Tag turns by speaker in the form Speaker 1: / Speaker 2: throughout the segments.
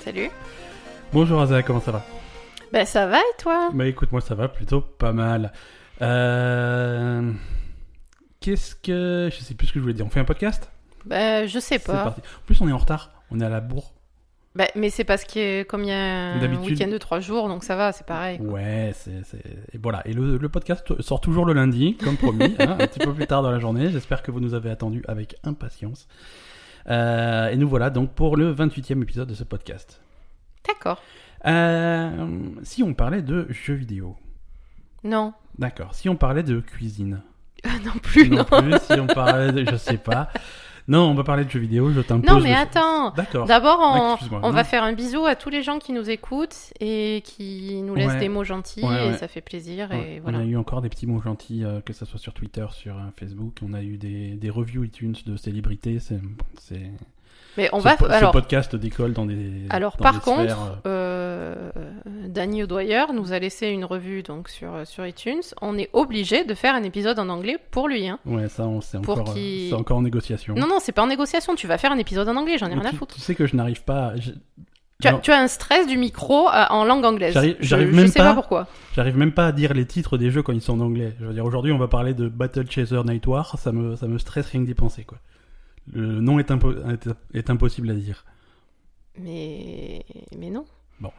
Speaker 1: Salut.
Speaker 2: Bonjour Azea, comment ça va
Speaker 1: Ben ça va et toi
Speaker 2: Bah écoute, moi ça va plutôt pas mal. Euh... Qu'est-ce que... Je sais plus ce que je voulais dire. On fait un podcast
Speaker 1: Ben je sais
Speaker 2: C'est
Speaker 1: pas.
Speaker 2: parti. En plus, on est en retard. On est à la bourre.
Speaker 1: Ben, mais c'est parce que comme il y a un
Speaker 2: D'habitude.
Speaker 1: week-end de trois jours, donc ça va, c'est pareil.
Speaker 2: Ouais, c'est... c'est- et Voilà. Et le, le podcast sort toujours le lundi, comme promis, hein, un petit peu plus tard dans la journée. J'espère que vous nous avez attendus avec impatience. Euh, et nous voilà donc pour le 28e épisode de ce podcast.
Speaker 1: D'accord.
Speaker 2: Euh, si on parlait de jeux vidéo.
Speaker 1: Non.
Speaker 2: D'accord. Si on parlait de cuisine.
Speaker 1: non plus, non.
Speaker 2: non plus, si on parlait de... Je sais pas. Non, on va parler de jeux vidéo, je t'impose...
Speaker 1: Non, mais
Speaker 2: le-
Speaker 1: attends.
Speaker 2: D'accord.
Speaker 1: D'abord,
Speaker 2: Ah,
Speaker 1: on,
Speaker 2: excuse-moi,
Speaker 1: on
Speaker 2: non.
Speaker 1: va faire un bisou à tous les gens qui nous écoutent et qui nous laissent
Speaker 2: Ouais.
Speaker 1: des mots gentils
Speaker 2: Ouais,
Speaker 1: et
Speaker 2: ouais.
Speaker 1: ça fait plaisir
Speaker 2: Ouais,
Speaker 1: et
Speaker 2: On
Speaker 1: voilà.
Speaker 2: a eu encore des petits mots gentils, euh, que ce soit sur Twitter, sur euh, Facebook. On a eu des, des reviews iTunes de célébrités. C'est, c'est...
Speaker 1: Mais on
Speaker 2: ce,
Speaker 1: va
Speaker 2: po- ce
Speaker 1: alors
Speaker 2: podcast décolle dans des.
Speaker 1: alors
Speaker 2: dans
Speaker 1: par
Speaker 2: des
Speaker 1: contre,
Speaker 2: sphères, euh,
Speaker 1: euh, Danny O'Dwyer nous a laissé une revue donc sur euh, sur iTunes. On est obligé de faire un épisode en anglais pour lui. Hein.
Speaker 2: euh, Ouais, ça, on, c'est,
Speaker 1: pour
Speaker 2: encore, euh,
Speaker 1: qu'il-
Speaker 2: c'est encore en négociation.
Speaker 1: Non non, c'est pas en négociation. Tu vas faire un épisode en anglais. J'en ai
Speaker 2: Mais
Speaker 1: rien à
Speaker 2: tu,
Speaker 1: foutre.
Speaker 2: tu sais que je n'arrive pas. à- je-
Speaker 1: Tu as,
Speaker 2: Non,
Speaker 1: tu as un stress du micro euh, en langue anglaise.
Speaker 2: J'arrive-
Speaker 1: Je-
Speaker 2: j'arrive
Speaker 1: je,
Speaker 2: même
Speaker 1: sais pas,
Speaker 2: pas.
Speaker 1: pourquoi.
Speaker 2: J'arrive même pas à dire les titres des jeux quand ils sont en anglais. Je veux dire, aujourd'hui, on va parler de Battle Chaser Night War. Ça me, ça me stresse rien que d'y penser, quoi. Le nom est, impo- est, est impossible à dire.
Speaker 1: Mais, mais non.
Speaker 2: Bon.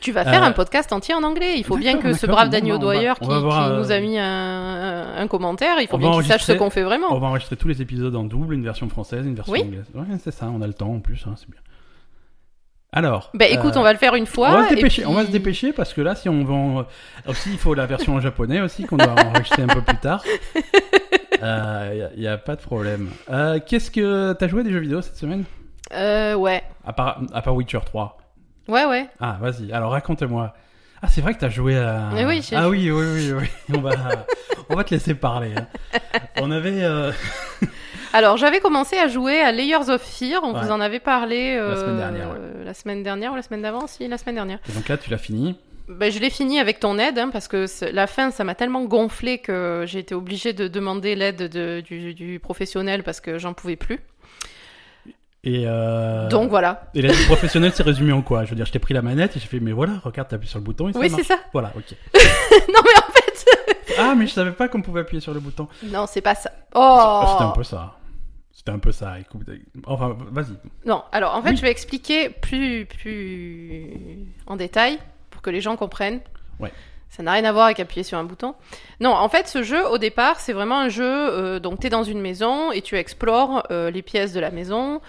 Speaker 1: Tu vas faire
Speaker 2: Euh,
Speaker 1: un podcast entier en anglais. Il faut bien
Speaker 2: d'accord,
Speaker 1: que ce
Speaker 2: d'accord,
Speaker 1: brave
Speaker 2: bon,
Speaker 1: Daniel
Speaker 2: bon, on va-
Speaker 1: Dwyer qui,
Speaker 2: on va voir,
Speaker 1: qui
Speaker 2: euh,
Speaker 1: nous a mis un, un commentaire, il faut
Speaker 2: on
Speaker 1: bien
Speaker 2: va
Speaker 1: qu'il sache ce
Speaker 2: enregistrer.
Speaker 1: qu'on fait
Speaker 2: On
Speaker 1: vraiment.
Speaker 2: va enregistrer tous les épisodes en double, une version française, une version
Speaker 1: Oh. Oui.
Speaker 2: anglaise. Ouais, c'est ça, on a le temps en plus, hein, c'est bien. Alors.
Speaker 1: Bah écoute,
Speaker 2: euh,
Speaker 1: on va le faire une fois.
Speaker 2: on va se
Speaker 1: et
Speaker 2: dépêcher, on va
Speaker 1: puis-
Speaker 2: se dépêcher parce que là, si on vend. euh, Aussi, il faut la version en japonais aussi qu'on doit enregistrer un peu plus tard. Il n'y a, pas de problème. Euh, Qu'est-ce que. T'as joué à des jeux vidéo cette semaine
Speaker 1: Euh, ouais.
Speaker 2: à part, à part Witcher 3.
Speaker 1: Ouais, ouais.
Speaker 2: Ah, vas-y, alors raconte-moi. Ah, c'est vrai que t'as joué à.
Speaker 1: Mais oui, j'ai
Speaker 2: ah oui,
Speaker 1: joué.
Speaker 2: oui, oui, oui. On va, on va te laisser parler. hein. On avait. euh,
Speaker 1: Alors j'avais commencé à jouer à Layers of Fear, on
Speaker 2: Ouais.
Speaker 1: vous en avait parlé euh,
Speaker 2: semaine dernière, ouais.
Speaker 1: euh, la semaine dernière ou la semaine d'avant, si, la semaine dernière.
Speaker 2: Et donc là, tu l'as fini.
Speaker 1: Ben, je l'ai fini avec ton aide, hein, parce que c'est- la fin, ça m'a tellement gonflé que j'ai été obligée de demander l'aide de- du, du professionnel parce que j'en pouvais plus.
Speaker 2: Et, euh,
Speaker 1: Donc voilà.
Speaker 2: et la vie professionnelle s'est résumée en quoi Je veux dire, je t'ai pris la manette et j'ai fait, mais voilà, regarde, t'appuies sur le bouton et ça
Speaker 1: Oui, c'est
Speaker 2: marche.
Speaker 1: ça.
Speaker 2: Voilà, ok.
Speaker 1: non, mais en fait.
Speaker 2: Ah, mais je savais pas qu'on pouvait appuyer sur le bouton. Ah,
Speaker 1: Non, c'est pas ça.
Speaker 2: C'était un
Speaker 1: Oh
Speaker 2: peu ça. C'était un peu ça. écoute. Enfin, vas-y.
Speaker 1: Non, alors en fait,
Speaker 2: Oui.
Speaker 1: je vais expliquer plus, plus en détail pour que les gens comprennent.
Speaker 2: Ouais.
Speaker 1: Ça n'a rien à voir avec appuyer sur un bouton. Non, en fait, ce jeu, au départ, c'est vraiment un jeu. euh, donc, tu es dans une maison et tu explores euh, les pièces de la maison.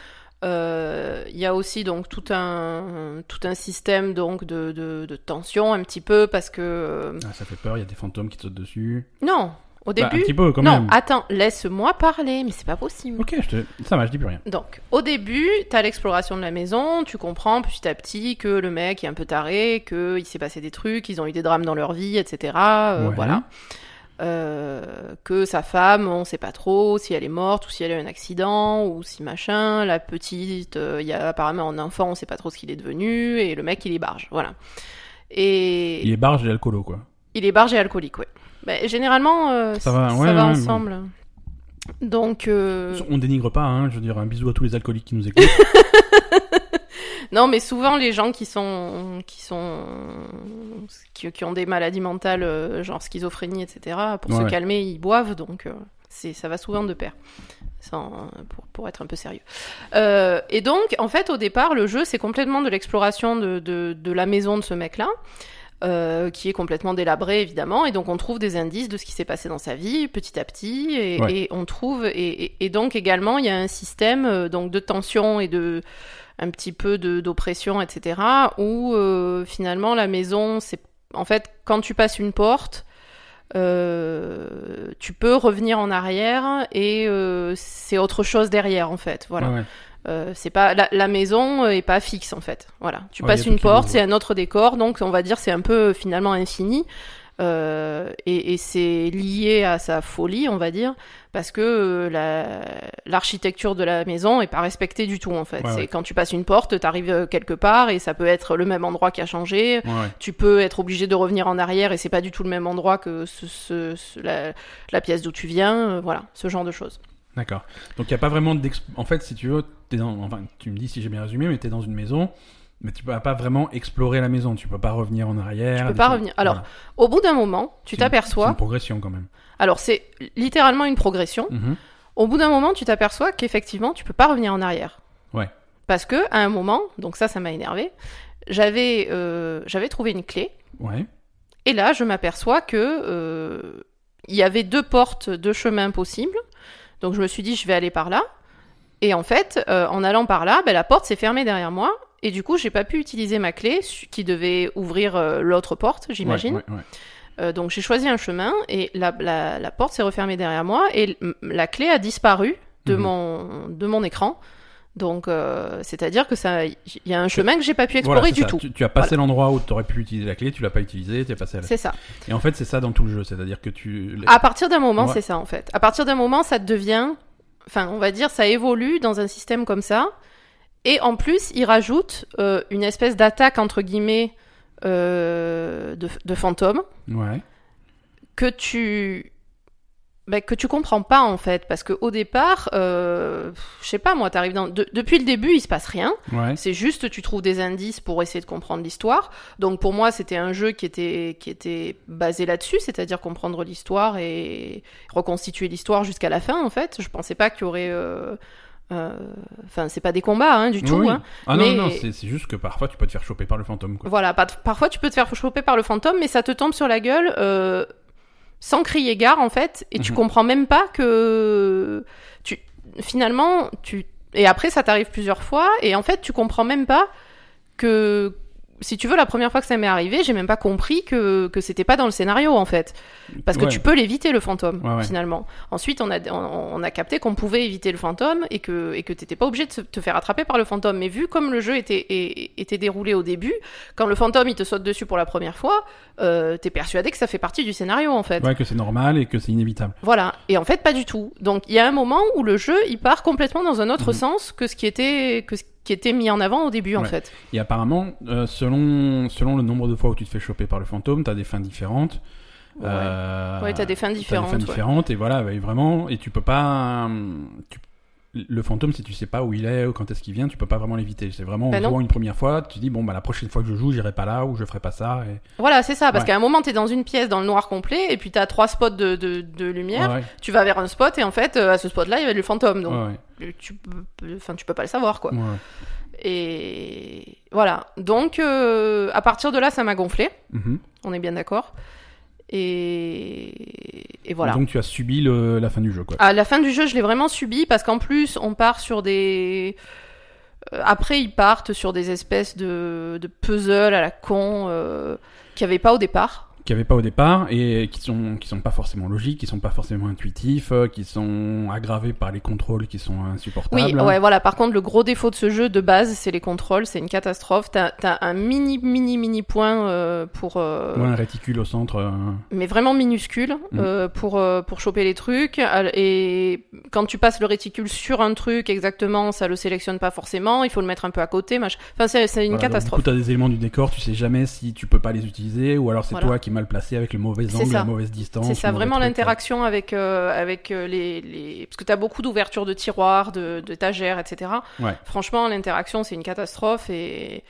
Speaker 1: Euh, Il y a aussi donc tout un, tout un système donc de, de, de tension un petit peu parce que. euh,
Speaker 2: Ah, ça fait peur, il y a des fantômes qui te sautent dessus.
Speaker 1: Non, au
Speaker 2: Bah, un
Speaker 1: début.
Speaker 2: petit peu quand
Speaker 1: non, ah.
Speaker 2: même.
Speaker 1: attends, laisse-moi parler, mais c'est pas possible.
Speaker 2: Ok, je te... ça va, je dis plus rien.
Speaker 1: Donc, au début, t'as l'exploration de la maison, tu comprends petit à petit que le mec est un peu taré, qu'il s'est passé des trucs, ils ont eu des drames dans leur vie, etc. euh,
Speaker 2: Ouais.
Speaker 1: Voilà. Euh, que sa femme, on sait pas trop si elle est morte ou si elle a eu un accident ou si machin. La petite, euh, il y a apparemment un enfant, on sait pas trop ce qu'il est devenu. Et le mec, il est barge, voilà. Et
Speaker 2: Il est barge et alcoolo, quoi.
Speaker 1: il est barge et alcoolique, ouais. Ben, généralement, euh, ça,
Speaker 2: va,
Speaker 1: ça
Speaker 2: ouais, ouais,
Speaker 1: ensemble. Donc, euh,
Speaker 2: On dénigre pas, hein, je veux dire, un bisou à tous les alcooliques qui nous écoutent.
Speaker 1: Non, mais souvent les gens qui sont qui sont qui, qui ont des maladies mentales, euh, genre schizophrénie, etc. Pour se
Speaker 2: Ouais.
Speaker 1: calmer, ils boivent, donc euh, c'est ça va souvent de pair. Sans, pour, pour être un peu sérieux. Euh, et donc, en fait, au départ, le jeu, c'est complètement de l'exploration de, de, de la maison de ce mec-là, euh, qui est complètement délabré, évidemment. Et donc, on trouve des indices de ce qui s'est passé dans sa vie, petit à petit. Et,
Speaker 2: Ouais.
Speaker 1: et on trouve. Et, et- et donc, également, il y a un système euh, donc de tension et de un petit peu de- d'oppression, etc. Où euh, finalement, la maison, c'est en fait quand tu passes une porte. euh, tu peux revenir en arrière et euh, c'est autre chose derrière en fait voilà
Speaker 2: Ouais, ouais.
Speaker 1: euh, c'est pas la, la maison euh, est pas fixe en fait. Voilà, tu
Speaker 2: Ouais, y a
Speaker 1: passes
Speaker 2: tout
Speaker 1: une
Speaker 2: qui
Speaker 1: porte,
Speaker 2: bouge,
Speaker 1: c'est un autre décor, donc on va dire c'est un peu euh, finalement infini. Euh, et et c'est lié à sa folie, on va dire, parce que euh, la- l'architecture de la maison est pas respectée du tout en fait.
Speaker 2: Ouais,
Speaker 1: c'est
Speaker 2: ouais.
Speaker 1: quand tu passes une porte, t'arrives euh, quelque part et ça peut être le même endroit qui a changé,
Speaker 2: Ouais, ouais.
Speaker 1: tu peux être obligé de revenir en arrière et c'est pas du tout le même endroit que ce- ce- ce- la, la pièce d'où tu viens, euh, voilà, ce genre de choses.
Speaker 2: D'accord. Donc il n'y a pas vraiment d'ex... En fait, si tu veux, t'es dans... enfin, tu me dis si j'ai bien résumé, mais tu es dans une maison, Mais tu peux pas vraiment explorer la maison, tu peux pas revenir en arrière.
Speaker 1: Tu peux
Speaker 2: des
Speaker 1: pas
Speaker 2: trucs-
Speaker 1: revenir. Alors,
Speaker 2: Voilà.
Speaker 1: Au bout d'un moment, tu
Speaker 2: C'est une- C'est une
Speaker 1: t'aperçois.
Speaker 2: progression quand même.
Speaker 1: Alors, c'est littéralement une progression.
Speaker 2: Mhm.
Speaker 1: Au bout d'un moment, tu t'aperçois qu'effectivement, tu peux pas revenir en arrière.
Speaker 2: Ouais.
Speaker 1: Parce que à un moment, donc ça, ça m'a énervé. J'avais, euh, j'avais trouvé une clé.
Speaker 2: Ouais.
Speaker 1: Et là, je m'aperçois que euh, il y avait deux portes, deux chemins possibles. Donc je me suis dit, je vais aller par là. Et en fait, euh, en allant par là, ben, la porte s'est fermée derrière moi. Et du coup, j'ai pas pu utiliser ma clé su- qui devait ouvrir euh, l'autre porte, j'imagine.
Speaker 2: Ouais, ouais, ouais.
Speaker 1: Euh, donc j'ai choisi un chemin et la, la- la porte s'est refermée derrière moi et l- m- la clé a disparu de,
Speaker 2: Mhm.
Speaker 1: mon, de mon écran. Donc euh, c'est-à-dire que ça, il y a un
Speaker 2: C'est-
Speaker 1: chemin que j'ai pas pu explorer
Speaker 2: Voilà, c'est
Speaker 1: du
Speaker 2: ça.
Speaker 1: tout.
Speaker 2: Tu, tu as passé l'endroit où tu aurais pu utiliser la clé, tu l'as pas utilisée, tu es passé à la...
Speaker 1: C'est Ah. ça.
Speaker 2: Et en fait, c'est ça dans tout le jeu, c'est-à-dire que tu.
Speaker 1: À partir d'un moment,
Speaker 2: Ouais.
Speaker 1: c'est ça en fait. À partir d'un moment, ça devient, enfin, on va dire, ça évolue dans un système comme ça. Et en plus, ils rajoutent euh, une espèce d'attaque entre guillemets euh, de, de fantômes
Speaker 2: Ouais.
Speaker 1: que tu bah, que tu comprends pas en fait, parce que au départ, euh, je sais pas moi, t'arrives dans de- depuis le début, il se passe rien.
Speaker 2: Ouais.
Speaker 1: C'est juste, tu trouves des indices pour essayer de comprendre l'histoire. Donc pour moi, c'était un jeu qui était, qui était basé là-dessus, c'est-à-dire comprendre l'histoire et reconstituer l'histoire jusqu'à la fin, en fait. Je pensais pas qu'il y aurait... euh, euh, Enfin, c'est pas des combats hein, du
Speaker 2: Oui,
Speaker 1: tout.
Speaker 2: oui.
Speaker 1: hein.
Speaker 2: Ah
Speaker 1: mais-
Speaker 2: non, non, c'est c'est juste que parfois tu peux te faire choper par le fantôme. Quoi.
Speaker 1: Voilà, par- parfois tu peux te faire choper par le fantôme, mais ça te tombe sur la gueule euh, sans crier gare, en fait, et tu
Speaker 2: Mhm.
Speaker 1: comprends même pas que... tu Finalement, tu... Et après, ça t'arrive plusieurs fois, et en fait, tu comprends même pas que... Si tu veux, la première fois que ça m'est arrivé, j'ai même pas compris que, que c'était pas dans le scénario, en fait. Parce que
Speaker 2: Ouais.
Speaker 1: tu peux l'éviter, le fantôme,
Speaker 2: Ouais, ouais.
Speaker 1: finalement. Ensuite, on a, on, on a capté qu'on pouvait éviter le fantôme et que et que t'étais pas obligé de se- te faire attraper par le fantôme. Mais vu comme le jeu était, é- était déroulé au début, quand le fantôme il te saute dessus pour la première fois, euh, t'es persuadé que ça fait partie du scénario en fait.
Speaker 2: Ouais, que c'est normal et que c'est inévitable.
Speaker 1: Voilà. Et en fait, pas du tout. Donc il y a un moment où le jeu il part complètement dans un autre
Speaker 2: Mhm.
Speaker 1: sens que ce qui était que ce qui était mis en avant au début en
Speaker 2: Ouais.
Speaker 1: fait.
Speaker 2: Et apparemment, euh, selon, selon le nombre de fois où tu te fais choper par le fantôme, t'as des fins différentes. Euh,
Speaker 1: Ouais, t'as des fins différentes,
Speaker 2: fins
Speaker 1: ouais.
Speaker 2: différentes, et voilà, bah, et vraiment, et tu peux pas. hum, tu- le fantôme, si tu sais pas où il est ou quand est-ce qu'il vient, tu peux pas vraiment l'éviter. C'est vraiment
Speaker 1: Bah
Speaker 2: en
Speaker 1: non.
Speaker 2: jouant une première fois, tu dis, bon, bah, la prochaine fois que je joue, j'irai pas là ou je ferai pas ça. Et...
Speaker 1: Voilà, c'est ça. Parce
Speaker 2: Ouais.
Speaker 1: qu'à un moment t'es dans une pièce dans le noir complet et puis t'as trois spots de, de, de lumière.
Speaker 2: Ouais, ouais,
Speaker 1: Tu vas vers un spot et en fait euh, à ce spot là il y a le fantôme. Donc
Speaker 2: ouais,
Speaker 1: tu peux, enfin, tu peux pas le savoir, quoi.
Speaker 2: ouais, ouais.
Speaker 1: Et voilà. Donc, euh, à partir de là, ça m'a gonflé.
Speaker 2: Mhm.
Speaker 1: On est bien d'accord. Et, et voilà. Ah.
Speaker 2: Donc tu as subi le- la fin du jeu, quoi.
Speaker 1: À la fin du jeu, je l'ai vraiment subi parce qu'en plus, on part sur des. Euh, Après, ils partent sur des espèces de, de puzzles à la con euh, qu'il n'y avait pas au départ.
Speaker 2: qu'il n'y avait pas au départ et qui sont qui sont pas forcément logiques, qui sont pas forcément intuitifs, euh, qui sont aggravés par les contrôles qui sont insupportables.
Speaker 1: Oui, ouais, voilà. Par contre, le gros défaut de ce jeu de base, c'est les contrôles. C'est une catastrophe. T'as as un mini, mini, mini point euh, pour. euh,
Speaker 2: Ouais, un réticule au centre. euh,
Speaker 1: mais vraiment minuscule
Speaker 2: Mm.
Speaker 1: euh, pour, euh, pour choper les trucs. Al- Et quand tu passes le réticule sur un truc exactement, ça le sélectionne pas forcément, il faut le mettre un peu à côté. Mach... Enfin, c'est c'est une
Speaker 2: voilà, donc,
Speaker 1: catastrophe.
Speaker 2: Du coup, t'as des éléments du décor, tu sais jamais si tu peux pas les utiliser ou alors c'est
Speaker 1: Voilà.
Speaker 2: toi qui est mal placé avec le mauvais
Speaker 1: C'est
Speaker 2: angle,
Speaker 1: ça.
Speaker 2: la mauvaise distance.
Speaker 1: C'est ça,
Speaker 2: le mauvais
Speaker 1: vraiment
Speaker 2: truc,
Speaker 1: l'interaction avec, euh, avec euh, les, les. Parce que t'as beaucoup d'ouvertures de tiroirs, de- d'étagères, etc.
Speaker 2: Ouais.
Speaker 1: Franchement, l'interaction, c'est une catastrophe et.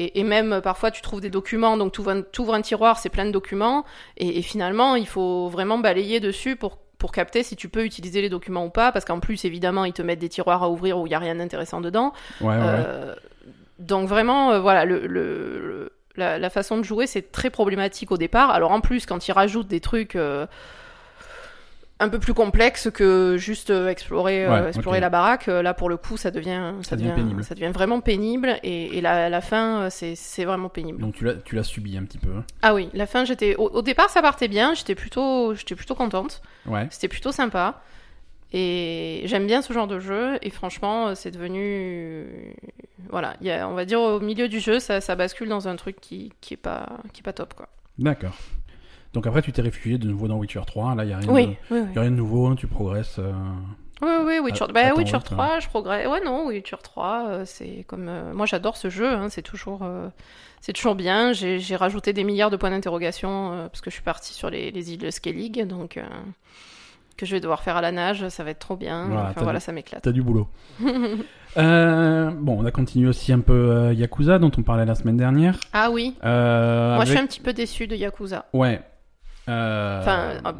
Speaker 1: Et, et même euh, parfois tu trouves des documents, donc tu ouvres un, t'ouvres un tiroir, c'est plein de documents, et, et finalement il faut vraiment balayer dessus pour, pour capter si tu peux utiliser les documents ou pas, parce qu'en plus évidemment ils te mettent des tiroirs à ouvrir où il n'y a rien d'intéressant dedans.
Speaker 2: ouais. Ouais, ouais, Ah ouais.
Speaker 1: Euh, donc vraiment, euh, voilà, le, le- le- la, la façon de jouer, c'est très problématique au départ. Alors en plus, quand ils rajoutent des trucs euh, un peu plus complexes que juste euh, explorer, euh,
Speaker 2: Ouais,
Speaker 1: explorer
Speaker 2: ok.
Speaker 1: la baraque, euh, là pour le coup, ça devient, ça,
Speaker 2: devient
Speaker 1: devient,
Speaker 2: pénible.
Speaker 1: ça devient vraiment pénible. Et, et la, la fin, euh, c'est c'est vraiment pénible.
Speaker 2: Donc tu l'as tu l'as subi un petit peu. hein.
Speaker 1: Ah oui, la fin, j'étais au, au départ, ça partait bien. J'étais plutôt, j'étais plutôt contente.
Speaker 2: Ouais.
Speaker 1: C'était plutôt sympa. Et j'aime bien ce genre de jeu. Et franchement, euh, c'est devenu. euh, Voilà, il y a- on va dire au milieu du jeu, ça, ça bascule dans un truc qui, qui, est, pas, qui est pas top. Quoi.
Speaker 2: D'accord. Donc après tu t'es réfugié de nouveau dans Witcher 3. Là il y a rien. de...
Speaker 1: Oui, oui,
Speaker 2: y a
Speaker 1: oui.
Speaker 2: rien de nouveau, hein, tu progresses. euh,
Speaker 1: Oui, oui, Witcher,
Speaker 2: Att-
Speaker 1: bah,
Speaker 2: Ah, attends,
Speaker 1: Witcher
Speaker 2: ouais,
Speaker 1: 3, je progresse. Ouais, non, Witcher 3, euh, c'est comme. euh, Moi, j'adore ce jeu, hein, c'est toujours, euh, c'est toujours bien. J'ai j'ai rajouté des milliards de points d'interrogation euh, parce que je suis partie sur les, les îles de Skellig. Donc, euh, que je vais devoir faire à la nage, ça va être trop bien.
Speaker 2: Voilà,
Speaker 1: enfin
Speaker 2: t'as
Speaker 1: voilà,
Speaker 2: dit-
Speaker 1: ça m'éclate.
Speaker 2: T'as du boulot. Euh, bon, on a continué aussi un peu euh, Yakuza, dont on parlait la semaine dernière.
Speaker 1: Ah oui,
Speaker 2: Euh,
Speaker 1: moi je suis
Speaker 2: avec-
Speaker 1: un petit peu déçue de Yakuza.
Speaker 2: Ouais. Euh,
Speaker 1: Enfin, euh,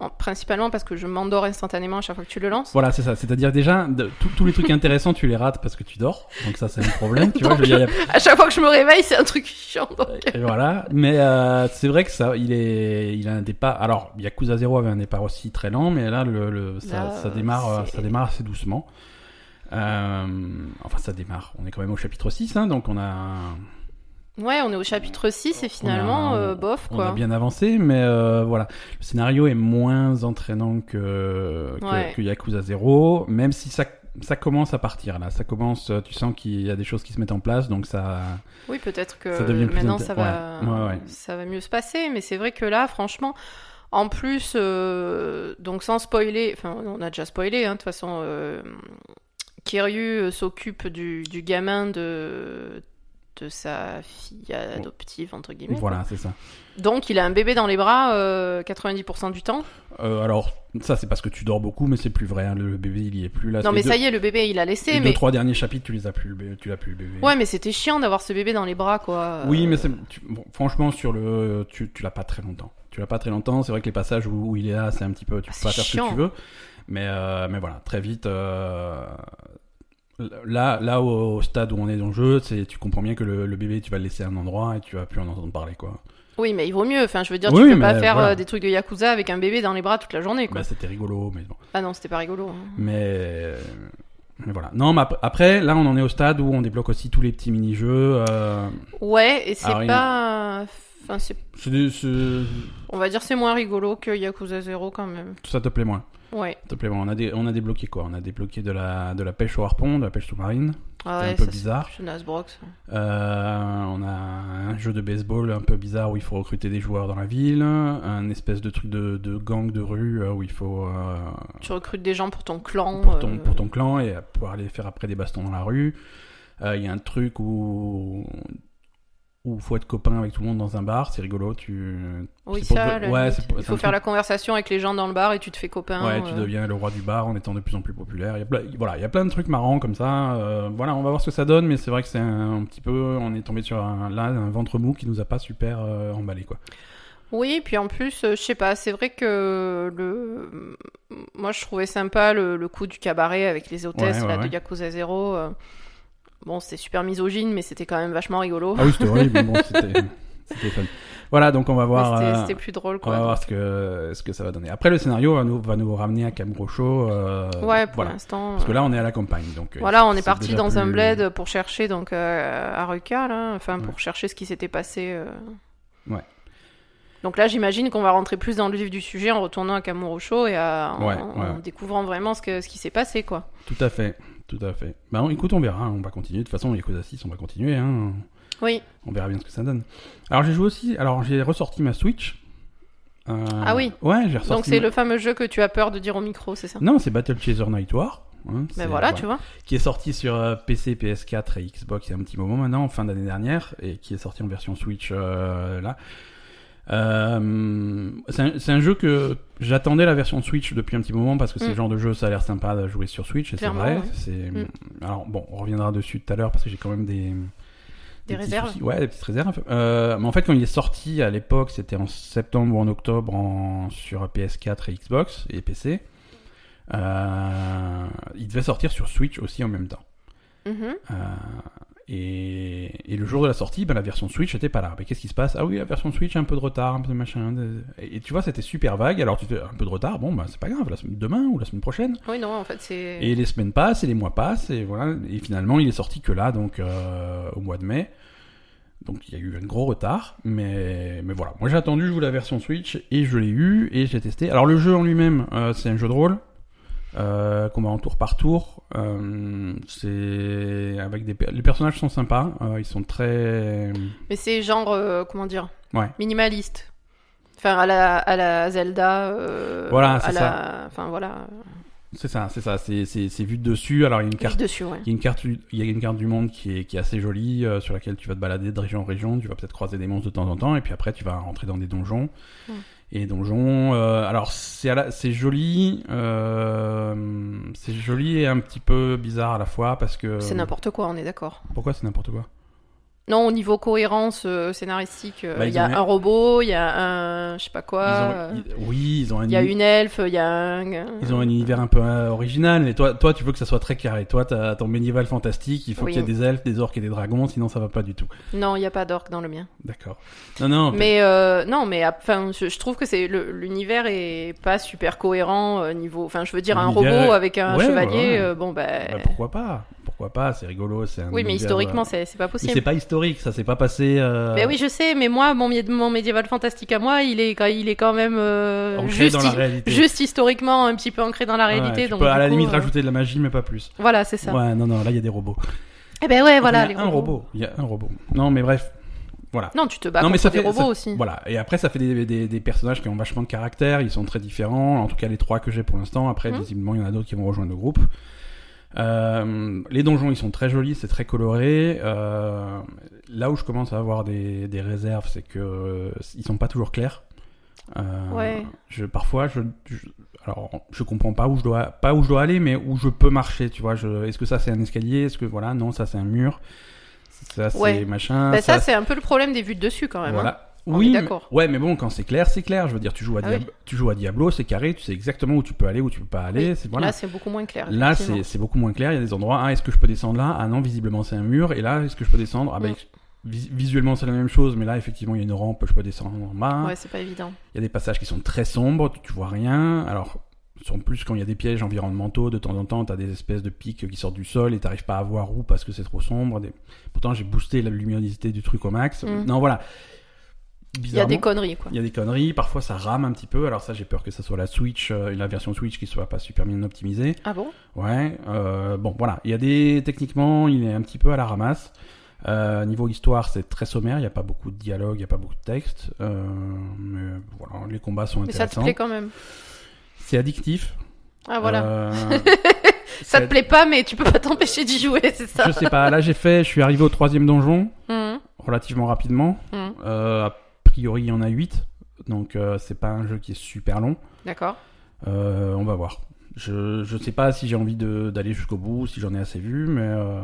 Speaker 1: en- principalement parce que je m'endors instantanément à chaque fois que tu le lances.
Speaker 2: Voilà, c'est ça. C'est-à-dire déjà, de- tous- tous les trucs intéressants, tu les rates parce que tu dors. Donc ça, c'est un problème. tu vois, je veux dire, il y a-
Speaker 1: À chaque fois que je me réveille, c'est un truc chiant. donc.
Speaker 2: Et voilà, mais euh, c'est vrai que ça, il est, il a un départ. Alors, Yakuza 0 avait un départ aussi très lent, mais là, le, le- ça,
Speaker 1: Là,
Speaker 2: ça
Speaker 1: euh,
Speaker 2: démarre, euh,
Speaker 1: c'est-
Speaker 2: ça démarre assez doucement. Euh, enfin, ça démarre. On est quand même au chapitre 6, hein, donc on a, un-
Speaker 1: Ouais, on est au chapitre 6 et finalement,
Speaker 2: On a-
Speaker 1: euh, bof
Speaker 2: on a
Speaker 1: quoi.
Speaker 2: bien avancé, mais euh, voilà, le scénario est moins entraînant que que,
Speaker 1: Ouais.
Speaker 2: que Yakuza 0, même si ça. Ça commence à partir là, ça commence, euh, tu sens qu'il y a des choses qui se mettent en place, donc ça...
Speaker 1: Oui, peut-être que
Speaker 2: Ça devient plus
Speaker 1: maintenant
Speaker 2: inté-
Speaker 1: ça va,
Speaker 2: ouais, ouais, ouais.
Speaker 1: ça va mieux se passer, mais c'est vrai que là, franchement, en plus, euh, donc sans spoiler, enfin, on a déjà spoilé, hein, de toute façon, euh, Kiryu euh, s'occupe du, du gamin de de sa fille adoptive entre guillemets.
Speaker 2: Voilà, c'est ça.
Speaker 1: Donc il a un bébé dans les bras euh, 90% du temps.
Speaker 2: Euh, alors, ça, c'est parce que tu dors beaucoup, mais c'est plus vrai. hein. Le, le bébé, il y est plus là.
Speaker 1: non
Speaker 2: Les
Speaker 1: mais
Speaker 2: deux-
Speaker 1: ça y est, le bébé il a laissé,
Speaker 2: Les
Speaker 1: mais
Speaker 2: deux, trois derniers chapitres, tu les as plus, le bébé- tu l'as plus, le bébé.
Speaker 1: ouais, mais c'était chiant d'avoir ce bébé dans les bras quoi.
Speaker 2: Oui, mais
Speaker 1: Euh,
Speaker 2: c'est- tu- bon, franchement, sur le, tu, tu l'as pas très longtemps. Tu l'as pas très longtemps. C'est vrai que les passages où, où il est là, c'est un petit peu, tu
Speaker 1: Ah,
Speaker 2: peux pas
Speaker 1: c'est
Speaker 2: faire ce
Speaker 1: chiant.
Speaker 2: que tu veux. Mais, euh, mais voilà, très vite. euh, Là, là au, au stade où on est dans le jeu, c'est tu comprends bien que le, le bébé, tu vas le laisser à un endroit et tu vas plus en entendre parler, quoi.
Speaker 1: Oui, mais il vaut mieux. Enfin, je veux dire,
Speaker 2: Oui,
Speaker 1: tu peux
Speaker 2: mais
Speaker 1: pas faire
Speaker 2: voilà.
Speaker 1: euh, des trucs de yakuza avec un bébé dans les bras toute la journée, quoi.
Speaker 2: Bah, c'était rigolo, mais bon.
Speaker 1: Ah non, c'était pas rigolo. hein.
Speaker 2: Mais, mais voilà. Non, mais ap- après, là, on en est au stade où on débloque aussi tous les petits mini-jeux. euh,
Speaker 1: Ouais, et c'est
Speaker 2: Ah, rien.
Speaker 1: pas. Enfin, c'est.
Speaker 2: c'est des- c'est-
Speaker 1: On va dire c'est moins rigolo que Yakuza 0 quand même.
Speaker 2: Ça te plaît moins.
Speaker 1: Ouais.
Speaker 2: Ça te plaît moins. On a, dé- on a débloqué quoi On a débloqué de la, de la pêche au harpon, de la pêche sous-marine.
Speaker 1: Ah
Speaker 2: C'est
Speaker 1: ouais,
Speaker 2: un peu
Speaker 1: ça, c'est-
Speaker 2: bizarre.
Speaker 1: c'est Nasbrox.
Speaker 2: Euh, on a un jeu de baseball un peu bizarre où il faut recruter des joueurs dans la ville. Un espèce de truc de, de gang de rue euh, où il faut. euh,
Speaker 1: Tu recrutes des gens pour ton clan.
Speaker 2: pour ton,
Speaker 1: euh,
Speaker 2: pour ton clan et à pouvoir aller faire après des bastons dans la rue. Euh, Il y a un truc où où faut être copain avec tout le monde dans un bar, c'est rigolo. Tu
Speaker 1: Oui,
Speaker 2: c'est pour
Speaker 1: ça.
Speaker 2: de-
Speaker 1: la
Speaker 2: ouais,
Speaker 1: limite.
Speaker 2: c'est pour-
Speaker 1: Il
Speaker 2: c'est
Speaker 1: faut
Speaker 2: un
Speaker 1: faire
Speaker 2: truc-
Speaker 1: la conversation avec les gens dans le bar et tu te fais copain.
Speaker 2: ouais, tu
Speaker 1: euh.
Speaker 2: deviens le roi du bar en étant de plus en plus populaire. Il y a plein, voilà, il y a plein de trucs marrants comme ça. Euh, voilà, on va voir ce que ça donne, mais c'est vrai que c'est un, un petit peu, on est tombé sur un, là un ventre mou qui nous a pas super euh, emballé quoi.
Speaker 1: Oui, puis en plus, euh, je sais pas, c'est vrai que le... moi je trouvais sympa le, le coup du cabaret avec les hôtesses
Speaker 2: Ouais, ouais,
Speaker 1: là,
Speaker 2: ouais.
Speaker 1: de Yakuza 0. euh, Bon, c'était super misogyne, mais c'était quand même vachement rigolo.
Speaker 2: Ah oui, c'était horrible, mais bon, c'était c'était fun. Voilà, donc on va
Speaker 1: Mais
Speaker 2: voir.
Speaker 1: c'était-
Speaker 2: euh,
Speaker 1: c'était plus drôle
Speaker 2: On
Speaker 1: quoi.
Speaker 2: va voir ce que, ce que ça va donner. Après, le scénario va nous, va nous ramener à Cambrosho. Euh,
Speaker 1: Ouais, pour
Speaker 2: voilà.
Speaker 1: l'instant.
Speaker 2: Parce que
Speaker 1: euh,
Speaker 2: là, on est à la campagne. Donc, euh,
Speaker 1: Voilà, on est
Speaker 2: c'est
Speaker 1: parti
Speaker 2: déjà
Speaker 1: dans un
Speaker 2: plus-
Speaker 1: bled pour chercher donc euh, Haruka là, enfin
Speaker 2: Ouais.
Speaker 1: pour chercher ce qui s'était passé. euh.
Speaker 2: Ouais.
Speaker 1: Donc là, j'imagine qu'on va rentrer plus dans le vif du sujet en retournant à Kamurocho et à- en,
Speaker 2: Ouais,
Speaker 1: en-
Speaker 2: ouais,
Speaker 1: en
Speaker 2: ouais.
Speaker 1: découvrant vraiment ce, que, ce qui s'est passé quoi.
Speaker 2: Tout à fait. Tout à fait. Bah, on- écoute, on verra. hein, On va continuer. De toute façon, Yakuza 6, on va continuer. Hein.
Speaker 1: Oui.
Speaker 2: On verra bien ce que ça donne. Alors, j'ai joué aussi. Alors, j'ai ressorti ma Switch. Euh,
Speaker 1: Ah oui.
Speaker 2: Ouais, j'ai ressorti.
Speaker 1: Donc c'est
Speaker 2: ma-
Speaker 1: le fameux jeu que tu as peur de dire au micro, c'est ça
Speaker 2: Non, c'est Battle Chaser Night War. hein,
Speaker 1: Mais
Speaker 2: c'est-
Speaker 1: Ben voilà, tu vois.
Speaker 2: qui est sorti sur euh, PC, PS4 et Xbox il y a un petit moment maintenant, en fin d'année dernière, et qui est sorti en version Switch euh, là. Euh, c'est un, c'est un jeu que j'attendais la version Switch depuis un petit moment parce que c'est
Speaker 1: Mm.
Speaker 2: le genre de jeu, ça a l'air sympa de jouer sur Switch, et c'est
Speaker 1: Clairement,
Speaker 2: vrai.
Speaker 1: ouais.
Speaker 2: c'est-
Speaker 1: Mm.
Speaker 2: Alors bon, on reviendra dessus tout à l'heure parce que j'ai quand même des.
Speaker 1: Des
Speaker 2: petits
Speaker 1: réserves.
Speaker 2: soucis. Ouais, des petites réserves. Euh, mais en fait, quand il est sorti à l'époque, c'était en septembre ou en octobre en... sur PS4 et Xbox et PC. Euh, il devait sortir sur Switch aussi en même temps.
Speaker 1: Mhm.
Speaker 2: Euh, et, et le jour de la sortie, ben, la version Switch n'était pas là. Mais qu'est-ce qui se passe Ah oui, la version Switch, un peu de retard, un peu de machin. de- Et, et tu vois, c'était super vague. Alors tu fais un peu de retard, bon, ben, c'est pas grave, la semaine, demain ou la semaine prochaine.
Speaker 1: Oui, non, en fait c'est.
Speaker 2: Et les semaines passent, et les mois passent, et voilà. Et finalement, il est sorti que là, donc euh, au mois de mai. Donc il y a eu un gros retard, mais, mais voilà. Moi j'ai attendu, je voulais la version Switch, et je l'ai eu, et j'ai testé. Alors le jeu en lui-même, euh, c'est un jeu de rôle, euh, combat en tour par tour. Euh, c'est avec des per- les personnages sont sympas, euh, ils sont très
Speaker 1: Mais c'est genre euh, comment dire
Speaker 2: Ouais.
Speaker 1: Minimaliste. Enfin à la à la Zelda. euh,
Speaker 2: Voilà,
Speaker 1: à
Speaker 2: c'est
Speaker 1: la... Enfin voilà.
Speaker 2: c'est ça, c'est ça, c'est c'est c'est vu de dessus. Alors il y a une carte
Speaker 1: Vite dessus, ouais.
Speaker 2: Il y, a une carte, il y a une carte du monde qui est, qui est assez jolie, euh, sur laquelle tu vas te balader de région en région, tu vas peut-être croiser des monstres de temps en temps, et puis après tu vas rentrer dans des donjons.
Speaker 1: Mm.
Speaker 2: Et donjon, euh, alors c'est à la- c'est joli, euh, c'est joli et un petit peu bizarre à la fois parce que.
Speaker 1: C'est n'importe quoi, on est d'accord.
Speaker 2: Pourquoi c'est n'importe quoi
Speaker 1: Non, au niveau cohérence euh, scénaristique, euh, il
Speaker 2: Bah, ils
Speaker 1: y a
Speaker 2: ont mis-
Speaker 1: un robot, il y a un. Je sais pas quoi.
Speaker 2: Ils
Speaker 1: euh,
Speaker 2: ont- ils- Oui, ils ont un.
Speaker 1: Il y a
Speaker 2: uni-
Speaker 1: une elfe, il y a un.
Speaker 2: Ils ont un univers un peu euh, original, mais toi, toi, tu veux que ça soit très carré. Toi, t'as ton médiéval fantastique, il faut
Speaker 1: Oui.
Speaker 2: qu'il y ait des elfes, des orques et des dragons, sinon ça va pas du tout.
Speaker 1: Non, il n'y a pas d'orque dans le mien.
Speaker 2: D'accord. Non, non,
Speaker 1: Mais euh, non, mais enfin, je, je trouve que c'est le- l'univers est pas super cohérent euh, niveau. Enfin, je veux dire, un
Speaker 2: L'univers
Speaker 1: robot
Speaker 2: est-
Speaker 1: avec un
Speaker 2: Ouais,
Speaker 1: chevalier,
Speaker 2: ouais, ouais.
Speaker 1: euh, bon ben.
Speaker 2: Bah, pourquoi pas Pourquoi pas C'est rigolo, c'est un
Speaker 1: oui, mais
Speaker 2: univers,
Speaker 1: historiquement,
Speaker 2: euh,
Speaker 1: c'est c'est pas
Speaker 2: Mais
Speaker 1: possible.
Speaker 2: c'est pas historique, ça s'est pas passé. euh,
Speaker 1: Ben oui, je sais, mais moi, mon, mé- mon médiéval fantastique à moi, il est, il est quand même euh,
Speaker 2: ancré
Speaker 1: juste,
Speaker 2: dans la
Speaker 1: hi-
Speaker 2: réalité.
Speaker 1: juste historiquement un petit peu ancré dans la
Speaker 2: Ouais,
Speaker 1: réalité.
Speaker 2: tu
Speaker 1: donc,
Speaker 2: peux
Speaker 1: du
Speaker 2: à la
Speaker 1: coup,
Speaker 2: limite
Speaker 1: euh,
Speaker 2: rajouter de la magie, mais pas plus.
Speaker 1: Voilà, c'est ça.
Speaker 2: Ouais, non, non, là il y a des robots.
Speaker 1: Eh ben ouais, voilà.
Speaker 2: il y
Speaker 1: les
Speaker 2: a un
Speaker 1: robots.
Speaker 2: robot. Il y a un robot. Non, mais bref.
Speaker 1: Non, tu te bats
Speaker 2: Non, mais
Speaker 1: contre
Speaker 2: ça
Speaker 1: des
Speaker 2: fait-
Speaker 1: robots
Speaker 2: ça-
Speaker 1: aussi.
Speaker 2: Voilà. Et après, ça fait des, des- des personnages qui ont vachement de caractère. Ils sont très différents. En tout cas, les trois que j'ai pour l'instant. Après,
Speaker 1: Mhm.
Speaker 2: visiblement, il y en a d'autres qui vont rejoindre le groupe. Euh, les donjons, ils sont très jolis, c'est très coloré. Euh, là où je commence à avoir des, des réserves, c'est que euh, ils sont pas toujours clairs. Euh,
Speaker 1: Ouais.
Speaker 2: Je, parfois, je, je, alors, je comprends pas où je dois, pas où je dois aller, mais où je peux marcher. Tu vois, je- est-ce que ça c'est un escalier Est-ce que voilà, non, ça c'est un mur, ça c'est
Speaker 1: Ouais.
Speaker 2: machin.
Speaker 1: Ben ça, c'est un peu le problème des vues de dessus quand même. hein.
Speaker 2: Voilà.
Speaker 1: On
Speaker 2: oui,
Speaker 1: est
Speaker 2: mais-
Speaker 1: d'accord.
Speaker 2: ouais, mais bon, quand c'est clair, c'est clair. Je veux dire, tu joues à,
Speaker 1: Ah
Speaker 2: Diab-
Speaker 1: oui.
Speaker 2: tu joues à Diablo, c'est carré, tu sais exactement où tu peux aller, où tu peux pas aller.
Speaker 1: Oui.
Speaker 2: C'est voilà.
Speaker 1: Là, c'est beaucoup moins clair.
Speaker 2: Là,
Speaker 1: effectivement.
Speaker 2: c'est c'est beaucoup moins clair. Il y a des endroits. Ah, est-ce que je peux descendre là Ah non, visiblement c'est un mur. Et là, est-ce que je peux descendre Ah ben,
Speaker 1: Mm.
Speaker 2: vis- visuellement c'est la même chose, mais là effectivement il y a une rampe, je peux descendre en bas.
Speaker 1: Ouais, c'est pas évident.
Speaker 2: Il y a des passages qui sont très sombres, tu, tu vois rien. Alors, en plus, quand il y a des pièges environnementaux, de temps en temps, t'as des espèces de pics qui sortent du sol et t'arrives pas à voir où parce que c'est trop sombre. Des- Pourtant, j'ai boosté la luminosité du truc au max.
Speaker 1: Mm.
Speaker 2: Non, voilà.
Speaker 1: Il y a
Speaker 2: Bizarrement,
Speaker 1: des conneries, quoi.
Speaker 2: il y a des conneries. Parfois, ça rame un petit peu. Alors ça, j'ai peur que ça soit la Switch, euh, la version Switch qui soit pas super bien optimisée.
Speaker 1: Ah bon
Speaker 2: Ouais, euh, bon voilà, il y a des techniquement, il est un petit peu à la ramasse. Euh, niveau histoire, c'est très sommaire, il n'y a pas beaucoup de dialogue, il n'y a pas beaucoup de texte. Euh, mais voilà, les combats sont
Speaker 1: Mais ça te
Speaker 2: intéressants.
Speaker 1: plaît quand même.
Speaker 2: C'est addictif.
Speaker 1: Ah voilà.
Speaker 2: Euh,
Speaker 1: ça
Speaker 2: c'est-
Speaker 1: te plaît pas, mais tu peux pas t'empêcher d'y jouer, c'est ça.
Speaker 2: Je sais pas, là j'ai fait, je suis arrivé au troisième donjon
Speaker 1: Mhm,
Speaker 2: relativement rapidement.
Speaker 1: mhm.
Speaker 2: Euh, a priori, il y en a 8, donc euh, c'est pas un jeu qui est super long.
Speaker 1: D'accord.
Speaker 2: Euh, on va voir. Je, je sais pas si j'ai envie de- d'aller jusqu'au bout, si j'en ai assez vu, mais euh,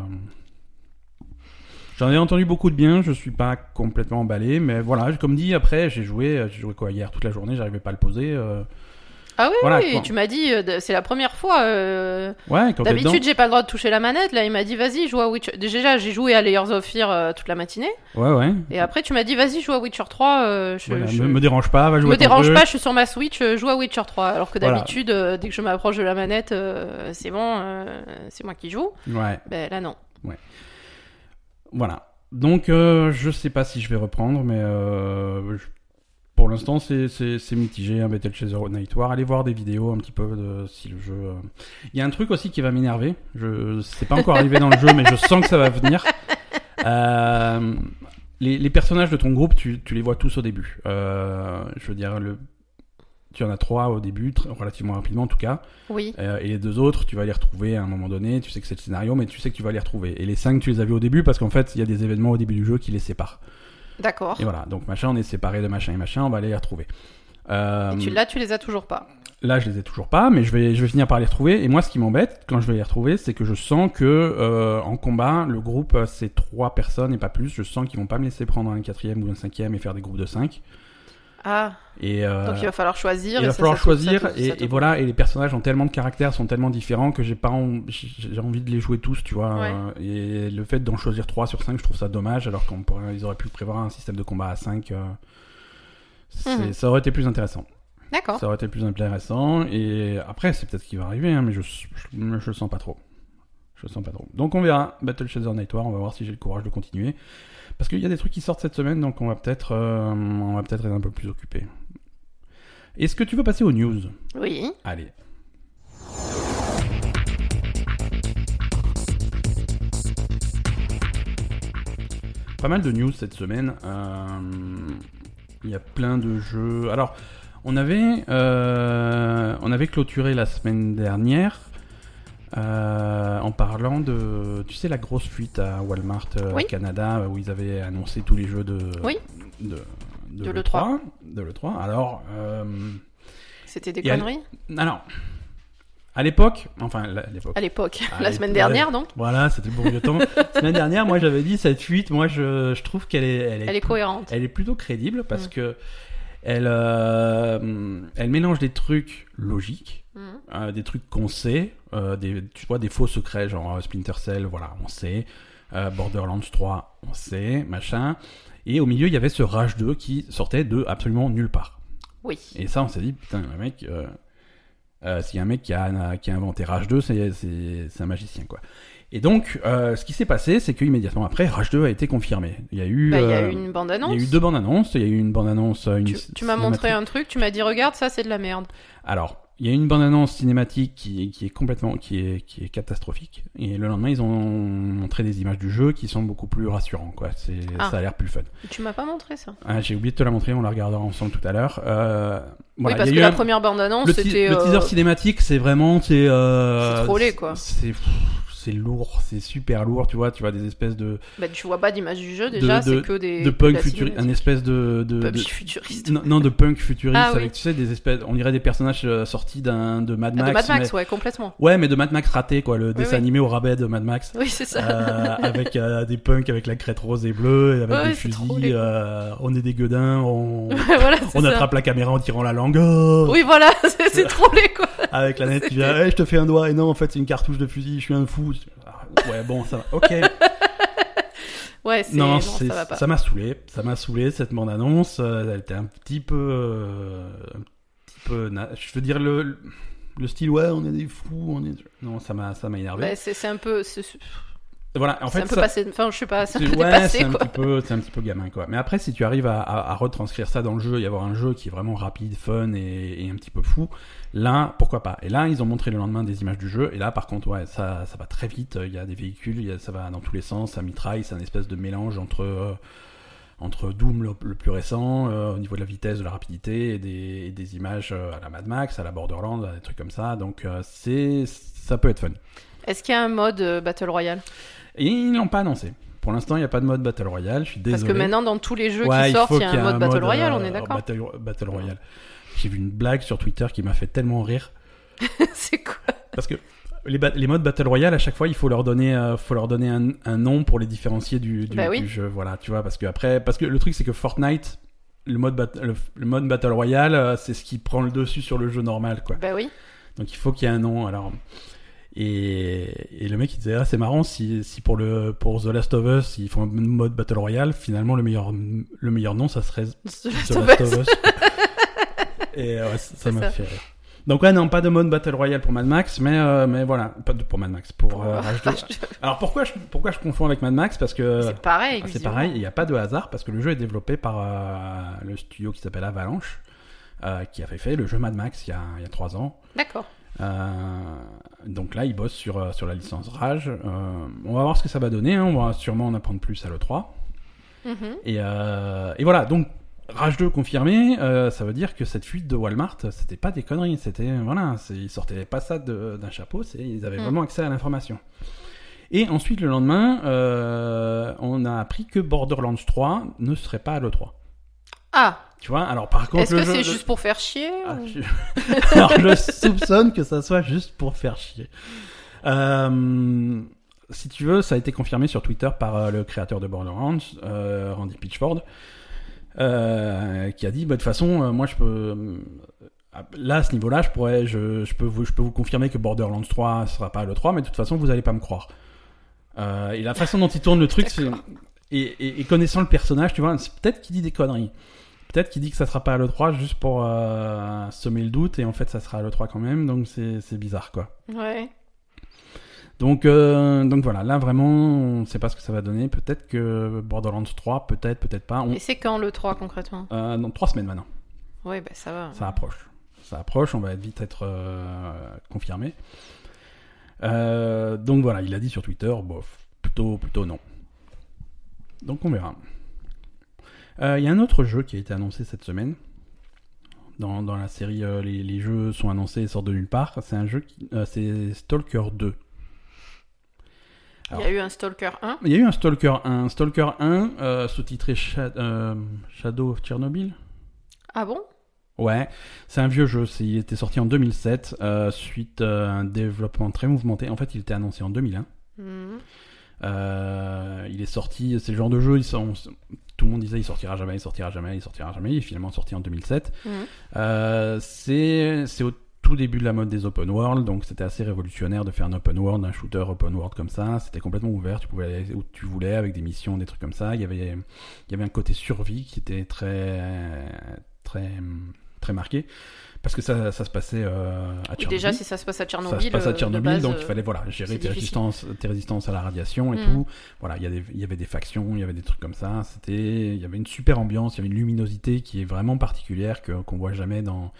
Speaker 2: j'en ai entendu beaucoup de bien. Je suis pas complètement emballé, mais voilà. Comme dit, après j'ai joué, euh, j'ai joué quoi hier toute la journée, j'arrivais pas à le poser. euh,
Speaker 1: Ah oui,
Speaker 2: Voilà,
Speaker 1: oui,
Speaker 2: quoi.
Speaker 1: tu m'as dit, euh, de- c'est la première fois. euh,
Speaker 2: Ouais, quand t'es dedans.
Speaker 1: D'habitude, j'ai pas le droit de toucher la manette. Là, il m'a dit, vas-y, joue à Witcher. Déjà, j'ai joué à Layers of Fear euh, toute la matinée.
Speaker 2: Ouais, ouais.
Speaker 1: Et après, tu m'as dit, vas-y, joue à Witcher 3. euh, je,
Speaker 2: Voilà,
Speaker 1: je-
Speaker 2: Me, me dérange pas, va jouer.
Speaker 1: me
Speaker 2: à ton
Speaker 1: dérange
Speaker 2: jeu.
Speaker 1: pas, je suis sur ma Switch, euh, joue à Witcher 3. Alors que
Speaker 2: Voilà.
Speaker 1: d'habitude, euh, dès que je m'approche de la manette, euh, c'est bon, euh, c'est moi qui joue.
Speaker 2: Ouais,
Speaker 1: Ben là, non.
Speaker 2: voilà. Donc euh, je sais pas si je vais reprendre, mais euh, je- pour l'instant c'est- c'est c'est mitigé. Un Battle of Night War. Allez voir des vidéos un petit peu de si le jeu. euh, Il y a un truc aussi qui va m'énerver. Je c'est pas encore arrivé dans le jeu, mais je sens que ça va venir. Euh, les, les personnages de ton groupe, tu, tu les vois tous au début. Euh, je veux dire le. Tu en as trois au début, tr- relativement rapidement en tout cas.
Speaker 1: Oui.
Speaker 2: Euh, et les deux autres, tu vas les retrouver à un moment donné. Tu sais que c'est le scénario, mais tu sais que tu vas les retrouver. Et les cinq, tu les as vus au début parce qu'en fait, il y a des événements au début du jeu qui les séparent.
Speaker 1: D'accord.
Speaker 2: Et voilà, donc machin, on est séparés de machin et machin, on va les retrouver. Euh,
Speaker 1: Et tu, là, tu les as toujours pas.
Speaker 2: là, je les ai toujours pas, mais je vais, je vais finir par les retrouver. Et moi, ce qui m'embête quand je vais les retrouver, c'est que je sens que euh, en combat, le groupe, euh, c'est trois personnes et pas plus. Je sens qu'ils vont pas me laisser prendre un quatrième ou un cinquième et faire des groupes de cinq.
Speaker 1: Ah,
Speaker 2: Et euh,
Speaker 1: donc il va falloir choisir.
Speaker 2: Il
Speaker 1: et
Speaker 2: va
Speaker 1: ça,
Speaker 2: falloir
Speaker 1: ça te-
Speaker 2: choisir
Speaker 1: ça te-
Speaker 2: et,
Speaker 1: ça te-
Speaker 2: et voilà et les personnages ont tellement de caractères sont tellement différents que j'ai pas en- j'ai j'ai envie de les jouer tous tu vois
Speaker 1: Ouais.
Speaker 2: euh, et le fait d'en choisir 3 sur 5 je trouve ça dommage alors qu'on pourrait ils auraient pu prévoir un système de combat à 5
Speaker 1: Mhm.
Speaker 2: ça aurait été plus intéressant
Speaker 1: D'accord.
Speaker 2: ça aurait été plus intéressant et après c'est peut-être ce qui va arriver hein, mais je, je je le sens pas trop je le sens pas trop donc on verra Battle Chaser Nightwar on va voir si j'ai le courage de continuer parce qu'il y a des trucs qui sortent cette semaine donc on va peut-être euh, on va peut-être être un peu plus occupé est-ce que tu veux passer aux news
Speaker 1: Oui.
Speaker 2: Allez. Pas mal de news cette semaine. Euh, Il y a plein de jeux. Alors, on avait, euh, on avait clôturé la semaine dernière euh, en parlant de, tu sais, la grosse fuite à Walmart euh, au
Speaker 1: Oui.
Speaker 2: Canada où ils avaient annoncé tous les jeux de,
Speaker 1: Oui.
Speaker 2: de, de,
Speaker 1: De
Speaker 2: l'E3.
Speaker 1: l'E3.
Speaker 2: De l'E3. Alors, euh,
Speaker 1: C'était des
Speaker 2: Et à l-
Speaker 1: conneries
Speaker 2: alors, Ah à l'époque, enfin, la- à l'époque.
Speaker 1: à l'époque,
Speaker 2: À
Speaker 1: la
Speaker 2: l'époque,
Speaker 1: semaine dernière donc.
Speaker 2: Voilà, c'était bourgotant. Semaine dernière, moi, j'avais dit cette fuite. Moi, je, je trouve qu'elle est, elle est,
Speaker 1: Elle est cohérente.
Speaker 2: elle est plutôt crédible parce
Speaker 1: Mm.
Speaker 2: que elle, euh, elle mélange des trucs logiques,
Speaker 1: Mhm.
Speaker 2: euh, des trucs qu'on sait, euh, des, tu vois, des faux secrets, genre euh, Splinter Cell, voilà, on sait, euh, Borderlands 3, on sait, machin. Et au milieu, il y avait ce Rage 2 qui sortait de absolument nulle part.
Speaker 1: Oui.
Speaker 2: Et ça, on s'est dit, putain, le mec, euh, euh, s'il y a un mec qui a, qui a inventé Rage 2, c'est- c'est c'est un magicien, quoi. Et donc, euh, ce qui s'est passé, c'est qu'immédiatement après, Rage 2 a été confirmé. Il y a eu,
Speaker 1: Bah, il y a
Speaker 2: euh,
Speaker 1: eu une bande
Speaker 2: il
Speaker 1: annonce.
Speaker 2: y a eu deux bandes annonces. Il y a eu une bande annonce. euh, Une
Speaker 1: Tu, tu m'as montré un truc, tu m'as dit regarde ça c'est de la merde.
Speaker 2: Alors, il y a une bande annonce cinématique qui, qui est complètement, qui est, qui est catastrophique. Et le lendemain, ils ont montré des images du jeu qui sont beaucoup plus rassurantes, quoi. C'est,
Speaker 1: Ah.
Speaker 2: ça a l'air plus fun.
Speaker 1: Tu m'as pas montré ça.
Speaker 2: Ah, j'ai oublié de te la montrer. On la regardera ensemble tout à l'heure. Euh, voilà,
Speaker 1: oui parce
Speaker 2: il y
Speaker 1: que
Speaker 2: a eu
Speaker 1: la
Speaker 2: un-
Speaker 1: première bande annonce
Speaker 2: le, te-
Speaker 1: c'était.
Speaker 2: le
Speaker 1: euh,
Speaker 2: teaser cinématique, c'est vraiment, c'est, euh,
Speaker 1: C'est trop laid, quoi.
Speaker 2: C'est, pff, c'est lourd, c'est super lourd, tu vois, tu vois des espèces de,
Speaker 1: bah, tu vois pas d'image du jeu
Speaker 2: de-
Speaker 1: déjà,
Speaker 2: de-
Speaker 1: c'est que des.
Speaker 2: de punk
Speaker 1: la
Speaker 2: futuriste, un
Speaker 1: cinématique.
Speaker 2: espèce de, de,
Speaker 1: Punk
Speaker 2: de-
Speaker 1: futuriste.
Speaker 2: non, non, de punk futuriste
Speaker 1: Ah, oui.
Speaker 2: avec, tu sais, des espèces, on dirait des personnages euh, sortis d'un, de Mad
Speaker 1: Ah,
Speaker 2: Max.
Speaker 1: de Mad Max
Speaker 2: mais-
Speaker 1: ouais complètement.
Speaker 2: Ouais, mais de Mad Max raté, quoi, le dessin
Speaker 1: oui.
Speaker 2: animé au rabais de Mad Max.
Speaker 1: Oui c'est ça.
Speaker 2: Euh, avec euh, des punks avec la crête rose et bleue, et avec
Speaker 1: Ouais,
Speaker 2: des
Speaker 1: c'est trop
Speaker 2: fusils,
Speaker 1: laid, quoi.
Speaker 2: euh, on est des gueudins, on,
Speaker 1: voilà c'est
Speaker 2: on
Speaker 1: ça.
Speaker 2: attrape la caméra en tirant la langue, oh,
Speaker 1: Oui voilà c'est c'est trop laid quoi.
Speaker 2: avec la nette qui vient, Eh, je te fais un doigt, et non, en fait, c'est une cartouche de fusil, je suis un fou. Ah, Ouais, bon, ça va, ok.
Speaker 1: Ouais c'est
Speaker 2: non,
Speaker 1: non,
Speaker 2: c'est-
Speaker 1: ça va pas.
Speaker 2: ça m'a saoulé, ça m'a saoulé, cette bande-annonce, euh, elle était un petit peu, euh, un petit peu, na- je veux dire, le, le style, ouais, on est des fous, on est, non, ça m'a, ça m'a énervé.
Speaker 1: Bah, c'est c'est un peu c'est c'est
Speaker 2: voilà, en fait,
Speaker 1: un peu
Speaker 2: ça-
Speaker 1: passé. Enfin je sais pas c'est un peu
Speaker 2: ouais,
Speaker 1: dépassé
Speaker 2: c'est un
Speaker 1: quoi.
Speaker 2: petit peu, c'est un petit peu gamin quoi. Mais après, si tu arrives à, à- à retranscrire ça dans le jeu, y avoir un jeu qui est vraiment rapide, fun et, et un petit peu fou, là, pourquoi pas Et là, ils ont montré le lendemain des images du jeu. Et là, par contre, ouais, ça, ça va très vite. Il y a des véhicules, il y a- ça va dans tous les sens, ça mitraille, c'est un espèce de mélange entre euh, entre Doom le, le plus récent, euh, au niveau de la vitesse, de la rapidité, et des, et des images euh, à la Mad Max, à la Borderlands, à des trucs comme ça. Donc, euh, c'est, ça peut être fun.
Speaker 1: Est-ce qu'il y a un mode euh, Battle Royale
Speaker 2: Et ils l'ont pas annoncé. Pour l'instant, il n'y a pas de mode Battle Royale. Je suis désolé.
Speaker 1: Parce que maintenant, dans tous les jeux
Speaker 2: Ouais,
Speaker 1: qui sortent,
Speaker 2: faut
Speaker 1: il y a
Speaker 2: qu'il
Speaker 1: un mode Battle Royale, on
Speaker 2: euh,
Speaker 1: est d'accord
Speaker 2: Battle, Battle Royale. J'ai vu une blague sur Twitter qui m'a fait tellement rire.
Speaker 1: C'est quoi
Speaker 2: Parce que les, ba- les modes Battle Royale, à chaque fois, il faut leur donner, euh, faut leur donner un, un nom pour les différencier du, du,
Speaker 1: Bah oui.
Speaker 2: du jeu. Voilà, tu vois, parce que après, parce que le truc, c'est que Fortnite, le mode, bat- le, le mode Battle Royale, euh, c'est ce qui prend le dessus sur le jeu normal, quoi.
Speaker 1: Bah oui.
Speaker 2: Donc il faut qu'il y ait un nom. Alors et, et le mec il disait ah c'est marrant si, si pour le pour The Last of Us ils font un mode battle royale finalement le meilleur le meilleur nom ça serait The
Speaker 1: The Last of
Speaker 2: Last
Speaker 1: Us.
Speaker 2: of Us. et euh, ouais, ça- ça
Speaker 1: C'est
Speaker 2: m'a
Speaker 1: ça.
Speaker 2: fait rire. Donc ouais non pas de mode battle royale pour Mad Max mais euh, mais voilà pas de, pour Mad Max pour,
Speaker 1: Pour,
Speaker 2: euh,
Speaker 1: euh,
Speaker 2: Rage 2.
Speaker 1: Rage 2.
Speaker 2: Alors pourquoi je pourquoi je confonds avec Mad Max parce que
Speaker 1: C'est pareil.
Speaker 2: ah, C'est
Speaker 1: visiblement.
Speaker 2: pareil, il n'y a pas de hasard parce que le jeu est développé par euh, le studio qui s'appelle Avalanche, euh, qui avait fait le jeu Mad Max il y a, il y a trois ans.
Speaker 1: D'accord.
Speaker 2: Euh, donc là, ils bossent sur, euh, sur la licence Rage. Euh, on va voir ce que ça va donner. hein. On va sûrement en apprendre plus à l'E3.
Speaker 1: Mhm.
Speaker 2: Et, euh, et voilà, donc Rage 2 confirmé, euh, ça veut dire que cette fuite de Walmart, c'était pas des conneries. C'était, voilà, c'est- ils sortaient pas ça de- d'un chapeau, c'est- ils avaient
Speaker 1: Mm.
Speaker 2: vraiment accès à l'information. Et ensuite, le lendemain, euh, on a appris que Borderlands 3 ne serait pas à l'E3.
Speaker 1: Ah,
Speaker 2: Tu vois, alors par contre,
Speaker 1: est-ce
Speaker 2: le
Speaker 1: que
Speaker 2: jeu-
Speaker 1: c'est
Speaker 2: le-
Speaker 1: juste pour faire chier
Speaker 2: ah,
Speaker 1: ou-
Speaker 2: je- Alors je soupçonne que ça soit juste pour faire chier. Euh, si tu veux, ça a été confirmé sur Twitter par euh, le créateur de Borderlands, euh, Randy Pitchford, euh, qui a dit bah, de toute façon, euh, moi je peux. Là, à ce niveau-là, je pourrais, je, je peux vous, je peux vous confirmer que Borderlands 3 sera pas le 3, mais de toute façon, vous allez pas me croire. Euh, et la façon dont il tourne le truc, c'est, et, et- et connaissant le personnage, tu vois, c'est peut-être qu'il dit des conneries. Peut-être qu'il dit que ça sera pas à l'E3 juste pour euh, semer le doute, et en fait, ça sera à l'E3 quand même, donc c'est c'est bizarre, quoi.
Speaker 1: Ouais.
Speaker 2: Donc, euh, donc voilà, là vraiment, on sait pas ce que ça va donner. Peut-être que Borderlands 3, peut-être, peut-être pas. On-
Speaker 1: Mais c'est quand le 3 concrètement
Speaker 2: euh, dans trois semaines maintenant,
Speaker 1: Ouais, bah ça va.
Speaker 2: ça approche. Ça approche, on va être vite être euh, confirmé. Euh, donc voilà, il a dit sur Twitter, bof, plutôt, plutôt non. Donc on verra. Euh, Il y a un autre jeu qui a été annoncé cette semaine. Dans, dans la série, euh, les, les jeux sont annoncés et sortent de nulle part. C'est un jeu, qui- euh, c'est Stalker 2.
Speaker 1: Il y a eu un Stalker 1.
Speaker 2: Il y a eu un Stalker 1. Stalker 1, euh, sous-titré Sha- euh, Shadow of Chernobyl.
Speaker 1: Ah bon
Speaker 2: Ouais, c'est un vieux jeu. c'est- Il était sorti en 2007 euh, suite euh, à un développement très mouvementé. En fait, il était annoncé en 2001.
Speaker 1: Mhm.
Speaker 2: Euh, il est sorti, c'est le genre de jeu, ils sont- tout le monde disait il sortira jamais, il sortira jamais, il sortira jamais, il est finalement sorti en 2007.
Speaker 1: Mhm.
Speaker 2: Euh, c'est c'est au tout début de la mode des open world, donc c'était assez révolutionnaire de faire un open world, un shooter open world comme ça, c'était complètement ouvert, tu pouvais aller où tu voulais avec des missions, des trucs comme ça, il y avait, il y avait un côté survie qui était très, très, très marqué, parce que ça, ça se passait euh, à
Speaker 1: Et
Speaker 2: Tchernobyl.
Speaker 1: déjà, si ça se passe à Tchernobyl.
Speaker 2: Ça se passe
Speaker 1: euh,
Speaker 2: à
Speaker 1: de
Speaker 2: Tchernobyl,
Speaker 1: base,
Speaker 2: donc il
Speaker 1: euh,
Speaker 2: fallait voilà, gérer
Speaker 1: c'est
Speaker 2: tes
Speaker 1: difficile.
Speaker 2: résistances, tes résistances à la radiation et
Speaker 1: Mm.
Speaker 2: tout. Voilà, il y, a des- il y avait des factions, il y avait des trucs comme ça. C'était, il y avait une super ambiance, il y avait une luminosité qui est vraiment particulière que qu'on voit jamais dans,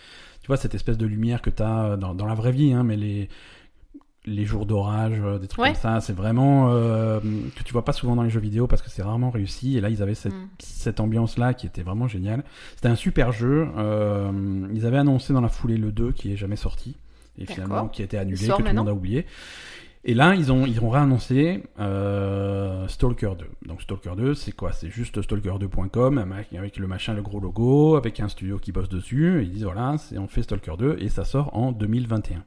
Speaker 2: tu vois, cette espèce de lumière que t'as euh, dans, dans la vraie vie, hein, mais les les jours d'orage, euh, des trucs
Speaker 1: Ouais.
Speaker 2: comme ça, c'est vraiment euh, que tu vois pas souvent dans les jeux vidéo parce que c'est rarement réussi. Et là, ils avaient cette
Speaker 1: Mhm.
Speaker 2: cette ambiance-là qui était vraiment géniale. C'était un super jeu. euh, ils avaient annoncé dans la foulée le 2 qui est jamais sorti et
Speaker 1: D'accord.
Speaker 2: finalement qui a été annulé, que
Speaker 1: sort
Speaker 2: tout le monde
Speaker 1: maintenant
Speaker 2: a oublié. Et là, ils ont, ils ont réannoncé euh, Stalker 2. Donc Stalker 2, c'est quoi C'est juste stalker2.com avec- avec le machin, le gros logo, avec un studio qui bosse dessus. Ils disent voilà, c'est- on fait Stalker 2 et ça sort en 2021.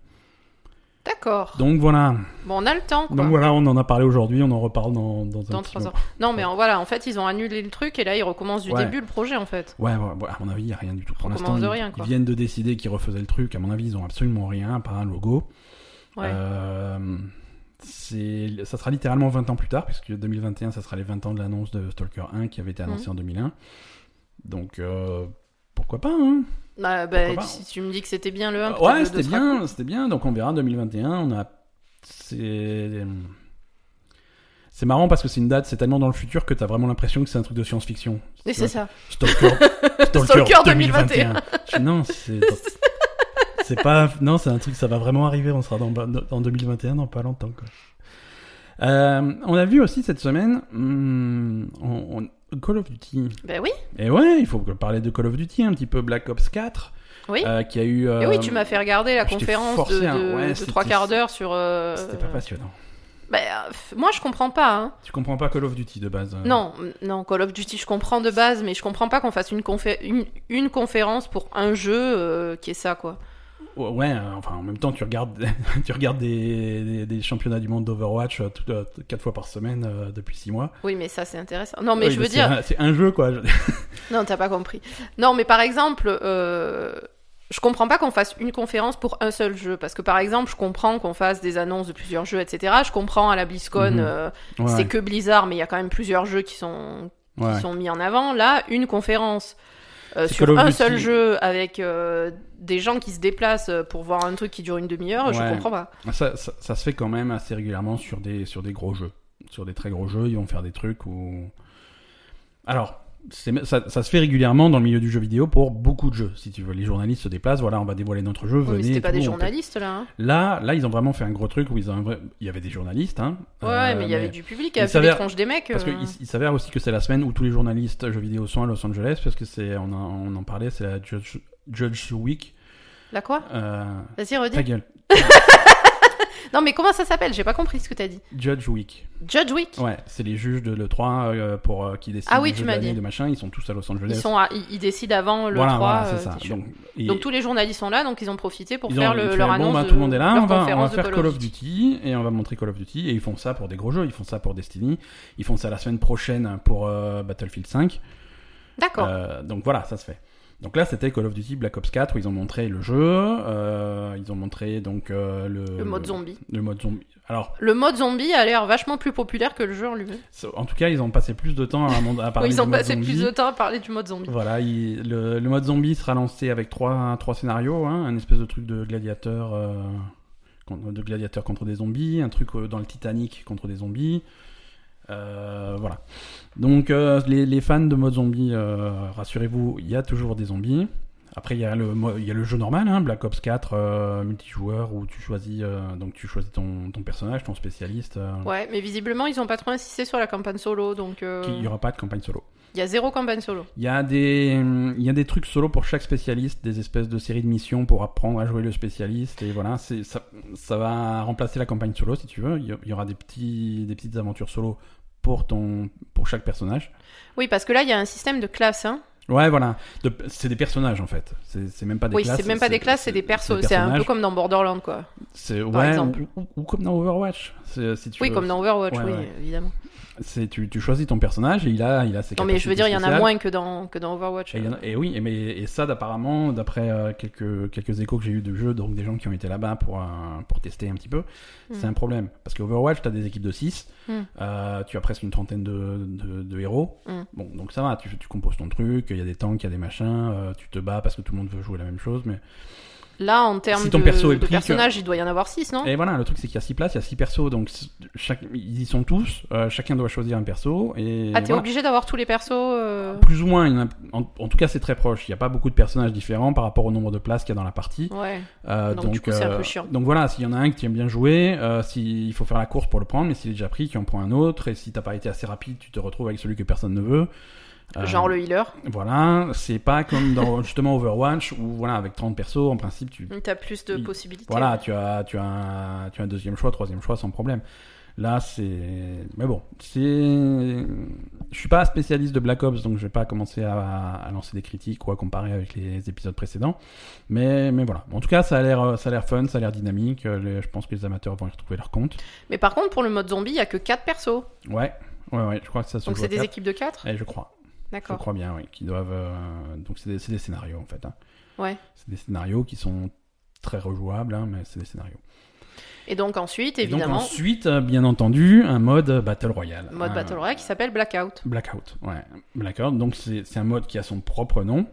Speaker 1: D'accord.
Speaker 2: Donc voilà,
Speaker 1: Bon, on a le temps, quoi.
Speaker 2: donc voilà, on en a parlé aujourd'hui, on en reparle dans, dans un
Speaker 1: Dans
Speaker 2: petit
Speaker 1: trois
Speaker 2: moment.
Speaker 1: ans. Non, mais en- voilà, en fait, ils ont annulé le truc et là, ils recommencent du
Speaker 2: Ouais.
Speaker 1: début le projet, en fait.
Speaker 2: Ouais, ouais, ouais, à mon avis, il n'y a rien du tout. Pour
Speaker 1: On
Speaker 2: l'instant,
Speaker 1: commence
Speaker 2: ils,
Speaker 1: de rien, quoi.
Speaker 2: ils viennent de décider qu'ils refaisaient le truc. À mon avis, ils ont absolument rien, à part un logo.
Speaker 1: Ouais.
Speaker 2: Euh, c'est- ça sera littéralement 20 ans plus tard, puisque 2021, ça sera les 20 ans de l'annonce de Stalker 1 qui avait été annoncée
Speaker 1: Mhm.
Speaker 2: en 2001. Donc, euh, pourquoi pas hein
Speaker 1: Bah, bah,
Speaker 2: pourquoi pas. hein.
Speaker 1: si tu me dis que c'était bien le 1, peut-être
Speaker 2: Ouais,
Speaker 1: le deux
Speaker 2: c'était
Speaker 1: sera
Speaker 2: bien,
Speaker 1: cool.
Speaker 2: c'était bien. Donc, on verra 2021. On a. C'est. C'est marrant parce que c'est une date, c'est tellement dans le futur que t'as vraiment l'impression que c'est un truc de science-fiction. Tu vois,
Speaker 1: Et c'est ça.
Speaker 2: Stalker, Stalker
Speaker 1: Stalker
Speaker 2: 2021. Je- non, c'est. C'est pas. Non, c'est un truc, ça va vraiment arriver. On sera dans, en 2021 dans pas longtemps. Quoi. Euh, on a vu aussi cette semaine hmm, on- on- Call of Duty.
Speaker 1: Bah oui.
Speaker 2: Et ouais, il faut que- parler de Call of Duty un petit peu. Black Ops 4.
Speaker 1: Oui.
Speaker 2: euh, qui a eu.
Speaker 1: Et
Speaker 2: euh,
Speaker 1: oui, tu m'as fait regarder la
Speaker 2: je t'ai
Speaker 1: conférence
Speaker 2: forcé,
Speaker 1: de,
Speaker 2: hein.
Speaker 1: de-
Speaker 2: Ouais,
Speaker 1: de
Speaker 2: c'était-
Speaker 1: trois quarts d'heure sur. euh,
Speaker 2: C'était pas passionnant.
Speaker 1: bah, euh, pff, moi, je comprends pas. hein.
Speaker 2: Tu comprends pas Call of Duty de base. euh.
Speaker 1: Non, m- non, Call of Duty, je comprends de base, mais je comprends pas qu'on fasse une, confé- une, une conférence pour un jeu euh, qui est ça, quoi.
Speaker 2: Ouais, euh, enfin en même temps tu regardes, tu regardes des, des, des championnats du monde d'Overwatch euh, tout- euh, quatre fois par semaine euh, depuis six mois.
Speaker 1: Oui, mais ça, c'est intéressant. Non, mais
Speaker 2: Oui,
Speaker 1: je veux
Speaker 2: c'est
Speaker 1: dire,
Speaker 2: un- c'est un jeu quoi. Je-
Speaker 1: Non, t'as pas compris. Non, mais par exemple, euh, je comprends pas qu'on fasse une conférence pour un seul jeu. Parce que par exemple, je comprends qu'on fasse des annonces de plusieurs jeux, etc. Je comprends à la BlizzCon,
Speaker 2: Mhm.
Speaker 1: euh,
Speaker 2: Ouais,
Speaker 1: c'est que Blizzard, mais il y a quand même plusieurs jeux qui sont, qui
Speaker 2: ouais.
Speaker 1: sont mis en avant. Là, une conférence. euh,
Speaker 2: C'est
Speaker 1: sur
Speaker 2: Call of
Speaker 1: un
Speaker 2: Duty.
Speaker 1: seul jeu avec euh, des gens qui se déplacent euh, pour voir un truc qui dure une demi-heure, je
Speaker 2: Ouais.
Speaker 1: comprends pas.
Speaker 2: Ça, ça, ça se fait quand même assez régulièrement sur des, sur des gros jeux. Sur des très gros jeux, ils vont faire des trucs où. Alors, c'est- ça, ça se fait régulièrement dans le milieu du jeu vidéo pour beaucoup de jeux. Si tu veux, les journalistes se déplacent, voilà, on va dévoiler notre jeu,
Speaker 1: Oui, mais
Speaker 2: venez. et
Speaker 1: c'était pas
Speaker 2: tout,
Speaker 1: des
Speaker 2: on fait-
Speaker 1: journalistes là. hein.
Speaker 2: Là, là, ils ont vraiment fait un gros truc où ils ont un vrai- il y avait des journalistes. Hein,
Speaker 1: Ouais,
Speaker 2: euh,
Speaker 1: mais il y avait du public,
Speaker 2: il
Speaker 1: il y avait les
Speaker 2: s'avère-
Speaker 1: tronches des mecs.
Speaker 2: Parce
Speaker 1: euh.
Speaker 2: qu'il il s'avère aussi que c'est la semaine où tous les journalistes jeux vidéo sont à Los Angeles, parce que c'est, on, en- on en parlait, c'est la Judge, Judge Week.
Speaker 1: La quoi
Speaker 2: Euh,
Speaker 1: Vas-y,
Speaker 2: ta
Speaker 1: redis.
Speaker 2: gueule.
Speaker 1: Non, mais comment ça s'appelle J'ai pas compris ce que t'as dit.
Speaker 2: Judge Week.
Speaker 1: Judge Week
Speaker 2: Ouais, c'est les juges de l'E3 euh, pour, euh, qui décident
Speaker 1: Ah oui,
Speaker 2: du
Speaker 1: tu
Speaker 2: jeu de
Speaker 1: m'as
Speaker 2: l'année,
Speaker 1: dit.
Speaker 2: de machin, ils sont tous à Los Angeles.
Speaker 1: Ils, sont à- ils- ils décident avant le
Speaker 2: voilà,
Speaker 1: 3.
Speaker 2: voilà, c'est
Speaker 1: euh,
Speaker 2: ça.
Speaker 1: c'est chaud.
Speaker 2: Donc, et-
Speaker 1: Donc, tous les journalistes sont là, donc ils ont profité pour
Speaker 2: ils ont-
Speaker 1: faire
Speaker 2: ils
Speaker 1: le-
Speaker 2: font,
Speaker 1: leur
Speaker 2: bon,
Speaker 1: annonce.
Speaker 2: bah,
Speaker 1: de,
Speaker 2: tout le monde est là,
Speaker 1: leur
Speaker 2: on va, on va
Speaker 1: conférence de
Speaker 2: faire Call of Duty et on va montrer Call of Duty et ils font ça pour des gros jeux, ils font ça pour Destiny, ils font ça la semaine prochaine pour euh, Battlefield 5.
Speaker 1: D'accord.
Speaker 2: Euh, donc voilà, ça se fait. Donc là, c'était Call of Duty Black Ops 4 où ils ont montré le jeu, euh, ils ont montré donc euh, le,
Speaker 1: le mode zombie.
Speaker 2: le mode zombie. Alors,
Speaker 1: Le mode zombie a l'air vachement plus populaire que le jeu en lui-même.
Speaker 2: c'est- en tout cas, ils ont passé plus de temps à, mon- à parler
Speaker 1: ils ont
Speaker 2: du mode
Speaker 1: passé
Speaker 2: zombie.
Speaker 1: plus de temps à parler du mode zombie.
Speaker 2: Voilà, il- le, le mode zombie sera lancé avec trois, trois scénarios, hein, un espèce de truc de gladiateur, euh, con- de gladiateur contre des zombies, un truc euh, dans le Titanic contre des zombies. Euh, voilà. Donc euh, les, les fans de mode zombie, euh, rassurez-vous, il y a toujours des zombies. Après il y a le mo- il y a le jeu normal, hein, Black Ops 4 euh, multijoueur où tu choisis euh, donc tu choisis ton, ton personnage, ton spécialiste. euh,
Speaker 1: Ouais, mais visiblement, ils ont pas trop insisté sur la campagne solo, donc. euh,
Speaker 2: qu'il- Il n'y aura pas de campagne solo.
Speaker 1: Il y a zéro campagne solo.
Speaker 2: Il y, a des, hum, il y a des trucs solo pour chaque spécialiste, des espèces de séries de missions pour apprendre à jouer le spécialiste. Et voilà, c'est- ça, ça va remplacer la campagne solo si tu veux. Il y a- il y aura des, petits, des petites aventures solo pour, ton, pour chaque personnage.
Speaker 1: Oui, parce que là, il y a un système de classe. Hein.
Speaker 2: Ouais, voilà. De- c'est des personnages en fait. C'est c'est même pas des
Speaker 1: Oui,
Speaker 2: classes.
Speaker 1: c'est même pas des classes, c'est des persos. C'est un peu
Speaker 2: personnages.
Speaker 1: comme dans Borderlands, quoi.
Speaker 2: C'est-
Speaker 1: par
Speaker 2: ouais,
Speaker 1: exemple.
Speaker 2: Ou, ou- ou comme dans Overwatch. C'est- Si tu
Speaker 1: Oui,
Speaker 2: veux.
Speaker 1: comme dans Overwatch,
Speaker 2: Ouais,
Speaker 1: oui,
Speaker 2: ouais.
Speaker 1: évidemment.
Speaker 2: C'est- Tu, tu choisis ton personnage et il a, il a ses
Speaker 1: Non, mais je
Speaker 2: capacités
Speaker 1: veux dire, il y en a
Speaker 2: spéciales.
Speaker 1: moins que dans, que dans Overwatch.
Speaker 2: Et, il y en a- et oui, et, mais, et ça, apparemment, d'après euh, quelques, quelques échos que j'ai eu du jeu, donc des gens qui ont été là-bas pour, euh, pour tester un petit peu,
Speaker 1: Mm.
Speaker 2: c'est un problème. Parce que Overwatch, t'as des équipes de 6,
Speaker 1: Mm.
Speaker 2: tu as presque une trentaine de, de, de héros.
Speaker 1: Mm.
Speaker 2: Bon, donc ça va, tu, tu composes ton truc, il y a des tanks, il y a des machins, euh, tu te bats parce que tout le monde veut jouer la même chose. Mais...
Speaker 1: Là, en termes
Speaker 2: Si ton
Speaker 1: de,
Speaker 2: perso est
Speaker 1: de
Speaker 2: pris, tu-
Speaker 1: personnages, il doit y en avoir 6, non
Speaker 2: Et voilà, le truc, c'est qu'il y a 6 places, il y a 6 persos, donc c'est- chaque, ils y sont tous, euh, chacun doit choisir un perso. Et
Speaker 1: Ah, t'es
Speaker 2: voilà.
Speaker 1: obligé d'avoir tous les persos euh,
Speaker 2: Plus ou moins, il y en, a- en- en tout cas, c'est très proche. Il n'y a pas beaucoup de personnages différents par rapport au nombre de places qu'il y a dans la partie.
Speaker 1: Ouais.
Speaker 2: Euh,
Speaker 1: Donc, du coup, c'est un peu chiant.
Speaker 2: donc voilà, s'il y en a un qui aime bien jouer, euh, si, il faut faire la course pour le prendre, mais s'il est déjà pris, tu en prends un autre, et si t'as pas été assez rapide, tu te retrouves avec celui que personne ne veut. Euh,
Speaker 1: Genre le healer.
Speaker 2: Voilà, c'est pas comme dans justement Overwatch où voilà, avec 30 persos, en principe, tu,
Speaker 1: T'as plus de
Speaker 2: Il-
Speaker 1: possibilités.
Speaker 2: voilà, tu as, tu as, un, tu as un deuxième choix, troisième choix sans problème. Là, c'est. Mais bon, c'est. Je suis pas spécialiste de Black Ops, donc je vais pas commencer à, à lancer des critiques ou à comparer avec les épisodes précédents. Mais, mais voilà. En tout cas, ça a l'air, ça a l'air fun, ça a l'air dynamique. Euh, les- je pense que les amateurs vont y retrouver leur compte.
Speaker 1: Mais par contre, pour le mode zombie, il y a que 4 persos.
Speaker 2: Ouais, ouais, ouais. Je crois que ça se
Speaker 1: Donc
Speaker 2: joue à
Speaker 1: c'est des
Speaker 2: quatre.
Speaker 1: équipes de 4
Speaker 2: Eh, je crois. Je
Speaker 1: D'accord.
Speaker 2: crois bien, oui. Qui doivent. euh, Donc c'est des, c'est des scénarios en fait. hein.
Speaker 1: Ouais.
Speaker 2: C'est des scénarios qui sont très rejouables, hein, mais c'est des scénarios.
Speaker 1: Et donc ensuite,
Speaker 2: Et donc
Speaker 1: évidemment,
Speaker 2: ensuite, euh, bien entendu, un mode euh, Battle Royale.
Speaker 1: mode
Speaker 2: Un-
Speaker 1: Battle Royale qui s'appelle Blackout.
Speaker 2: Blackout, ouais. Blackout, donc c'est c'est un mode qui a son propre nom.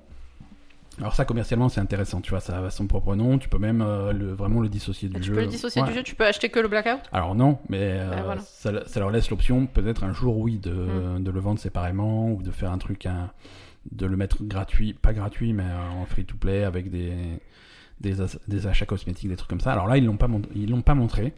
Speaker 2: Alors ça, commercialement, c'est intéressant, tu vois, ça a son propre nom, tu peux même euh, le, vraiment le dissocier du
Speaker 1: Tu
Speaker 2: jeu.
Speaker 1: peux le dissocier
Speaker 2: Ouais.
Speaker 1: du jeu, tu peux acheter que le Blackout
Speaker 2: Alors non, mais euh,
Speaker 1: Ouais, Ah, voilà. Mm.
Speaker 2: ça, ça leur laisse l'option, peut-être un jour, oui, de, de le vendre séparément ou de faire un truc, hein, de le mettre gratuit, pas gratuit, mais euh, en free-to-play avec des, des, as- des achats cosmétiques, des trucs comme ça. Alors là, ils l'ont pas, mont- ils l'ont pas montré.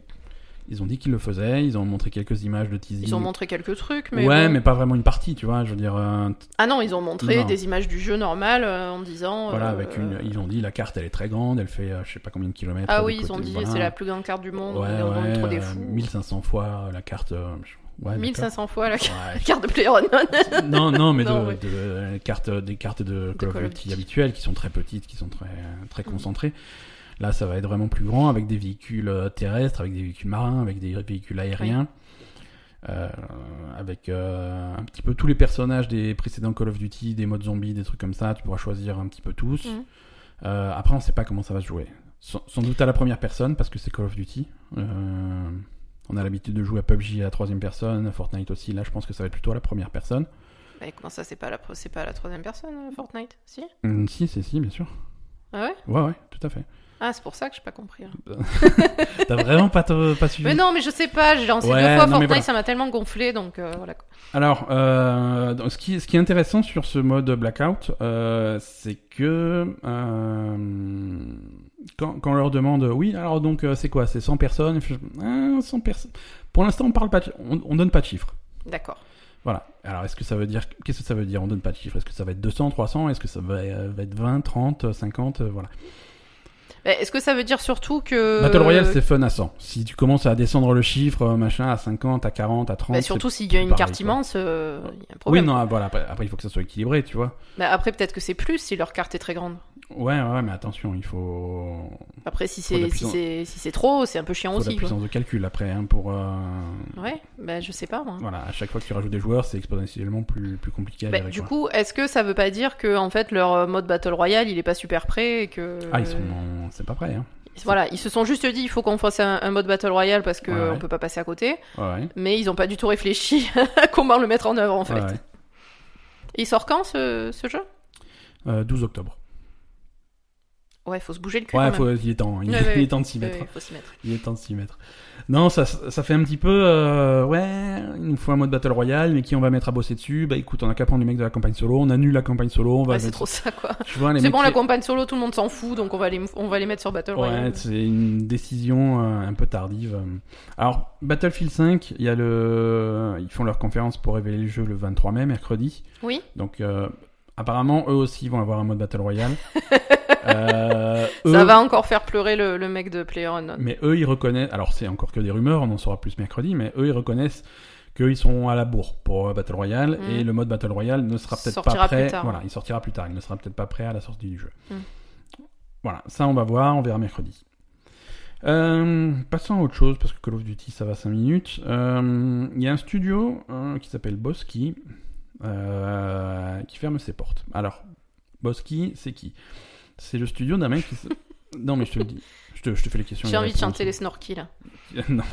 Speaker 2: Ils ont dit qu'ils le faisaient, ils ont montré quelques images de teasing.
Speaker 1: Ils ont montré quelques trucs, mais.
Speaker 2: ouais,
Speaker 1: bon.
Speaker 2: mais pas vraiment une partie, tu vois. Je veux dire, euh, t-
Speaker 1: Ah non, ils ont montré
Speaker 2: Non.
Speaker 1: des images du jeu normal euh, en disant.
Speaker 2: voilà,
Speaker 1: euh,
Speaker 2: avec une, ils ont dit la carte, elle est très grande, elle fait, euh, je sais pas combien de kilomètres.
Speaker 1: Ah
Speaker 2: des
Speaker 1: oui, ils ont
Speaker 2: côtés,
Speaker 1: dit
Speaker 2: voilà.
Speaker 1: c'est la plus grande carte du monde,
Speaker 2: Ouais,
Speaker 1: on est
Speaker 2: ouais,
Speaker 1: trop des
Speaker 2: euh,
Speaker 1: fous.
Speaker 2: 1500 fois la carte. euh, je- ouais,
Speaker 1: 1500 fois la
Speaker 2: d'accord. Ouais,
Speaker 1: carte de PlayerUnknown.
Speaker 2: non, non, mais
Speaker 1: Non,
Speaker 2: de,
Speaker 1: ouais.
Speaker 2: de- euh, cartes, des cartes de Call
Speaker 1: Call
Speaker 2: of
Speaker 1: of
Speaker 2: Duty
Speaker 1: Duty.
Speaker 2: habituelles qui sont très petites, qui sont très, euh, très
Speaker 1: Mm.
Speaker 2: concentrées. Là, ça va être vraiment plus grand avec des véhicules euh, terrestres, avec des véhicules marins, avec des véhicules aériens. euh, avec euh, un petit peu tous les personnages des précédents Call of Duty, des modes zombies, des trucs comme ça, tu pourras choisir un petit peu tous.
Speaker 1: Mhm.
Speaker 2: Euh, après, on sait pas comment ça va se jouer. Sans, sans doute à la première personne, parce que c'est Call of Duty. Euh, on a l'habitude de jouer à PUBG à la troisième personne, à Fortnite aussi. Là, je pense que ça va être plutôt à la première personne.
Speaker 1: Mais comment ça, c'est pas, la... pro- c'est pas la troisième personne, euh, Fortnite Si
Speaker 2: Hum, si, c'est si, bien sûr.
Speaker 1: Ah ouais
Speaker 2: Ouais, ouais, tout à fait.
Speaker 1: Ah, c'est pour ça que j'ai pas compris. hein.
Speaker 2: T'as vraiment pas, te- pas suivi.
Speaker 1: Mais non, mais je sais pas, j'ai lancé
Speaker 2: Ouais,
Speaker 1: deux fois
Speaker 2: non, mais
Speaker 1: Fortnite,
Speaker 2: voilà.
Speaker 1: ça m'a tellement gonflé, donc euh, voilà. quoi.
Speaker 2: Alors, euh, donc, ce, qui, ce qui est intéressant sur ce mode blackout, euh, c'est que euh, quand, quand on leur demande, oui, alors donc euh, c'est quoi C'est 100 personnes Je- Ah, 100 personnes. Pour l'instant, on parle pas, de- on, on donne pas de chiffres.
Speaker 1: D'accord.
Speaker 2: Voilà. Alors, est-ce que ça veut dire Qu'est-ce que ça veut dire On donne pas de chiffres. Est-ce que ça va être 200, 300 Est-ce que ça va, euh, va être 20, 30, 50 euh, Voilà.
Speaker 1: Mais Est-ce que ça veut dire surtout que. bah,
Speaker 2: Battle Royale, c'est fun à 100. Si tu commences à descendre le chiffre, euh, machin, à 50, à 40, à 30.
Speaker 1: Bah,
Speaker 2: c'est-
Speaker 1: surtout s'il y a
Speaker 2: plus
Speaker 1: une
Speaker 2: pareil,
Speaker 1: carte
Speaker 2: quoi.
Speaker 1: immense, euh, il y a un
Speaker 2: Oui,
Speaker 1: problème.
Speaker 2: non, ah, voilà, après, après, il faut que ça soit équilibré, tu vois.
Speaker 1: Mais après, peut-être que c'est plus si leur carte est très grande.
Speaker 2: Ouais, ouais, mais attention, il faut.
Speaker 1: Après, si
Speaker 2: de la
Speaker 1: c'est si
Speaker 2: puissance.
Speaker 1: c'est si c'est trop, c'est un peu chiant
Speaker 2: faut de la
Speaker 1: aussi. quoi.
Speaker 2: puissance de calcul après, hein, pour. euh,
Speaker 1: Ouais, bah, je sais pas moi.
Speaker 2: Voilà, à chaque fois que tu rajoutes des joueurs, c'est exponentiellement plus, plus compliqué à
Speaker 1: Bah,
Speaker 2: gérer,
Speaker 1: du
Speaker 2: quoi.
Speaker 1: coup, est-ce que ça veut pas dire que en fait leur euh, mode Battle Royale, il est pas super prêt et que
Speaker 2: Ah, ils sont. en- C'est pas prêt, hein.
Speaker 1: voilà, ils se sont juste dit il faut qu'on fasse un, un mode Battle Royale parce que
Speaker 2: Ouais, ouais.
Speaker 1: on peut pas passer à côté,
Speaker 2: Ouais, ouais.
Speaker 1: mais ils ont pas du tout réfléchi à comment le mettre en œuvre en fait.
Speaker 2: Ouais, ouais.
Speaker 1: Il sort quand ce, ce jeu
Speaker 2: Euh, 12 octobre.
Speaker 1: Ouais, faut se bouger le cul.
Speaker 2: Ouais,
Speaker 1: quand
Speaker 2: faut- il est temps, hein, il,
Speaker 1: Ouais, ouais,
Speaker 2: il est temps de s'y
Speaker 1: même.
Speaker 2: mettre.
Speaker 1: Ouais, faut s'y mettre.
Speaker 2: Il est temps de s'y mettre. Non, ça, ça fait un petit peu. euh, ouais, il nous faut un mode Battle Royale, mais qui on va mettre à bosser dessus Bah écoute, on a qu'à prendre les mecs de la campagne solo, on annule la campagne solo, on va.
Speaker 1: Ouais, c'est
Speaker 2: mettre-
Speaker 1: trop ça, quoi.
Speaker 2: Tu vois, les
Speaker 1: C'est
Speaker 2: mecs
Speaker 1: bon, la
Speaker 2: qui-
Speaker 1: campagne solo, tout le monde s'en fout, donc on va les, on va les mettre sur Battle
Speaker 2: Ouais,
Speaker 1: Royale.
Speaker 2: c'est une décision euh, un peu tardive. Alors, Battlefield 5, il y a le... ils font leur conférence pour révéler le jeu le 23 mai, mercredi.
Speaker 1: Oui,
Speaker 2: Donc, euh, apparemment, eux aussi vont avoir un mode Battle Royale. Euh,
Speaker 1: ça
Speaker 2: eux-
Speaker 1: va encore faire pleurer le, le mec de PlayerUnknown.
Speaker 2: Mais eux, ils reconnaissent. Alors, c'est encore que des rumeurs, on en saura plus mercredi, mais eux, ils reconnaissent qu'ils sont à la bourre pour euh, Battle Royale
Speaker 1: Mhm.
Speaker 2: et le mode Battle Royale ne sera peut-être pas
Speaker 1: Sortira
Speaker 2: prêt.
Speaker 1: plus tard.
Speaker 2: Voilà, il sortira plus tard, il ne sera peut-être pas prêt à la sortie du jeu.
Speaker 1: Mhm.
Speaker 2: Voilà, ça, on va voir, on verra mercredi. Euh, passons à autre chose, parce que Call of Duty ça va 5 minutes. Euh, Il y a un studio euh, qui s'appelle Bosky euh, qui ferme ses portes. Alors, Bosky, c'est Bah, qui C'est le studio d'un mec qui. s- non, mais je te le dis. Je te, je te fais les questions.
Speaker 1: J'ai
Speaker 2: et
Speaker 1: envie de
Speaker 2: réponses.
Speaker 1: chanter les snorkies là.
Speaker 2: non.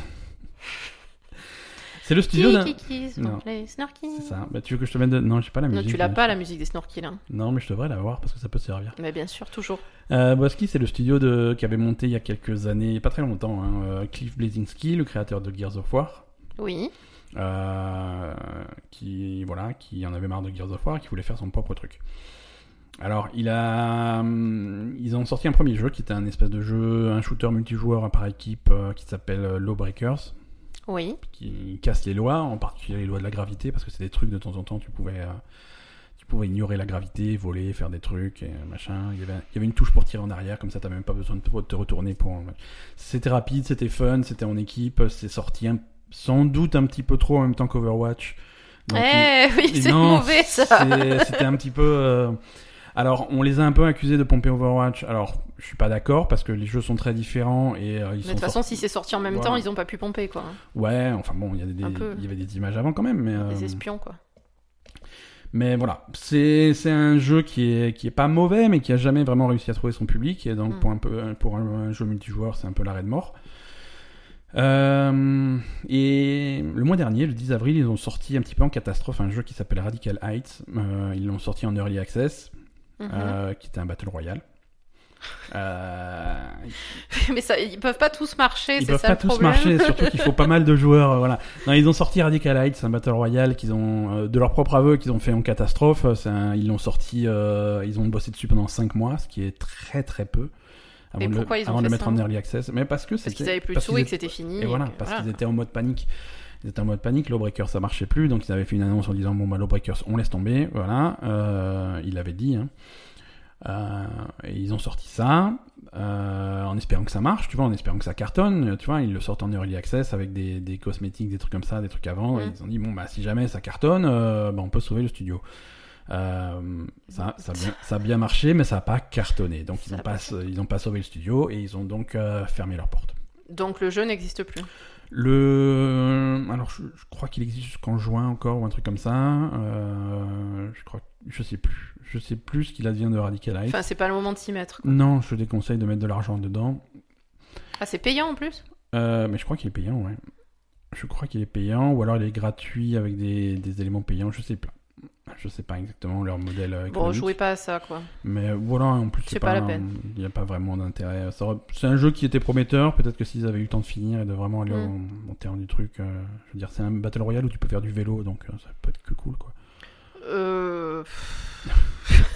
Speaker 2: C'est le studio
Speaker 1: Qui,
Speaker 2: d'un.
Speaker 1: qui, qui sont
Speaker 2: Non.
Speaker 1: les snorkies
Speaker 2: C'est ça. Bah, tu veux que je te mette. de- Non, j'ai pas la
Speaker 1: Non,
Speaker 2: musique.
Speaker 1: tu l'as pas la musique des snorkies là.
Speaker 2: Non, mais je devrais l'avoir parce que ça peut servir.
Speaker 1: Mais bien sûr, toujours.
Speaker 2: Euh, Boski, c'est le studio de... qui avait monté il y a quelques années, pas très longtemps, hein, euh, Cliff Blazinski, le créateur de Gears of War.
Speaker 1: Oui.
Speaker 2: euh, qui voilà, qui en avait marre de Gears of War, qui voulait faire son propre truc. Alors, il a, hum, ils ont sorti un premier jeu qui était un espèce de jeu, un shooter multijoueur par équipe euh, qui s'appelle euh, Lawbreakers,
Speaker 1: Oui.
Speaker 2: qui casse les lois, en particulier les lois de la gravité, parce que c'est des trucs de temps en temps, tu pouvais, euh, tu pouvais ignorer la gravité, voler, faire des trucs, et machin. Il y, avait, il y avait une touche pour tirer en arrière, comme ça, t'as même pas besoin de te- te retourner pour. C'était rapide, c'était fun, c'était en équipe, c'est sorti un- sans doute un petit peu trop en même temps qu'Overwatch. Donc,
Speaker 1: eh oui,
Speaker 2: et
Speaker 1: c'est
Speaker 2: non,
Speaker 1: mauvais ça.
Speaker 2: c'est- C'était un petit peu. euh, Alors, on les a un peu accusés de pomper Overwatch. Alors, je suis pas d'accord parce que les jeux sont très différents et euh, ils
Speaker 1: Mais
Speaker 2: sont
Speaker 1: de toute façon,
Speaker 2: sortis-
Speaker 1: si c'est sorti en même
Speaker 2: Voilà.
Speaker 1: temps, ils ont pas pu pomper quoi.
Speaker 2: Ouais, enfin bon, il y, a des-
Speaker 1: Un peu.
Speaker 2: il y avait des images avant quand même, mais.
Speaker 1: Des
Speaker 2: euh,
Speaker 1: espions quoi.
Speaker 2: Mais voilà, c'est c'est un jeu qui est, qui est pas mauvais, mais qui a jamais vraiment réussi à trouver son public. Et donc,
Speaker 1: Mm.
Speaker 2: pour, un, peu, pour un, un jeu multijoueur, c'est un peu l'arrêt de mort. Euh, et le mois dernier, le 10 avril, ils ont sorti un petit peu en catastrophe un jeu qui s'appelle Radical Heights. Euh, ils l'ont sorti en early access,
Speaker 1: Mhm.
Speaker 2: euh, qui était un battle royale. Euh,
Speaker 1: Mais ça, ils peuvent pas tous marcher,
Speaker 2: ils
Speaker 1: c'est
Speaker 2: peuvent
Speaker 1: ça
Speaker 2: pas
Speaker 1: le
Speaker 2: tous
Speaker 1: problème.
Speaker 2: marcher, surtout qu'il faut pas mal de joueurs. euh, voilà. Non, ils ont sorti Radical Heights, un battle royale qu'ils ont euh, de leur propre aveu qu'ils ont fait en catastrophe. euh, c'est un- ils l'ont sorti, euh, ils ont bossé dessus pendant 5 mois, ce qui est très très peu. Avant
Speaker 1: Mais
Speaker 2: de le-
Speaker 1: pourquoi ils ont
Speaker 2: avant de le
Speaker 1: fait
Speaker 2: mettre
Speaker 1: ça
Speaker 2: en early access, mais parce que
Speaker 1: Parce
Speaker 2: c'était-
Speaker 1: qu'ils avaient plus de
Speaker 2: parce
Speaker 1: sous
Speaker 2: qu'ils
Speaker 1: et que c'était fini.
Speaker 2: et voilà,
Speaker 1: que-
Speaker 2: parce
Speaker 1: voilà.
Speaker 2: qu'ils étaient en mode panique. Ils étaient en mode panique, Lawbreakers ça marchait plus, donc ils avaient fait une annonce en disant bon bah Lawbreakers on laisse tomber, voilà, euh, ils l'avaient dit. hein. Euh, et ils ont sorti ça euh, en espérant que ça marche, tu vois, en espérant que ça cartonne, tu vois, ils le sortent en early access avec des, des cosmétiques, des trucs comme ça, des trucs avant,
Speaker 1: Mm.
Speaker 2: et ils ont dit bon bah si jamais ça cartonne, euh, bah, on peut sauver le studio. Euh, ça, ça, a bien, ça a bien marché, mais ça n'a pas cartonné. Donc ils
Speaker 1: Ça
Speaker 2: n'ont
Speaker 1: a
Speaker 2: pas,
Speaker 1: pas
Speaker 2: ils ont pas sauvé le studio et ils ont donc euh, fermé leurs portes.
Speaker 1: Donc le jeu n'existe plus.
Speaker 2: Le. Alors, je, je crois qu'il existe jusqu'en juin encore ou un truc comme ça. Euh, je crois. Je sais plus. Je sais plus ce qu'il advient de Radical Heights.
Speaker 1: Enfin, c'est pas le moment de s'y mettre. quoi.
Speaker 2: Non, je te déconseille de mettre de l'argent dedans.
Speaker 1: Ah, c'est payant en plus
Speaker 2: Euh, mais je crois qu'il est payant, ouais. Je crois qu'il est payant ou alors il est gratuit avec des, des éléments payants. Je sais pas. Je sais pas exactement leur modèle. euh,
Speaker 1: Bon,
Speaker 2: économique.
Speaker 1: jouez pas à ça quoi.
Speaker 2: Mais voilà, en plus,
Speaker 1: C'est pas la
Speaker 2: un-
Speaker 1: peine.
Speaker 2: Il n'y a pas vraiment d'intérêt. Ça aurait- C'est un jeu qui était prometteur. Peut-être que s'ils avaient eu le temps de finir et de vraiment aller
Speaker 1: Mm.
Speaker 2: au, au terme du truc, euh, je veux dire, c'est un battle royale où tu peux faire du vélo, donc euh, ça peut être que cool, quoi.
Speaker 1: Euh...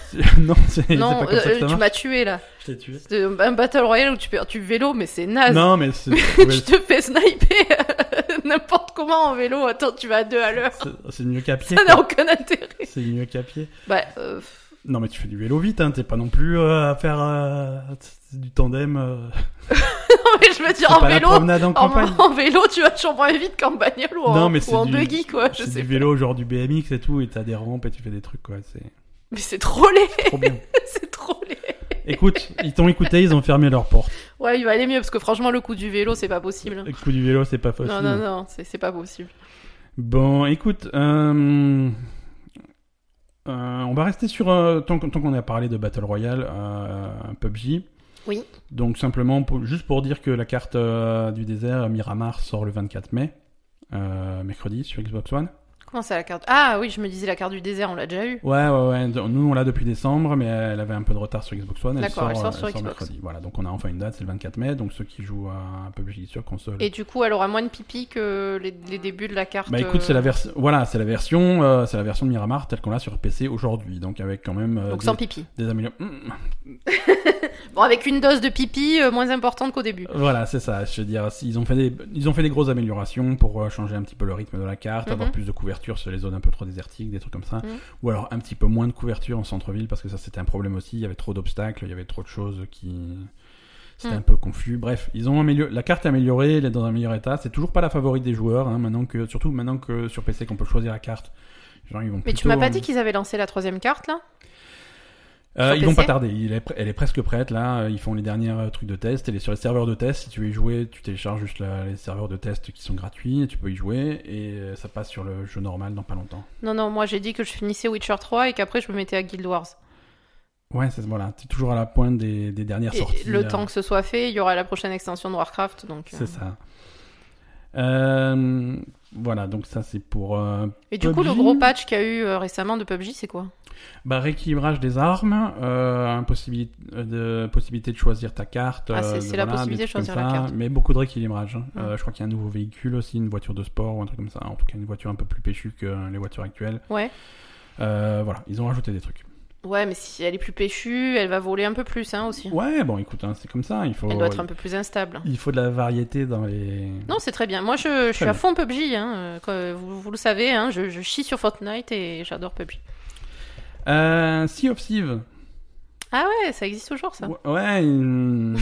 Speaker 2: C'est- non, c'est c'est
Speaker 1: Non,
Speaker 2: pas comme ça que
Speaker 1: euh,
Speaker 2: ça
Speaker 1: tu
Speaker 2: marche.
Speaker 1: m'as tué là.
Speaker 2: Je t'ai tué.
Speaker 1: C'est Un battle royale où tu perds du vélo, mais c'est naze.
Speaker 2: Non, mais c'est
Speaker 1: tu te fais sniper n'importe comment en vélo. Attends, tu vas à deux à l'heure.
Speaker 2: c'est- c'est mieux qu'à pied.
Speaker 1: Ça n'a
Speaker 2: quoi.
Speaker 1: aucun intérêt.
Speaker 2: C'est mieux qu'à pied.
Speaker 1: Bah, euh,
Speaker 2: Non, mais tu fais du vélo vite, hein. T'es pas non plus euh, à faire euh, du tandem. euh,
Speaker 1: non, mais je veux
Speaker 2: c'est
Speaker 1: dire, en
Speaker 2: pas la
Speaker 1: vélo,
Speaker 2: promenade en
Speaker 1: en,
Speaker 2: campagne.
Speaker 1: en vélo, tu vas toujours moins vite qu'en bagnole ou en,
Speaker 2: Non, mais c'est
Speaker 1: ou en
Speaker 2: du-
Speaker 1: buggy, quoi. Je
Speaker 2: C'est
Speaker 1: sais.
Speaker 2: du vélo, genre du BMX et tout, et t'as des rampes et tu fais des trucs, quoi. C'est
Speaker 1: Mais c'est trop laid,
Speaker 2: trop bien.
Speaker 1: c'est trop laid.
Speaker 2: Écoute, ils t'ont écouté, ils ont fermé leurs portes.
Speaker 1: Ouais, il va aller mieux parce que franchement, le coup du vélo, c'est pas possible.
Speaker 2: Le coup du vélo, c'est pas hein. facile.
Speaker 1: Non, non, non, c'est c'est pas possible.
Speaker 2: Bon, écoute, euh, euh, on va rester sur. euh, tant qu'on tant qu'on a parlé de Battle Royale, euh, PUBG.
Speaker 1: Oui.
Speaker 2: Donc, simplement, pour- juste pour dire que la carte euh, du désert, Miramar, sort le 24 mai, euh, mercredi, sur Xbox One.
Speaker 1: Comment ça, la carte Ah oui, je me disais la carte du désert, on l'a déjà eu.
Speaker 2: Ouais, ouais, ouais. Nous, on l'a depuis décembre, mais elle avait un peu de retard sur Xbox One. euh,
Speaker 1: D'accord, elle sort sur Xbox.
Speaker 2: mercredi. Voilà, donc on a enfin une date, c'est le 24 mai. Donc ceux qui jouent à PUBG sur console.
Speaker 1: Et du coup, elle aura moins de pipi que les, les débuts de la carte. euh,
Speaker 2: Bah écoute, c'est la version, voilà, c'est la version, euh, c'est la version de Miramar telle qu'on l'a sur PC aujourd'hui, donc avec quand même euh,
Speaker 1: Donc
Speaker 2: des,
Speaker 1: sans pipi.
Speaker 2: des améliorations. Mm.
Speaker 1: Bon, avec une dose de pipi euh, moins importante qu'au début.
Speaker 2: Voilà, c'est ça. Je veux dire, ils ont fait des, ils ont fait des grosses améliorations pour euh, changer un petit peu le rythme de la carte,
Speaker 1: Mhm.
Speaker 2: avoir plus de couverture sur les zones un peu trop désertiques, des trucs comme ça,
Speaker 1: Mhm.
Speaker 2: ou alors un petit peu moins de couverture en centre-ville parce que ça c'était un problème aussi. Il y avait trop d'obstacles, il y avait trop de choses qui, c'était
Speaker 1: Mhm.
Speaker 2: un peu confus. Bref, ils ont amélioré, la carte est améliorée, elle est dans un meilleur état. C'est toujours pas la favorite des joueurs, hein, maintenant que, surtout maintenant que sur PC qu'on peut choisir la carte. Genre, ils vont
Speaker 1: Mais tu
Speaker 2: plutôt hein.
Speaker 1: m'as pas
Speaker 2: en-
Speaker 1: dit qu'ils avaient lancé la troisième carte là
Speaker 2: Euh,
Speaker 1: Sur
Speaker 2: ils vont
Speaker 1: PC?
Speaker 2: pas tarder, Il est pr- elle est presque prête là, Euh, ils font les derniers euh, trucs de test, elle est sur les serveurs de test, si tu veux y jouer, tu télécharges juste la- les serveurs de test qui sont gratuits, et tu peux y jouer, et euh, ça passe sur le jeu normal dans pas longtemps.
Speaker 1: Non, non, moi j'ai dit que je finissais Witcher 3 et qu'après je me mettais à Guild Wars.
Speaker 2: Ouais, c'est voilà, t'es toujours à la pointe des, des dernières
Speaker 1: Et
Speaker 2: sorties.
Speaker 1: le
Speaker 2: euh,
Speaker 1: temps que ce soit fait, il y aura la prochaine extension de Warcraft. Donc, euh.
Speaker 2: C'est ça. Euh, voilà, donc ça c'est pour... euh,
Speaker 1: Et du coup, le
Speaker 2: PUBG.
Speaker 1: gros patch qu'il y a eu euh, récemment de PUBG, c'est quoi
Speaker 2: bah, rééquilibrage des armes, euh, impossibilité, euh, de, possibilité de choisir ta carte.
Speaker 1: Ah, c'est-
Speaker 2: euh,
Speaker 1: c'est la
Speaker 2: voilà,
Speaker 1: possibilité
Speaker 2: des
Speaker 1: de
Speaker 2: trucs
Speaker 1: choisir
Speaker 2: comme
Speaker 1: la
Speaker 2: ça,
Speaker 1: carte.
Speaker 2: Mais beaucoup de rééquilibrage. hein.
Speaker 1: Mm.
Speaker 2: Euh, je crois qu'il y a un nouveau véhicule aussi, une voiture de sport ou un truc comme ça. En tout cas, une voiture un peu plus péchue que euh, les voitures actuelles.
Speaker 1: Ouais.
Speaker 2: Euh, voilà, ils ont rajouté des trucs.
Speaker 1: Ouais, mais si elle est plus péchue, elle va voler un peu plus hein, aussi.
Speaker 2: Ouais, bon, écoute, hein, c'est comme ça. Il faut,
Speaker 1: Elle doit être un peu plus instable.
Speaker 2: il faut de la variété dans les.
Speaker 1: Non, c'est très bien. Moi, je, je suis
Speaker 2: bien.
Speaker 1: à fond PUBG. hein, euh, que- Vous, vous le savez, hein, je, je chie sur Fortnite et j'adore PUBG.
Speaker 2: Euh, sea of Thieves.
Speaker 1: Ah ouais, ça existe toujours, ça.
Speaker 2: Ouais, Ouais. ils-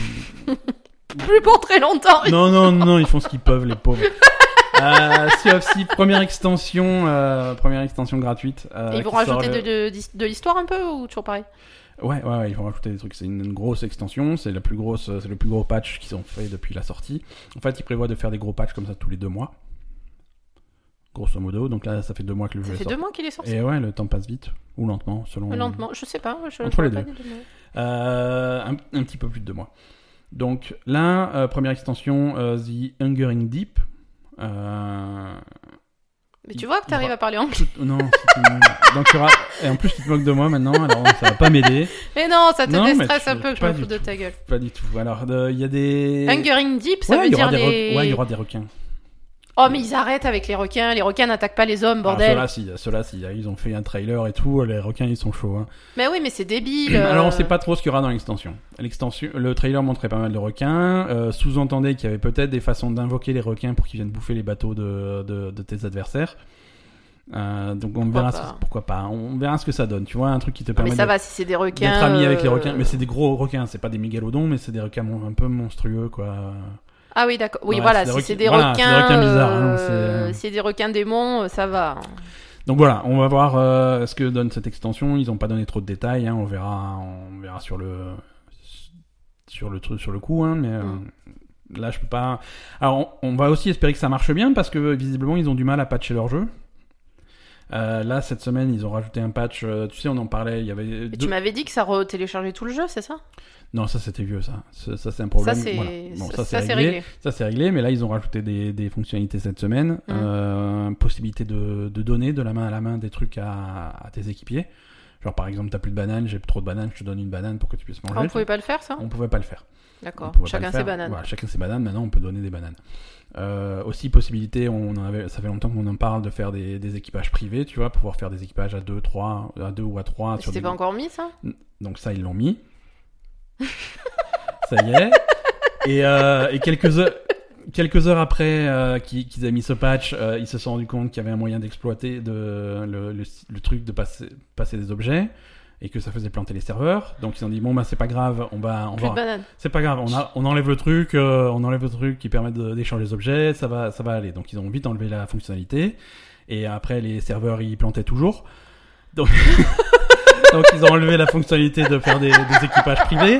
Speaker 1: Plus pour très longtemps.
Speaker 2: Non, non, non, ils font ce qu'ils peuvent, les pauvres. Euh, sea of Thieves, première extension, euh, première extension gratuite. euh,
Speaker 1: Et ils vont
Speaker 2: qui sort
Speaker 1: rajouter
Speaker 2: le-
Speaker 1: de, de- d'his- de l'histoire un peu ou toujours pareil
Speaker 2: Ouais, ouais, ouais, ils vont rajouter des trucs. C'est une, une grosse extension, c'est la plus grosse, c'est le plus gros patch qu'ils ont fait depuis la sortie. En fait, ils prévoient de faire des gros patchs comme ça tous les deux mois, grosso modo. Donc là, ça fait deux mois que le
Speaker 1: Ça
Speaker 2: jeu est
Speaker 1: fait
Speaker 2: sorti.
Speaker 1: deux mois qu'il est sorti.
Speaker 2: Et ouais, le temps passe vite ou lentement, selon.
Speaker 1: Lentement, je sais pas. Je
Speaker 2: Entre les
Speaker 1: pas
Speaker 2: deux.
Speaker 1: dit de mots.
Speaker 2: Euh, un, un petit peu plus de deux mois. Donc là, euh, première extension, euh, The Hunger in Deep. Euh,
Speaker 1: Mais tu vois que
Speaker 2: Il-
Speaker 1: t'arrives
Speaker 2: il-
Speaker 1: à parler anglais.
Speaker 2: tout- Non, c'est une- donc il y aura- Et en plus, tu te moques de moi maintenant, alors ça va pas m'aider.
Speaker 1: Mais non, ça te
Speaker 2: Non, mais
Speaker 1: déstresse
Speaker 2: tu-
Speaker 1: un peu que je
Speaker 2: pas
Speaker 1: me
Speaker 2: du
Speaker 1: fous de
Speaker 2: tout.
Speaker 1: ta gueule.
Speaker 2: Pas du tout. Alors, de- il y a des.
Speaker 1: Hunger in Deep, ça
Speaker 2: ouais,
Speaker 1: veut
Speaker 2: il y aura
Speaker 1: dire
Speaker 2: des re-
Speaker 1: les.
Speaker 2: ouais, il y aura des Ah, requins. Ah,
Speaker 1: Oh, mais ils arrêtent avec les requins. Les requins n'attaquent pas les hommes, bordel.
Speaker 2: Alors, Ceux-là, si, ceux-là, si, euh, ils ont fait un trailer et tout, les requins, ils sont chauds. hein.
Speaker 1: Mais oui, mais c'est débile. euh.
Speaker 2: Alors, on sait pas trop ce qu'il y aura dans l'extension. L'extension, le trailer montrait pas mal de requins, euh, sous-entendait qu'il y avait peut-être des façons d'invoquer les requins pour qu'ils viennent bouffer les bateaux de, de- de tes adversaires. Euh, donc, on
Speaker 1: Pourquoi
Speaker 2: verra
Speaker 1: pas.
Speaker 2: ce, pourquoi pas. On verra ce que ça donne. Tu vois, un truc qui te
Speaker 1: Non,
Speaker 2: permet
Speaker 1: mais ça
Speaker 2: d'être
Speaker 1: va si c'est des requins.
Speaker 2: d'être ami avec les
Speaker 1: euh,
Speaker 2: requins. Mais c'est des gros requins, c'est pas des mégalodons, mais c'est des requins mon- un peu monstrueux, quoi.
Speaker 1: Ah oui, d'accord. Oui,
Speaker 2: Ouais,
Speaker 1: voilà,
Speaker 2: c'est des
Speaker 1: si c'est
Speaker 2: requins-
Speaker 1: des
Speaker 2: voilà, c'est des
Speaker 1: requins.
Speaker 2: requins bizarres, hein,
Speaker 1: euh,
Speaker 2: c'est-
Speaker 1: Si c'est des requins démons, euh, ça va. hein.
Speaker 2: Donc voilà, on va voir euh, ce que donne cette extension. Ils n'ont pas donné trop de détails. hein. On verra, on verra sur le sur le truc, sur le coup. hein, mais euh,
Speaker 1: Mm.
Speaker 2: là, je peux pas. Alors, on, on va aussi espérer que ça marche bien parce que visiblement, ils ont du mal à patcher leur jeu. Euh, là, cette semaine, ils ont rajouté un patch. euh, tu sais, on en parlait. Il y avait.
Speaker 1: Et
Speaker 2: deux-
Speaker 1: tu m'avais dit que ça re-téléchargeait tout le jeu, c'est ça
Speaker 2: Non, ça c'était vieux, ça. Ça, ça, c'est un problème.
Speaker 1: Ça, c'est
Speaker 2: Voilà. Bon,
Speaker 1: ça,
Speaker 2: c'est
Speaker 1: ça, c'est
Speaker 2: réglé.
Speaker 1: réglé.
Speaker 2: Ça c'est réglé, mais là ils ont rajouté des, des fonctionnalités cette semaine,
Speaker 1: Mhm.
Speaker 2: Euh, possibilité de, de donner de la main à la main des trucs à, à tes équipiers. Genre par exemple t'as plus de bananes, j'ai trop de bananes, je te donne une banane pour que tu puisses manger.
Speaker 1: Ah, on pouvait pas le faire, ça
Speaker 2: On pouvait pas le faire. On
Speaker 1: D'accord.
Speaker 2: pouvait pas
Speaker 1: Chacun
Speaker 2: le faire.
Speaker 1: ses bananes.
Speaker 2: Voilà, chacun ses bananes. Maintenant on peut donner des bananes. Euh, aussi possibilité, on en avait, ça fait longtemps qu'on en parle de faire des, des équipages privés, tu vois, pouvoir faire des équipages à 2, 3, à deux ou à 3 sur
Speaker 1: C'était
Speaker 2: des-
Speaker 1: pas encore mis, ça
Speaker 2: donc ça, ils l'ont mis. ça y est. Et, euh, et quelques heures... Quelques heures après euh, qu'ils qu'ils aient mis ce patch, euh, ils se sont rendus compte qu'il y avait un moyen d'exploiter de- le, le- le truc de passer, passer des objets et que ça faisait planter les serveurs. Donc ils ont dit bon bah c'est pas grave, on va on
Speaker 1: Plus de
Speaker 2: va
Speaker 1: bananes.
Speaker 2: c'est pas grave, on, a- on enlève le truc, euh, on enlève le truc qui permet de- d'échanger les objets, ça va ça va aller. Donc ils ont vite enlevé la fonctionnalité et après les serveurs ils plantaient toujours. Donc Donc ils ont enlevé la fonctionnalité de faire des, des équipages privés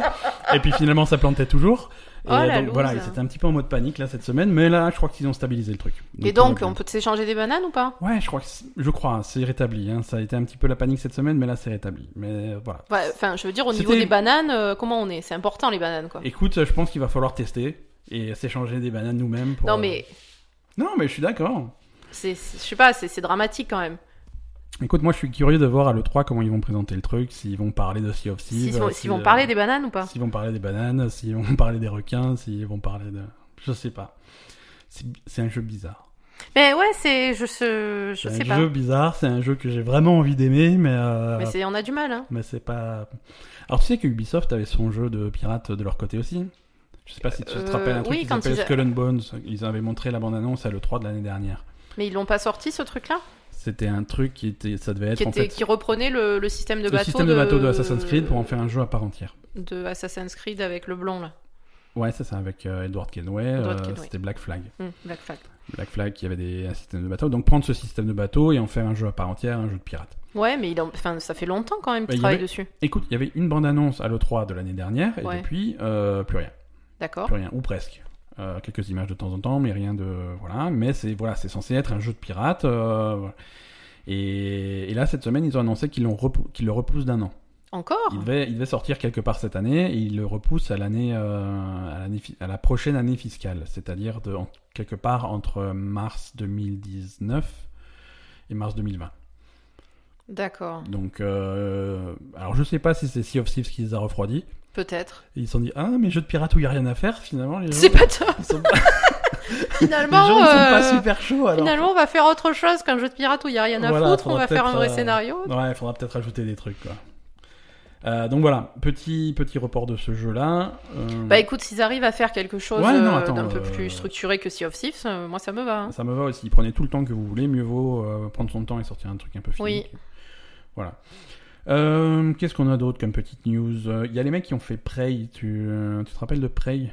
Speaker 2: et puis finalement ça plantait toujours. Et
Speaker 1: Oh, la
Speaker 2: donc voilà,
Speaker 1: loose.
Speaker 2: ils étaient un petit peu en mode panique là cette semaine, mais là je crois qu'ils ont stabilisé le truc.
Speaker 1: Et donc,
Speaker 2: tout va
Speaker 1: on peut s'échanger des bananes ou pas
Speaker 2: bien. Ouais, je crois que c'est- je crois, hein, c'est rétabli. hein. Ça a été un petit peu la panique cette semaine, mais là c'est rétabli. Mais euh, voilà.
Speaker 1: Ouais, Enfin, je veux dire, au niveau
Speaker 2: C'était-
Speaker 1: des bananes, euh, comment on est C'est important, les bananes, quoi.
Speaker 2: Écoute, je pense qu'il va falloir tester et s'échanger des bananes nous-mêmes. Pour... euh,
Speaker 1: Non, mais
Speaker 2: Non, mais je suis d'accord.
Speaker 1: C'est, c'est- je sais pas, c'est c'est dramatique quand même.
Speaker 2: Écoute, moi je suis curieux de voir à l'E3 comment ils vont présenter le truc, s'ils vont parler de Sea of Thieves.
Speaker 1: S'ils
Speaker 2: euh,
Speaker 1: vont,
Speaker 2: si,
Speaker 1: s'ils vont
Speaker 2: euh,
Speaker 1: parler des bananes ou pas
Speaker 2: S'ils vont parler des bananes, s'ils vont parler des requins, s'ils vont parler de. Je sais pas. C'est c'est un jeu bizarre.
Speaker 1: Mais ouais, c'est, je, sais- je
Speaker 2: C'est
Speaker 1: sais
Speaker 2: un
Speaker 1: pas.
Speaker 2: jeu bizarre, c'est un jeu que j'ai vraiment envie d'aimer, mais. euh,
Speaker 1: Mais c'est, on a du mal, hein.
Speaker 2: mais c'est pas. Alors tu sais que Ubisoft avait son jeu de pirates de leur côté aussi. Je sais pas si tu te
Speaker 1: Euh,
Speaker 2: rappelles un truc
Speaker 1: oui,
Speaker 2: qui
Speaker 1: quand
Speaker 2: s'appelle
Speaker 1: ils a-
Speaker 2: Skull and Bones. Ils avaient montré la bande-annonce à l'E3 de l'année dernière.
Speaker 1: Mais ils l'ont pas sorti ce truc-là
Speaker 2: C'était un truc qui était. Ça devait être
Speaker 1: qui,
Speaker 2: en
Speaker 1: était-
Speaker 2: fait.
Speaker 1: qui reprenait le, le système de
Speaker 2: le
Speaker 1: bateau.
Speaker 2: système de bateau de Assassin's Creed pour en faire un jeu à part entière.
Speaker 1: De Assassin's Creed avec le blond, là.
Speaker 2: Ouais, c'est ça, avec euh, Edward Kenway,
Speaker 1: Edward
Speaker 2: euh,
Speaker 1: Kenway.
Speaker 2: c'était Black Flag.
Speaker 1: Hmm, Black Flag.
Speaker 2: Black Flag qui avait des, un système de bateau. Donc prendre ce système de bateau et en faire un jeu à part entière, un jeu de pirate.
Speaker 1: Ouais, mais il en- enfin, ça fait longtemps quand même
Speaker 2: Bah, il
Speaker 1: qu'il
Speaker 2: y
Speaker 1: travaille
Speaker 2: avait-
Speaker 1: dessus.
Speaker 2: Écoute, il y avait une bande-annonce à l'E3 de l'année dernière et
Speaker 1: Ouais.
Speaker 2: depuis, euh, plus rien.
Speaker 1: D'accord
Speaker 2: Plus rien, ou presque. Euh, quelques images de temps en temps, mais rien de. Voilà, mais c'est voilà, c'est censé être un jeu de pirate. euh, voilà. et, et là, cette semaine, ils ont annoncé qu'ils l'ont repou- qu'ils le repoussent d'un an.
Speaker 1: Encore
Speaker 2: Il devait, il devait sortir quelque part cette année et il le repousse à l'année, euh, à, l'année fi- à la prochaine année fiscale, c'est-à-dire de, en- quelque part entre mars 2019 et mars 2020.
Speaker 1: D'accord.
Speaker 2: Donc, euh, alors je sais pas si c'est Sea of Thieves qui les a refroidis.
Speaker 1: Peut-être.
Speaker 2: Ils se sont dit ah mais jeu de pirate où il y a rien à faire finalement les gens.
Speaker 1: C'est pas top
Speaker 2: ils sont pas- les
Speaker 1: Finalement,
Speaker 2: gens, ils sont pas
Speaker 1: euh,
Speaker 2: super chauds alors.
Speaker 1: finalement, on va faire autre chose qu'un jeu de pirate où il n'y a rien à
Speaker 2: Voilà,
Speaker 1: foutre. On
Speaker 2: faudra
Speaker 1: va faire un vrai
Speaker 2: peut-être, euh,
Speaker 1: scénario.
Speaker 2: Ouais, il faudra peut-être ajouter des trucs quoi. Euh, donc voilà, petit petit report de ce jeu-là. Euh,
Speaker 1: Bah écoute, s'ils arrivent à faire quelque chose
Speaker 2: Ouais, non,
Speaker 1: euh,
Speaker 2: attends,
Speaker 1: d'un peu
Speaker 2: euh,
Speaker 1: plus structuré que Sea of Thieves, euh, moi ça me va. hein.
Speaker 2: Ça me va aussi. Prenez tout le temps que vous voulez. Mieux vaut euh, prendre son temps et sortir un truc un peu fini.
Speaker 1: Oui.
Speaker 2: Voilà. Euh, Qu'est-ce qu'on a d'autre comme petite news Euh, Il y a les mecs qui ont fait Prey. Tu, euh, tu te rappelles de Prey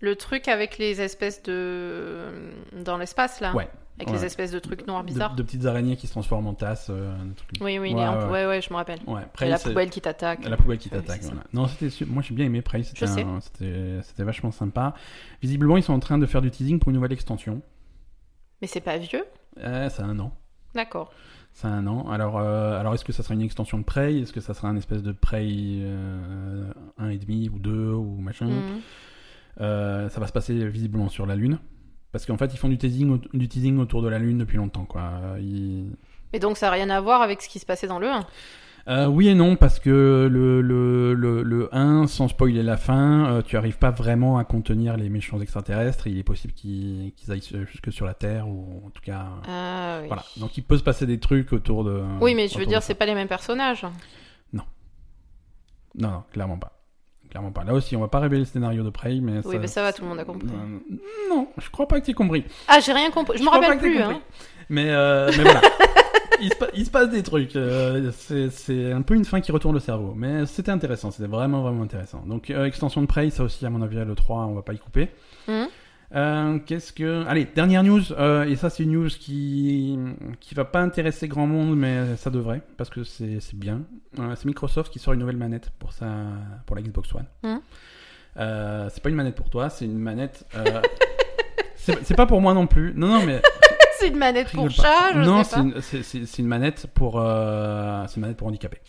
Speaker 1: Le truc avec les espèces de. euh, dans l'espace là
Speaker 2: Ouais.
Speaker 1: Avec
Speaker 2: Ouais.
Speaker 1: les espèces de trucs noirs
Speaker 2: de,
Speaker 1: bizarres
Speaker 2: de petites araignées qui se transforment en tasses. euh, un truc-
Speaker 1: Oui, oui, il
Speaker 2: Ouais,
Speaker 1: est un
Speaker 2: ouais,
Speaker 1: peu- ouais, ouais, je me rappelle.
Speaker 2: Ouais,
Speaker 1: Et
Speaker 2: Prey,
Speaker 1: la
Speaker 2: c'est-
Speaker 1: poubelle qui t'attaque.
Speaker 2: la poubelle qui
Speaker 1: Oui,
Speaker 2: t'attaque.
Speaker 1: c'est ça.
Speaker 2: voilà. Non, c'était su- moi j'ai bien aimé Prey. C'était
Speaker 1: Je sais.
Speaker 2: un- C'était c'était vachement sympa. Visiblement, ils sont en train de faire du teasing pour une nouvelle extension.
Speaker 1: Mais c'est pas vieux
Speaker 2: Euh, ça a un an.
Speaker 1: D'accord.
Speaker 2: Ça a un an. Alors, euh, alors est-ce que ça sera une extension de Prey Est-ce que ça sera un espèce de Prey euh, 1,5 ou 2 ou machin
Speaker 1: Mhm.
Speaker 2: Euh, Ça va se passer visiblement sur la Lune. Parce qu'en fait, ils font du teasing, au- du teasing autour de la Lune depuis longtemps. Quoi. Euh, ils-
Speaker 1: Mais donc ça n'a rien à voir avec ce qui se passait dans le 1.
Speaker 2: Euh, oui et non, parce que le, le, le, le 1, sans spoiler la fin, euh, tu arrives pas vraiment à contenir les méchants extraterrestres. Il est possible qu'ils qu'ils aillent euh, jusque sur la Terre, ou en tout cas... euh,
Speaker 1: Ah oui.
Speaker 2: Voilà. Donc il peut se passer des trucs autour de...
Speaker 1: Oui, mais je veux
Speaker 2: autour de
Speaker 1: dire,
Speaker 2: ça.
Speaker 1: c'est pas les mêmes personnages.
Speaker 2: Non, non, clairement pas. Clairement pas. Là aussi, on va pas révéler le scénario de Prey, mais
Speaker 1: Oui, mais ça va, tout le monde a compris.
Speaker 2: Euh, Non, je crois pas que t'aies compris.
Speaker 1: Ah, j'ai rien compris. Je me
Speaker 2: crois pas
Speaker 1: rappelle
Speaker 2: que t'aies
Speaker 1: plus.
Speaker 2: compris.
Speaker 1: Hein.
Speaker 2: Mais, euh, mais voilà. Il se, pa- il se passe des trucs. euh, c'est- c'est un peu une fin qui retourne le cerveau. Mais c'était intéressant. C'était vraiment, vraiment intéressant. Donc, euh, extension de Prey, ça aussi, à mon avis, à l'E3, on va pas y couper.
Speaker 1: Mhm.
Speaker 2: Euh, Qu'est-ce que. Allez, dernière news. euh, et ça, c'est une news qui qui va pas intéresser grand monde, mais ça devrait. Parce que c'est c'est bien. Euh, c'est Microsoft qui sort une nouvelle manette pour, sa, pour la Xbox One.
Speaker 1: Mhm.
Speaker 2: Euh, c'est pas une manette pour toi, c'est une manette. euh, c'est c'est pas pour moi non plus. Non, non, mais.
Speaker 1: c'est une manette pour
Speaker 2: Rigole pas.
Speaker 1: chat, je
Speaker 2: non,
Speaker 1: sais
Speaker 2: c'est
Speaker 1: pas.
Speaker 2: une- c'est c'est- c'est une manette pour euh, c'est une manette pour handicapés.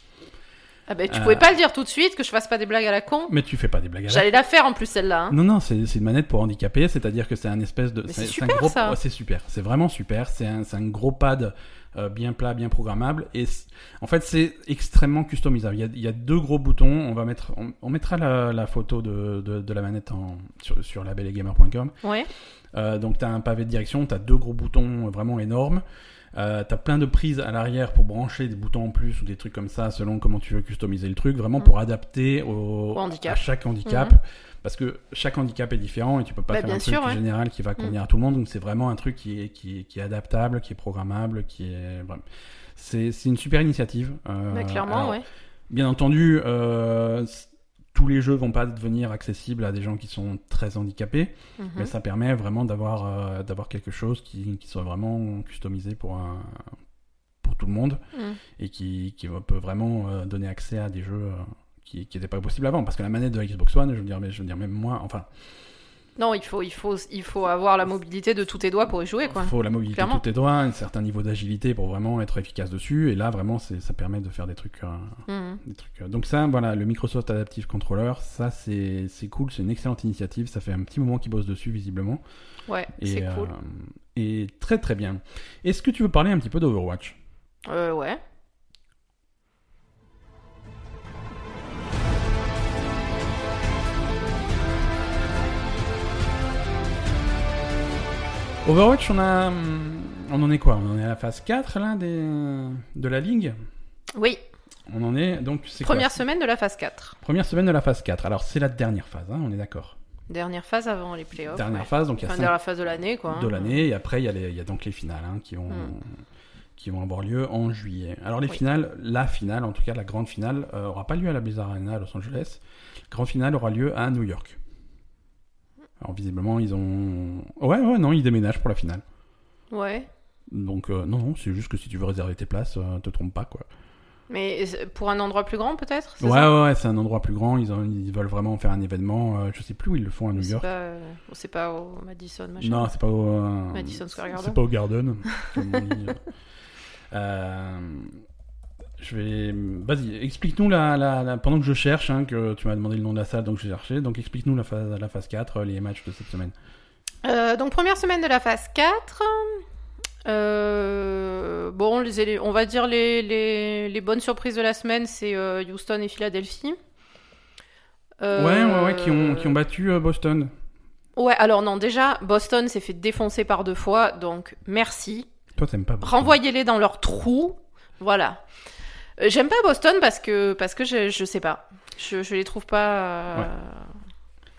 Speaker 1: Ah ben, tu
Speaker 2: Euh,
Speaker 1: pouvais pas le dire tout de suite, que je fasse pas des blagues à la con.
Speaker 2: Mais tu fais pas des blagues. à la-
Speaker 1: J'allais la faire en plus, celle-là. hein.
Speaker 2: Non, non, c'est c'est une manette pour handicapés, c'est-à-dire que c'est un espèce de.
Speaker 1: Mais c'est
Speaker 2: un
Speaker 1: super,
Speaker 2: gros-
Speaker 1: ça.
Speaker 2: ouais, c'est super, c'est vraiment super. C'est un, c'est un gros pad euh, bien plat, bien programmable. Et c'est- en fait, c'est extrêmement customisable. Il y, a, il y a deux gros boutons. On va mettre, on, on mettra la, la photo de, de, de la manette en, sur, sur labellegamer.com.
Speaker 1: Ouais.
Speaker 2: Euh, donc t'as un pavé de direction, t'as deux gros boutons euh, vraiment énormes. Euh, t'as plein de prises à l'arrière pour brancher des boutons en plus ou des trucs comme ça selon comment tu veux customiser le truc, vraiment pour adapter au,
Speaker 1: Mm. Au handicap.
Speaker 2: à
Speaker 1: Mm-hmm.
Speaker 2: chaque handicap. Parce que chaque handicap est différent et tu peux pas
Speaker 1: Bah,
Speaker 2: faire
Speaker 1: bien
Speaker 2: un truc
Speaker 1: sûr, ouais. Mm.
Speaker 2: général qui va convenir à tout le monde. Donc c'est vraiment un truc qui est, qui, est, qui est adaptable, qui est programmable, qui est... vraiment- C'est c'est une super initiative. Euh,
Speaker 1: Bah, clairement,
Speaker 2: alors,
Speaker 1: ouais.
Speaker 2: Bien entendu, euh, c- tous les jeux vont pas devenir accessibles à des gens qui sont très handicapés.
Speaker 1: Mhm.
Speaker 2: Mais ça permet vraiment d'avoir euh, d'avoir quelque chose qui, qui soit vraiment customisé pour un pour tout le monde
Speaker 1: Mm.
Speaker 2: et qui, qui va- peut vraiment euh, donner accès à des jeux euh, qui qui n'étaient pas possibles avant parce que la manette de la Xbox One je veux dire mais je veux dire même moi enfin
Speaker 1: Non, il faut, il, faut, il faut avoir la mobilité de tous tes doigts pour y jouer. Quoi.
Speaker 2: Il faut la mobilité
Speaker 1: Clairement.
Speaker 2: de tous tes doigts, un certain niveau d'agilité pour vraiment être efficace dessus. Et là, vraiment, c'est- ça permet de faire des trucs, euh,
Speaker 1: Mhm.
Speaker 2: des trucs. euh, Donc ça, voilà, le Microsoft Adaptive Controller, ça c'est c'est cool, c'est une excellente initiative. Ça fait un petit moment qu'ils bossent dessus visiblement.
Speaker 1: Ouais,
Speaker 2: Et,
Speaker 1: c'est cool.
Speaker 2: euh, et très très bien. Est-ce que tu veux parler un petit peu d'Overwatch
Speaker 1: Euh, ouais.
Speaker 2: Overwatch, on a, hum, on en est quoi On en est à la phase 4 là des, euh, de la ligue.
Speaker 1: Oui,
Speaker 2: On en est donc c'est quoi
Speaker 1: première semaine de la phase 4.
Speaker 2: Première semaine de la phase 4. Alors c'est la dernière phase, hein, on est d'accord.
Speaker 1: Dernière phase avant les playoffs.
Speaker 2: dernière
Speaker 1: ouais.
Speaker 2: phase, donc il y a
Speaker 1: Enfin,
Speaker 2: 5
Speaker 1: dernière phase de l'année, quoi. hein.
Speaker 2: de l'année. Et après, il y, a les- il y a donc les finales hein, qui, vont,
Speaker 1: Mm.
Speaker 2: qui vont avoir lieu en juillet. Alors, les
Speaker 1: Oui.
Speaker 2: finales, la finale, en tout cas la grande finale, euh, aura pas lieu à la Blizzard Arena à Los Angeles. La grande finale aura lieu à New York. Alors, visiblement, ils ont. Ouais, ouais, non, ils déménagent pour la finale.
Speaker 1: Ouais.
Speaker 2: Donc, euh, non, non, c'est juste que si tu veux réserver tes places, euh, te trompe pas, quoi.
Speaker 1: Mais c'est- pour un endroit plus grand, peut-être c'est
Speaker 2: Ouais,
Speaker 1: ça
Speaker 2: ouais, ouais, c'est un endroit plus grand. Ils, ont- ils veulent vraiment faire un événement. euh, je sais plus où ils le font à New
Speaker 1: C'est
Speaker 2: York.
Speaker 1: pas, euh, c'est pas au Madison, machin.
Speaker 2: Non, c'est pas au. euh,
Speaker 1: Madison Square Garden.
Speaker 2: C'est pas au Garden. comme on dit. Euh, je vais. Vas-y, explique-nous la, la- la- pendant que je cherche, hein, que tu m'as demandé le nom de la salle, donc j'ai cherché. Donc explique-nous la phase, la phase 4, euh, les matchs de cette semaine.
Speaker 1: Euh, donc première semaine de la phase 4. Euh, bon, les élé- on va dire les, les- les bonnes surprises de la semaine, c'est euh, Houston et Philadelphie. Euh,
Speaker 2: Ouais, ouais, ouais, qui ont, qui ont battu euh, Boston.
Speaker 1: Ouais, alors non, déjà, Boston s'est fait défoncer par deux fois, donc merci.
Speaker 2: Toi, t'aimes pas Boston.
Speaker 1: Renvoyez-les dans leur trou. Voilà. Euh, J'aime pas Boston parce que, parce que je, je sais pas. Je, je les trouve pas. euh,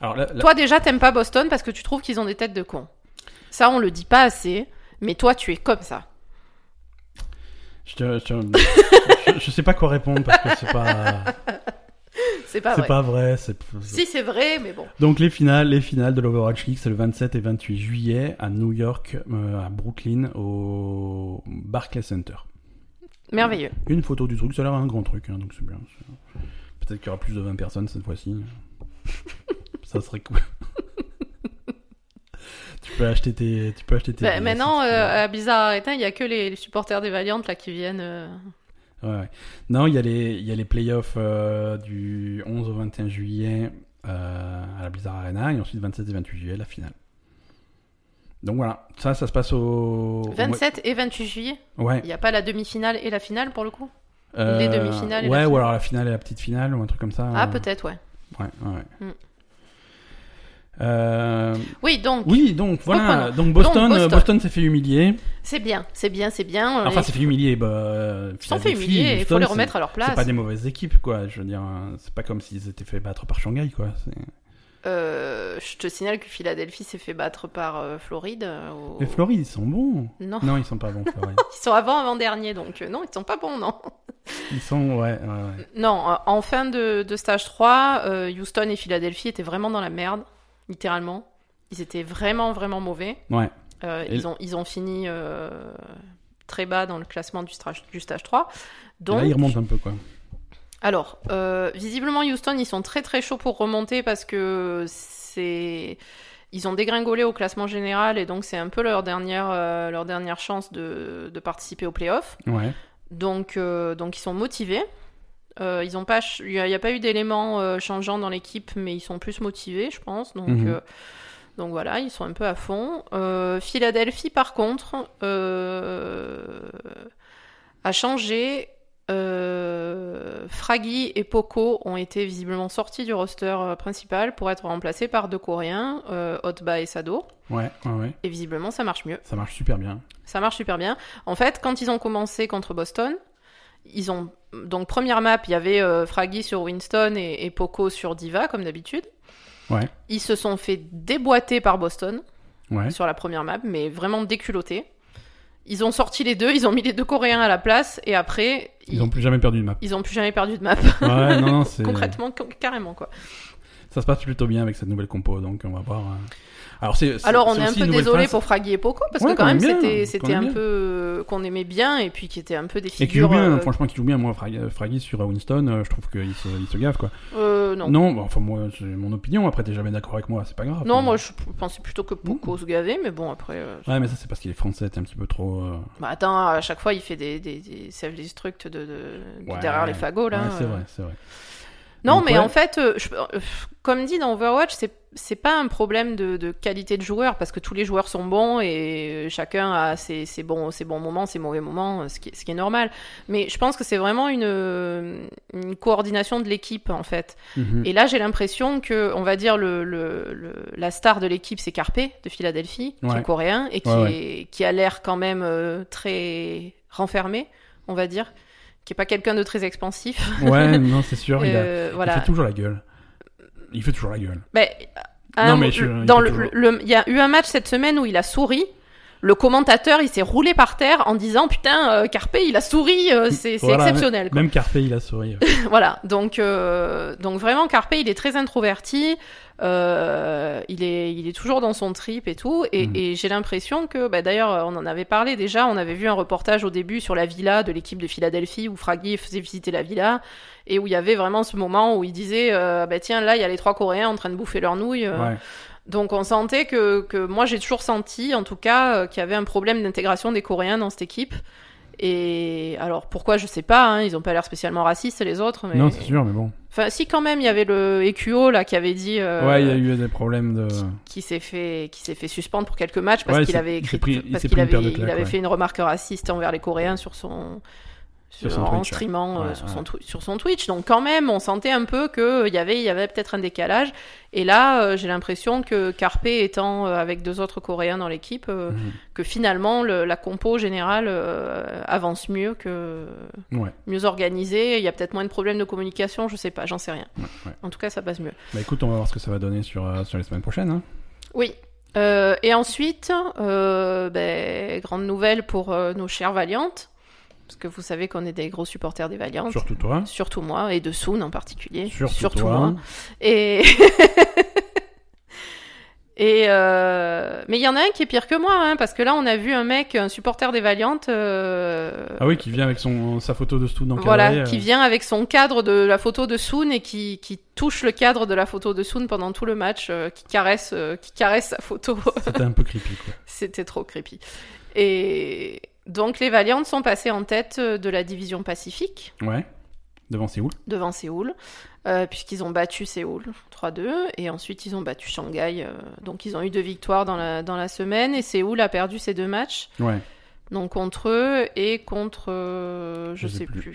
Speaker 2: Alors, la- la-
Speaker 1: Toi déjà, t'aimes pas Boston parce que tu trouves qu'ils ont des têtes de cons. Ça, on le dit pas assez, mais toi, tu es comme ça.
Speaker 2: je, te- je te- je- je sais pas quoi répondre parce que c'est pas,
Speaker 1: C'est pas
Speaker 2: c'est
Speaker 1: vrai.
Speaker 2: pas vrai. c'est-
Speaker 1: Ah Si, c'est vrai, mais bon.
Speaker 2: Donc les finales, les finales de l'Overwatch League, c'est le 27 et 28 juillet à New York, euh, à Brooklyn, au Barclays Center.
Speaker 1: Merveilleux.
Speaker 2: Une photo du truc, ça a l'air un grand truc, hein, donc c'est bien. c'est- Peut-être qu'il y aura plus de 20 personnes cette fois-ci. ça serait cool. tu peux acheter tes, tu peux acheter tes.
Speaker 1: Bah,
Speaker 2: billets,
Speaker 1: maintenant,
Speaker 2: ça, c'est-
Speaker 1: euh, à Bizarre Arrêtin, il y a que les, les supporters des Valiantes là, qui viennent. euh,
Speaker 2: Ouais, ouais. Non, il y a les, il y a les playoffs euh, du 11 au 21 juillet euh, à la Blizzard Arena et ensuite 27 et 28 juillet la finale. Donc voilà, ça, ça se passe au. au mois-
Speaker 1: 27 et 28 juillet.
Speaker 2: Ouais.
Speaker 1: Il n'y a pas la demi-finale et la finale pour le coup
Speaker 2: Euh,
Speaker 1: les demi-finales et la
Speaker 2: Ouais, ou
Speaker 1: finale.
Speaker 2: alors la finale et la petite finale ou un truc comme ça.
Speaker 1: Ah,
Speaker 2: euh,
Speaker 1: peut-être, ouais.
Speaker 2: Ouais, ouais. ouais.
Speaker 1: Mm.
Speaker 2: Euh,
Speaker 1: Oui, donc,
Speaker 2: Oui, donc voilà.
Speaker 1: Reprenons.
Speaker 2: Donc Boston,
Speaker 1: Donc,
Speaker 2: euh,
Speaker 1: Boston.
Speaker 2: Boston s'est fait humilier.
Speaker 1: c'est bien, c'est bien, c'est bien. on
Speaker 2: Enfin,
Speaker 1: les-
Speaker 2: s'est fait humilier. Bah, euh,
Speaker 1: Ils sont fait
Speaker 2: Philadelphie,
Speaker 1: humilier, il faut
Speaker 2: Houston,
Speaker 1: les
Speaker 2: c'est-
Speaker 1: remettre à leur place.
Speaker 2: C'est pas des mauvaises équipes, quoi. Je veux dire, euh, c'est pas comme s'ils étaient fait battre par Shanghai, quoi. C'est-
Speaker 1: Euh, je te signale que Philadelphie s'est fait battre par euh, Floride. euh, au-
Speaker 2: Mais Floride, ils sont bons.
Speaker 1: Non,
Speaker 2: Non, ils sont pas bons, Floride.
Speaker 1: ils sont avant avant-dernier, donc euh, non, ils sont pas bons, non.
Speaker 2: ils sont, ouais, ouais, ouais.
Speaker 1: Non, euh, en fin de, de stage 3, euh, Houston et Philadelphie étaient vraiment dans la merde, littéralement. Ils étaient vraiment, vraiment mauvais.
Speaker 2: Ouais.
Speaker 1: Euh,
Speaker 2: Et-
Speaker 1: ils, ont, ils ont fini euh, très bas dans le classement du stage, du stage 3.
Speaker 2: Et
Speaker 1: Donc,
Speaker 2: Là, ils remontent un peu, quoi.
Speaker 1: alors, euh, visiblement, Houston, ils sont très très chauds pour remonter parce que c'est. Ils ont dégringolé au classement général et donc c'est un peu leur dernière, euh, leur dernière chance de, de participer aux playoffs.
Speaker 2: Ouais.
Speaker 1: Donc, euh, donc ils sont motivés. Euh, ils ont pas, ch- il n'y a, il y a pas eu d'éléments euh, changeants dans l'équipe, mais ils sont plus motivés, je pense. Donc,
Speaker 2: Mhm.
Speaker 1: euh, donc voilà, ils sont un peu à fond. Euh, Philadelphie, par contre, euh, a changé. Euh, Fraggy et Poco ont été visiblement sortis du roster euh, principal pour être remplacés par deux Coréens, euh, Otba et Sado.
Speaker 2: Ouais, ouais, ouais.
Speaker 1: Et visiblement, ça marche mieux.
Speaker 2: Ça marche super bien.
Speaker 1: Ça marche super bien. En fait, quand ils ont commencé contre Boston, ils ont donc première map, il y avait euh, Fraggy sur Winston et, et Poco sur Diva comme d'habitude.
Speaker 2: Ouais.
Speaker 1: Ils se sont fait déboîter par Boston
Speaker 2: Ouais.
Speaker 1: sur la première map, mais vraiment déculottés. Ils ont sorti les deux, ils ont mis les deux Coréens à la place et après
Speaker 2: Ils ont plus jamais perdu de map.
Speaker 1: ils ont plus jamais perdu de map
Speaker 2: Ouais, non, non, c'est.
Speaker 1: concrètement ca- carrément quoi.
Speaker 2: Ça se passe plutôt bien avec cette nouvelle compo, donc on va voir. euh. Alors, c'est, c'est-
Speaker 1: Alors on
Speaker 2: c'est
Speaker 1: est un
Speaker 2: aussi
Speaker 1: peu
Speaker 2: une nouvelle
Speaker 1: désolé
Speaker 2: phase-
Speaker 1: pour Fraggy et Poco parce
Speaker 2: Ouais,
Speaker 1: que quand
Speaker 2: qu'on
Speaker 1: même
Speaker 2: aime bien,
Speaker 1: c'était
Speaker 2: qu'on
Speaker 1: c'était
Speaker 2: aime
Speaker 1: un
Speaker 2: bien.
Speaker 1: peu euh, qu'on aimait bien et puis qui était un peu des
Speaker 2: Et qui joue
Speaker 1: figures.
Speaker 2: bien,
Speaker 1: euh,
Speaker 2: franchement, qui joue bien. Moi, Frag- Fraggy sur Winston, euh, je trouve qu'il se, il se gaffe, quoi.
Speaker 1: euh, non.
Speaker 2: bah, enfin, moi, c'est mon opinion. Après, t'es jamais d'accord avec moi, c'est Ah, pas grave.
Speaker 1: Non,
Speaker 2: Mais-
Speaker 1: moi je pensais plutôt que Poco se gavait, mais bon après. euh,
Speaker 2: Ouais, mais ça, c'est parce qu'il est français, t'es un petit peu trop. euh,
Speaker 1: Bah attends, à chaque fois il fait des, des, des self-destruct de, de, de
Speaker 2: Ouais.
Speaker 1: derrière les fagots là.
Speaker 2: Ouais, c'est
Speaker 1: Euh,
Speaker 2: vrai, c'est vrai.
Speaker 1: Non,
Speaker 2: Donc,
Speaker 1: mais
Speaker 2: ouais.
Speaker 1: en fait, euh, je- euh, comme dit dans Overwatch, c'est c'est pas un problème de, de qualité de joueur parce que tous les joueurs sont bons et euh, chacun a ses, ses bons, ses bons moments, ses mauvais moments, euh, ce qui, est- ce qui est normal. Mais je pense que c'est vraiment une, euh, une coordination de l'équipe en fait.
Speaker 2: Mhm.
Speaker 1: Et là, j'ai l'impression que, on va dire, le, le- le- la star de l'équipe, c'est Carpe de Philadelphie, qui
Speaker 2: Ouais.
Speaker 1: est coréen et qui,
Speaker 2: Ouais,
Speaker 1: est- qui a l'air quand même euh, très renfermé, on va dire, qui est pas quelqu'un de très expansif.
Speaker 2: Ouais, non, c'est sûr, il, a-
Speaker 1: Euh,
Speaker 2: il
Speaker 1: voilà.
Speaker 2: fait toujours la gueule. Il fait toujours la gueule.
Speaker 1: Ben, à
Speaker 2: Non,
Speaker 1: un-
Speaker 2: mais je- il
Speaker 1: dans
Speaker 2: faut
Speaker 1: le,
Speaker 2: toujours-
Speaker 1: le- il y a eu un match cette semaine où il a souri. Le commentateur, il s'est roulé par terre en disant putain, euh, Carpe, il a souri, euh, c'est c'est
Speaker 2: Voilà,
Speaker 1: exceptionnel. quoi.
Speaker 2: Même Carpe, il a
Speaker 1: Euh,
Speaker 2: souri.
Speaker 1: voilà. Donc, euh, donc vraiment, Carpe, il est très introverti. euh, il est, il est toujours dans son trip et tout. Et,
Speaker 2: Mhm.
Speaker 1: et j'ai l'impression que, bah, d'ailleurs, on en avait parlé déjà. On avait vu un reportage au début sur la villa de l'équipe de Philadelphie où Fraggy faisait visiter la villa et où il y avait vraiment ce moment où il disait, euh, bah tiens, là, il y a les trois Coréens en train de bouffer leurs nouilles. euh,
Speaker 2: Ouais.
Speaker 1: donc on sentait que, que moi j'ai toujours senti en tout cas euh, qu'il y avait un problème d'intégration des Coréens dans cette équipe. Et alors pourquoi je sais pas, hein, ils ont pas l'air spécialement racistes les autres. Mais...
Speaker 2: Non, c'est sûr, mais bon.
Speaker 1: Enfin si quand même il y avait le EQO là qui avait dit euh,
Speaker 2: Ouais, il y a eu des problèmes de.
Speaker 1: qui s'est fait qui s'est fait suspendre pour quelques matchs parce
Speaker 2: Euh. Ouais,
Speaker 1: qu'il
Speaker 2: c'est-
Speaker 1: avait
Speaker 2: il
Speaker 1: écrit
Speaker 2: s'est pris- il
Speaker 1: parce
Speaker 2: s'est
Speaker 1: qu'il
Speaker 2: pris une
Speaker 1: avait,
Speaker 2: paire de
Speaker 1: il
Speaker 2: claques,
Speaker 1: avait
Speaker 2: ouais.
Speaker 1: fait une remarque raciste envers les Coréens sur son
Speaker 2: Sur son
Speaker 1: en
Speaker 2: Twitch, ouais.
Speaker 1: streamant euh,
Speaker 2: Ouais,
Speaker 1: sur,
Speaker 2: ouais.
Speaker 1: Son twi- sur son Twitch donc quand même on sentait un peu que euh, il y avait il y avait peut-être un décalage et là euh, j'ai l'impression que Carpe étant euh, avec deux autres Coréens dans l'équipe euh,
Speaker 2: Mhm.
Speaker 1: que finalement le- la compo générale euh, avance mieux que
Speaker 2: Ouais,
Speaker 1: mieux organisée il y a peut-être moins de problèmes de communication je sais pas j'en sais rien
Speaker 2: ouais, ouais.
Speaker 1: en tout cas ça passe mieux
Speaker 2: Bah écoute, on va voir ce que ça va donner sur, euh, sur les semaines prochaines. hein.
Speaker 1: Oui. Euh, et ensuite, euh, ben, grande nouvelle pour euh, nos chères Valiantes, parce que vous savez qu'on est des gros supporters des Valiantes.
Speaker 2: Surtout toi.
Speaker 1: Surtout moi, et de Soon en particulier.
Speaker 2: Surtout, toi.
Speaker 1: moi. Et... et euh, Mais il y en a un qui est pire que moi, hein, parce que là, on a vu un mec, un supporter des Valiantes, euh,
Speaker 2: Ah oui, qui vient avec son, sa photo de Stu dans
Speaker 1: voilà,
Speaker 2: Cabaret, euh.
Speaker 1: qui vient avec son cadre de la photo de Soon et qui, qui touche le cadre de la photo de Soon pendant tout le match, euh, qui, caresse, euh, qui caresse sa photo.
Speaker 2: C'était un peu creepy, quoi.
Speaker 1: C'était trop creepy. Et donc les Valiantes sont passées en tête euh, de la division Pacifique
Speaker 2: Ouais. Devant Séoul.
Speaker 1: devant Séoul, euh, puisqu'ils ont battu Séoul 3-2, et ensuite ils ont battu Shanghai. euh, donc ils ont eu deux victoires dans la, dans la semaine, et Séoul a perdu ses deux matchs,
Speaker 2: Ouais.
Speaker 1: donc contre eux et contre... euh, je, sais, plus.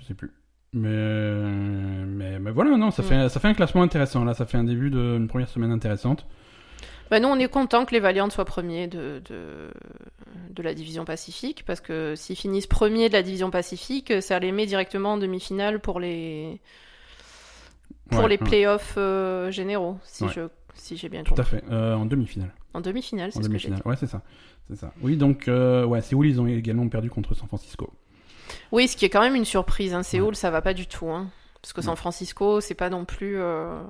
Speaker 2: Je sais plus. Mais, euh, mais, mais voilà, non,
Speaker 1: Mm.
Speaker 2: ça, fait, ça fait un classement intéressant. Là, ça fait un début d'une première semaine intéressante.
Speaker 1: Bah, nous, on est content que les Valiantes soient premiers de, de, de la division Pacifique, parce que s'ils finissent premiers de la division Pacifique, ça les met directement en demi-finale pour les... pour
Speaker 2: Ouais,
Speaker 1: les
Speaker 2: ouais,
Speaker 1: playoffs euh, généraux, si
Speaker 2: Ouais.
Speaker 1: je si j'ai bien
Speaker 2: Tout à
Speaker 1: compris.
Speaker 2: fait. Euh, en demi-finale.
Speaker 1: En demi-finale,
Speaker 2: En
Speaker 1: c'est ce que j'ai dit.
Speaker 2: demi-finale. Ouais, c'est ça. C'est ça. Oui, donc, euh, ouais, Séoul, ils ont également perdu contre San Francisco.
Speaker 1: Oui, ce qui est quand même une surprise. Hein. Séoul, ça va pas du tout. Hein. Parce que San Francisco, c'est pas non plus. euh,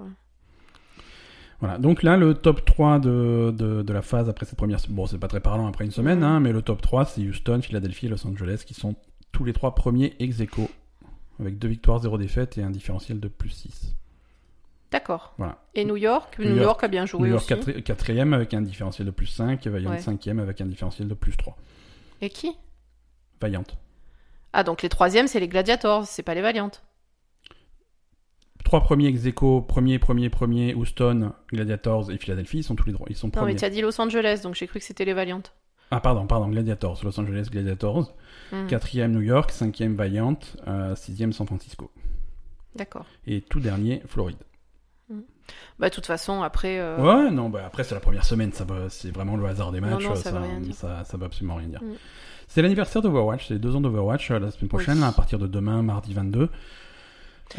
Speaker 2: Voilà, donc là, le top 3 de, de, de la phase après cette première. Bon, c'est pas très parlant après une semaine, hein, mais le top 3, c'est Houston, Philadelphie et Los Angeles qui sont tous les trois premiers ex aequo, avec deux victoires, zéro défaite et un différentiel de plus 6.
Speaker 1: D'accord.
Speaker 2: Voilà.
Speaker 1: Et New York New,
Speaker 2: New
Speaker 1: York,
Speaker 2: York.
Speaker 1: a bien joué
Speaker 2: New York
Speaker 1: aussi.
Speaker 2: 4 quatrième avec un différentiel de plus 5, et Vaillante
Speaker 1: Ouais.
Speaker 2: 5 cinquième avec un différentiel de plus 3.
Speaker 1: Et qui
Speaker 2: Vaillante.
Speaker 1: Ah, donc les troisièmes, c'est les Gladiators, c'est pas les Valiantes.
Speaker 2: Trois premiers ex aequo, premier, premier, premier, Houston, Gladiators et Philadelphie, ils sont tous les trois. Ils sont
Speaker 1: Non,
Speaker 2: premiers.
Speaker 1: mais tu as dit Los Angeles, donc j'ai cru que c'était les Valiantes.
Speaker 2: Ah, pardon, pardon, Gladiators, Los Angeles, Gladiators.
Speaker 1: Hmm,
Speaker 2: Quatrième, New York, cinquième, Vaillante, euh, sixième, San Francisco.
Speaker 1: D'accord.
Speaker 2: Et tout dernier, Floride.
Speaker 1: Bah, de toute façon, après. euh,
Speaker 2: Ouais, non, bah après c'est la première semaine, ça va- c'est vraiment le hasard des
Speaker 1: Non,
Speaker 2: matchs, euh,
Speaker 1: non, ça
Speaker 2: ça,
Speaker 1: veut rien dire.
Speaker 2: ça- ça veut absolument rien dire.
Speaker 1: Mm.
Speaker 2: C'est l'anniversaire d'Overwatch, c'est les deux ans d'Overwatch euh, la semaine prochaine,
Speaker 1: Oui.
Speaker 2: là, à partir de demain, mardi 22.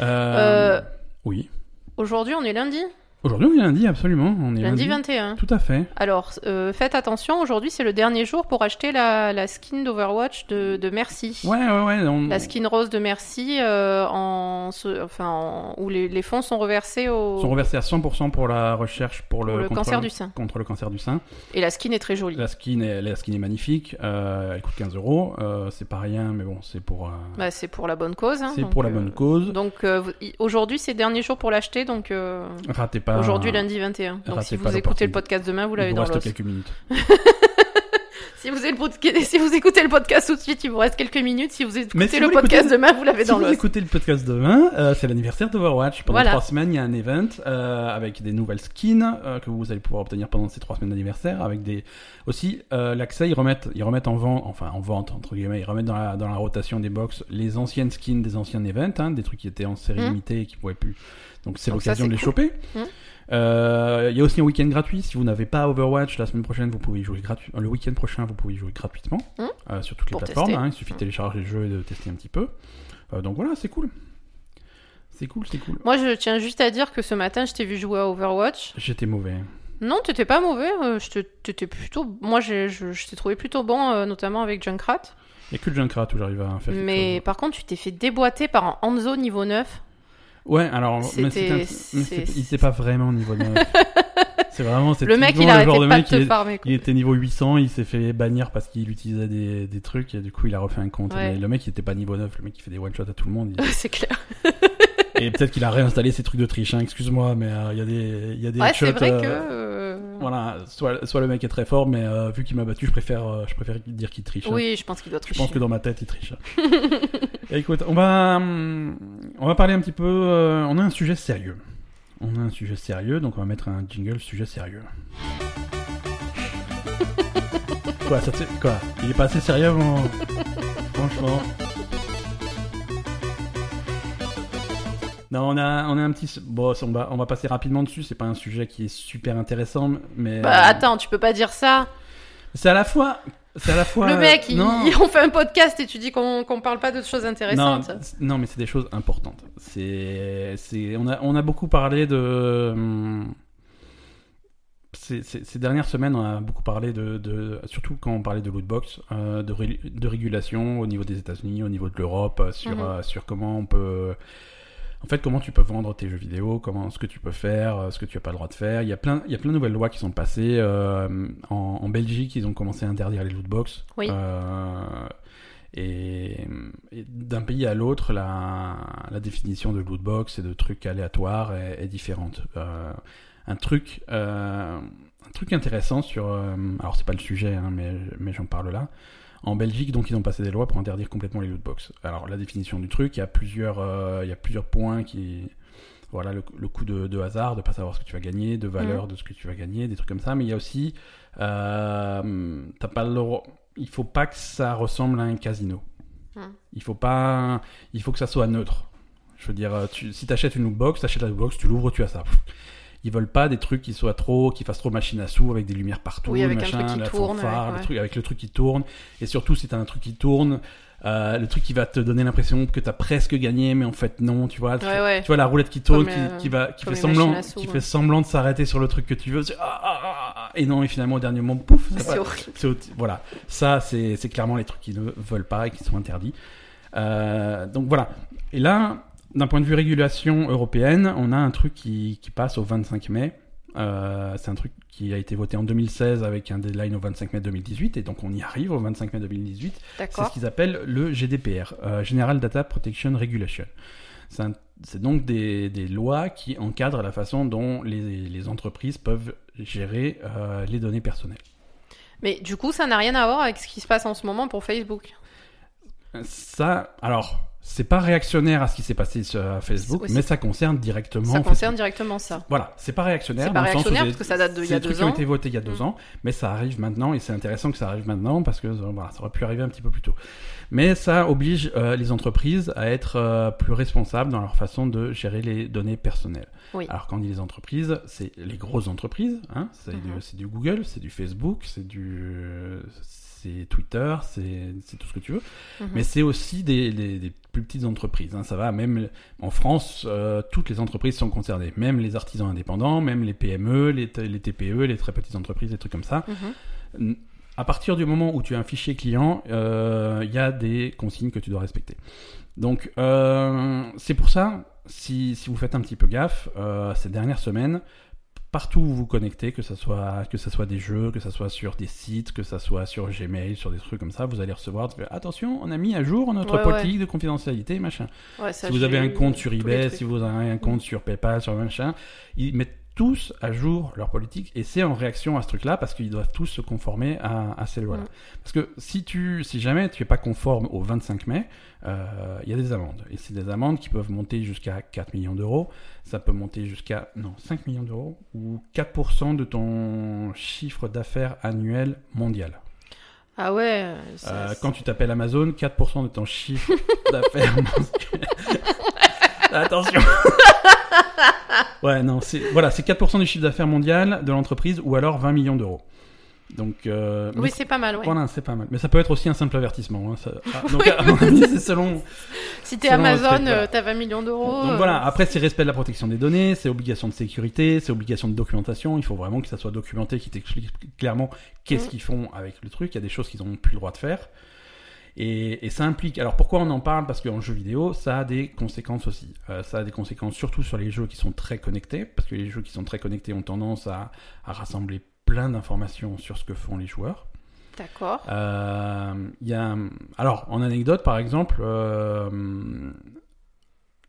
Speaker 2: Euh,
Speaker 1: Euh,
Speaker 2: Oui,
Speaker 1: Aujourd'hui, on est lundi
Speaker 2: Aujourd'hui, on est lundi, absolument. On est
Speaker 1: Lundi 21.
Speaker 2: Tout à fait.
Speaker 1: Alors, euh, faites attention, aujourd'hui c'est le dernier jour pour acheter la, la skin d'Overwatch de, de Merci.
Speaker 2: Ouais, ouais, ouais. on-
Speaker 1: La skin rose de Merci, euh, en, se- enfin, en- où les, les fonds sont reversés au
Speaker 2: sont reversés à 100% pour la recherche pour le,
Speaker 1: pour le
Speaker 2: contre-
Speaker 1: cancer du sein.
Speaker 2: contre le cancer du sein.
Speaker 1: Et la skin est très jolie.
Speaker 2: La skin est, la skin est magnifique, euh, elle coûte 15 euros, euh, c'est pas rien, mais bon, c'est pour, euh,
Speaker 1: Bah, c'est pour la bonne cause. hein,
Speaker 2: c'est
Speaker 1: donc,
Speaker 2: pour la
Speaker 1: euh,
Speaker 2: bonne cause.
Speaker 1: Donc euh, vous- i- aujourd'hui c'est le dernier jour pour l'acheter, donc euh,
Speaker 2: Ratez pas.
Speaker 1: aujourd'hui lundi 21. Donc
Speaker 2: ratez
Speaker 1: si
Speaker 2: Ah. pas
Speaker 1: vous écoutez le
Speaker 2: l'opportunité.
Speaker 1: podcast demain, vous
Speaker 2: il
Speaker 1: l'avez
Speaker 2: vous
Speaker 1: dans
Speaker 2: reste
Speaker 1: l'os.
Speaker 2: quelques minutes.
Speaker 1: Si vous, êtes le podca- si vous écoutez le podcast tout de suite, il vous reste quelques minutes. Si vous écoutez
Speaker 2: si
Speaker 1: le
Speaker 2: vous
Speaker 1: podcast
Speaker 2: l'écoutez-
Speaker 1: demain, vous l'avez
Speaker 2: Si
Speaker 1: dans
Speaker 2: vous
Speaker 1: l'os.
Speaker 2: écoutez le podcast demain, euh, c'est l'anniversaire d'Overwatch. Pendant
Speaker 1: Voilà.
Speaker 2: trois semaines, il y a un event euh, avec des nouvelles skins euh, que vous allez pouvoir obtenir pendant ces trois semaines d'anniversaire. Avec des aussi euh, l'accès, ils remettent, ils remettent en vente, enfin en vente entre guillemets, ils remettent dans la, dans la rotation des box les anciennes skins des anciens events, hein, des trucs qui étaient en série
Speaker 1: Mhm.
Speaker 2: limitée et qui pouvaient plus. Donc c'est
Speaker 1: Donc ça,
Speaker 2: l'occasion
Speaker 1: c'est
Speaker 2: de les
Speaker 1: cool.
Speaker 2: choper.
Speaker 1: Mhm.
Speaker 2: Euh, Il y a aussi un week-end gratuit. Si vous n'avez pas Overwatch la semaine prochaine, vous pouvez y jouer gratuitement. Le week-end prochain, vous pouvez y jouer gratuitement
Speaker 1: Mhm.
Speaker 2: euh, sur toutes
Speaker 1: Pour
Speaker 2: les
Speaker 1: tester.
Speaker 2: plateformes. hein. il suffit de
Speaker 1: Mhm.
Speaker 2: télécharger le jeu et de tester un petit peu. Euh, donc voilà, c'est cool. C'est cool, c'est cool.
Speaker 1: Moi, je tiens juste à dire que ce matin, je t'ai vu jouer à Overwatch.
Speaker 2: J'étais mauvais.
Speaker 1: Non, t'étais pas mauvais. euh, je te- t'étais plutôt. Moi, j'ai- je, je t'ai trouvé plutôt bon, euh, notamment avec Junkrat.
Speaker 2: Il n'y a que le Junkrat où j'arrive à faire quelque
Speaker 1: Mais par contre, tu t'es fait déboîter par un Hanzo niveau 9.
Speaker 2: chose. Ouais, alors, mais
Speaker 1: C'était-
Speaker 2: c'était un- mais c'était-
Speaker 1: c'est-
Speaker 2: il n'était pas vraiment niveau 9. c'est vraiment, c'est
Speaker 1: Le mec, il
Speaker 2: typiquement
Speaker 1: arrêtait
Speaker 2: genre de
Speaker 1: pas de
Speaker 2: mec, il,
Speaker 1: te
Speaker 2: est-
Speaker 1: farmer. quoi.
Speaker 2: il était niveau 800, il s'est fait bannir parce qu'il utilisait des, des trucs et du coup il a refait un compte.
Speaker 1: Ouais.
Speaker 2: Mais le mec, il n'était pas niveau 9, le mec, il fait des one-shots à tout le monde. il-
Speaker 1: C'est clair.
Speaker 2: et peut-être qu'il a réinstallé ses trucs de triche, hein, excuse-moi, mais euh, il y a des, il y a des
Speaker 1: Ouais,
Speaker 2: headshots,
Speaker 1: c'est vrai
Speaker 2: euh,
Speaker 1: que. euh,
Speaker 2: Voilà, soit, soit le mec est très fort, mais euh, vu qu'il m'a battu, je préfère, euh, je préfère dire qu'il triche. hein.
Speaker 1: Oui, je pense qu'il doit
Speaker 2: Je
Speaker 1: tricher.
Speaker 2: pense que dans ma tête, il triche. Écoute, on va, hum, on va parler un petit peu. euh, on a un sujet sérieux. On a un sujet sérieux, donc on va mettre un jingle sujet sérieux. quoi, ça te fait- quoi Il est pas assez sérieux, mon- franchement. Non, on a, on a un petit. su- Bon, on va, on va passer rapidement dessus. C'est pas un sujet qui est super intéressant, mais.
Speaker 1: Bah
Speaker 2: euh,
Speaker 1: attends, tu peux pas dire ça.
Speaker 2: C'est à la fois. C'est à la fois.
Speaker 1: Le mec, il-
Speaker 2: non.
Speaker 1: on fait un podcast et tu dis qu'on qu'on parle pas de choses
Speaker 2: Non,
Speaker 1: intéressantes.
Speaker 2: c- non, mais c'est des choses importantes. C'est, c'est, on a, on a beaucoup parlé de. hum, Ces, ces- ces dernières semaines, on a beaucoup parlé de, de- surtout quand on parlait de lootbox, euh, de, ré- de régulation au niveau des États-Unis, au niveau de l'Europe, euh, sur,
Speaker 1: Mhm.
Speaker 2: euh, sur comment on peut, en fait, comment tu peux vendre tes jeux vidéo, comment, ce que tu peux faire, euh, ce que tu n'as pas le droit de faire. Il y a plein, il y a plein de nouvelles lois qui sont passées. euh, en, en Belgique, ils ont commencé à interdire les lootbox.
Speaker 1: Oui.
Speaker 2: Euh, et, et d'un pays à l'autre, la, la définition de lootbox et de trucs aléatoires est, est différente. Euh, un truc, euh, un truc intéressant sur, euh, alors c'est pas le sujet, hein, mais, mais j'en parle là. En Belgique, donc, ils ont passé des lois pour interdire complètement les lootbox. Alors, la définition du truc, il y a plusieurs, euh, il y a plusieurs points qui, voilà, le, le coup de, de hasard, de pas savoir ce que tu vas gagner, de valeur de ce que tu vas gagner, des trucs comme ça. Mais il y a aussi, euh, t'as pas le droit- il faut pas que ça ressemble à un casino.
Speaker 1: Mhm.
Speaker 2: Il faut pas, il faut que ça soit neutre. Je veux dire, euh, tu, si t'achètes une lootbox, t'achètes la lootbox, tu l'ouvres, tu as ça. Pff. Ils veulent pas des trucs qui soient trop, qui fassent trop machine à sous avec des lumières partout,
Speaker 1: Oui, avec un
Speaker 2: machin,
Speaker 1: truc qui
Speaker 2: la
Speaker 1: tourne,
Speaker 2: fanfare,
Speaker 1: ouais,
Speaker 2: le
Speaker 1: ouais.
Speaker 2: truc- avec le truc qui tourne. Et surtout, si t'as un truc qui tourne, euh, le truc qui va te donner l'impression que t'as presque gagné, mais en fait non, tu vois. Tu-
Speaker 1: Ouais, ouais.
Speaker 2: tu vois la roulette qui tourne,
Speaker 1: Comme,
Speaker 2: qui,
Speaker 1: euh,
Speaker 2: qui va, qui
Speaker 1: comme
Speaker 2: fait
Speaker 1: les machines
Speaker 2: semblant,
Speaker 1: à sous,
Speaker 2: qui
Speaker 1: ouais.
Speaker 2: fait semblant de s'arrêter sur le truc que tu veux. c'est ah, ah, ah, ah, et non, et finalement au dernier moment, pouf. ça
Speaker 1: C'est
Speaker 2: va.
Speaker 1: horrible.
Speaker 2: C'est au- voilà, ça c'est c'est clairement les trucs qu'ils ne veulent pas et qui sont interdits. Euh, donc voilà. Et là, d'un point de vue régulation européenne, on a un truc qui, qui passe au 25 mai. Euh, c'est un truc qui a été voté en 2016 avec un deadline au 25 mai 2018 et donc on y arrive au 25 mai 2018. C'est ce
Speaker 1: D'accord.
Speaker 2: qu'ils appellent le GDPR, euh, General Data Protection Regulation. C'est un- c'est donc des, des lois qui encadrent la façon dont les, les entreprises peuvent gérer euh, les données personnelles.
Speaker 1: Mais du coup, ça n'a rien à voir avec ce qui se passe en ce moment pour Facebook.
Speaker 2: Ça, alors, c'est pas réactionnaire à ce qui s'est passé sur euh, Facebook,
Speaker 1: C'est- oui,
Speaker 2: mais ça concerne directement.
Speaker 1: Ça
Speaker 2: Facebook.
Speaker 1: concerne directement ça.
Speaker 2: Voilà, c'est pas réactionnaire.
Speaker 1: C'est pas
Speaker 2: dans le sens où
Speaker 1: réactionnaire
Speaker 2: c'est-
Speaker 1: parce que ça date d'il y a
Speaker 2: c'est des
Speaker 1: deux
Speaker 2: trucs qui
Speaker 1: ans.
Speaker 2: ont été votés il y a deux
Speaker 1: Mm.
Speaker 2: ans, mais ça arrive maintenant et c'est intéressant que ça arrive maintenant parce que euh, voilà, ça aurait pu arriver un petit peu plus tôt. Mais ça oblige euh, les entreprises à être euh, plus responsables dans leur façon de gérer les données personnelles.
Speaker 1: Oui.
Speaker 2: Alors quand on dit les entreprises, c'est les grosses entreprises, hein, c'est
Speaker 1: Mhm.
Speaker 2: du- c'est du Google, c'est du Facebook, c'est du c'est c'est Twitter, c'est c'est tout ce que tu veux.
Speaker 1: Mhm.
Speaker 2: Mais c'est aussi des, des- des plus petites entreprises. hein, ça va, même en France, euh, toutes les entreprises sont concernées. Même les artisans indépendants, même les PME, les, t- les TPE, les très petites entreprises, les trucs comme ça.
Speaker 1: Mhm.
Speaker 2: N- À partir du moment où tu as un fichier client, euh, il y a des consignes que tu dois respecter. Donc, euh, c'est pour ça, si, si vous faites un petit peu gaffe, euh, ces dernières semaines, partout où vous vous connectez, que ce soit, que ça soit des jeux, que ce soit sur des sites, que ce soit sur Gmail, sur des trucs comme ça, vous allez recevoir attention, on a mis à jour notre
Speaker 1: Ouais, ouais.
Speaker 2: politique de confidentialité, machin.
Speaker 1: Ouais, ça,
Speaker 2: si vous
Speaker 1: j'ai
Speaker 2: avez un
Speaker 1: eu
Speaker 2: compte sur
Speaker 1: euh, tous les
Speaker 2: eBay,
Speaker 1: trucs.
Speaker 2: si vous avez un compte sur PayPal, sur machin, ils mettent tous à jour leur politique et c'est en réaction à ce truc-là parce qu'ils doivent tous se conformer à, à ces lois-là.
Speaker 1: Mm.
Speaker 2: Parce que si tu, si jamais tu es pas conforme au 25 mai, euh, il y a des amendes et c'est des amendes qui peuvent monter jusqu'à 4 millions d'euros. Ça peut monter jusqu'à non 5 millions d'euros ou 4% de ton chiffre d'affaires annuel mondial.
Speaker 1: Ah ouais.
Speaker 2: Euh,
Speaker 1: ça,
Speaker 2: quand tu t'appelles Amazon, 4% de ton chiffre d'affaires mensuel. Attention Ouais, non, c'est voilà, c'est 4% du chiffre d'affaires mondial de l'entreprise ou alors 20 millions d'euros. Donc, euh, mais
Speaker 1: Oui, c'est pas mal. Ouais.
Speaker 2: voilà, c'est pas mal. Mais ça peut être aussi un simple avertissement. hein, ça- ah, donc,
Speaker 1: Oui.
Speaker 2: à mon avis, c'est selon.
Speaker 1: Si t'es
Speaker 2: selon le
Speaker 1: Amazon,
Speaker 2: truc, voilà.
Speaker 1: euh, t'as 20 millions d'euros.
Speaker 2: Donc
Speaker 1: euh,
Speaker 2: voilà, après c'est respect de la protection des données, c'est obligation de sécurité, c'est obligation de documentation, il faut vraiment que ça soit documenté, qu'ils t'expliquent clairement qu'est-ce
Speaker 1: Mm.
Speaker 2: qu'ils font avec le truc, il y a des choses qu'ils n'ont plus le droit de faire. Et, et ça implique. Alors pourquoi on en parle Parce qu'en jeu vidéo, ça a des conséquences aussi. Euh, ça a des conséquences surtout sur les jeux qui sont très connectés, parce que les jeux qui sont très connectés ont tendance à, à rassembler plein d'informations sur ce que font les joueurs.
Speaker 1: D'accord.
Speaker 2: Euh, il y a, un- alors, en anecdote, par exemple, euh,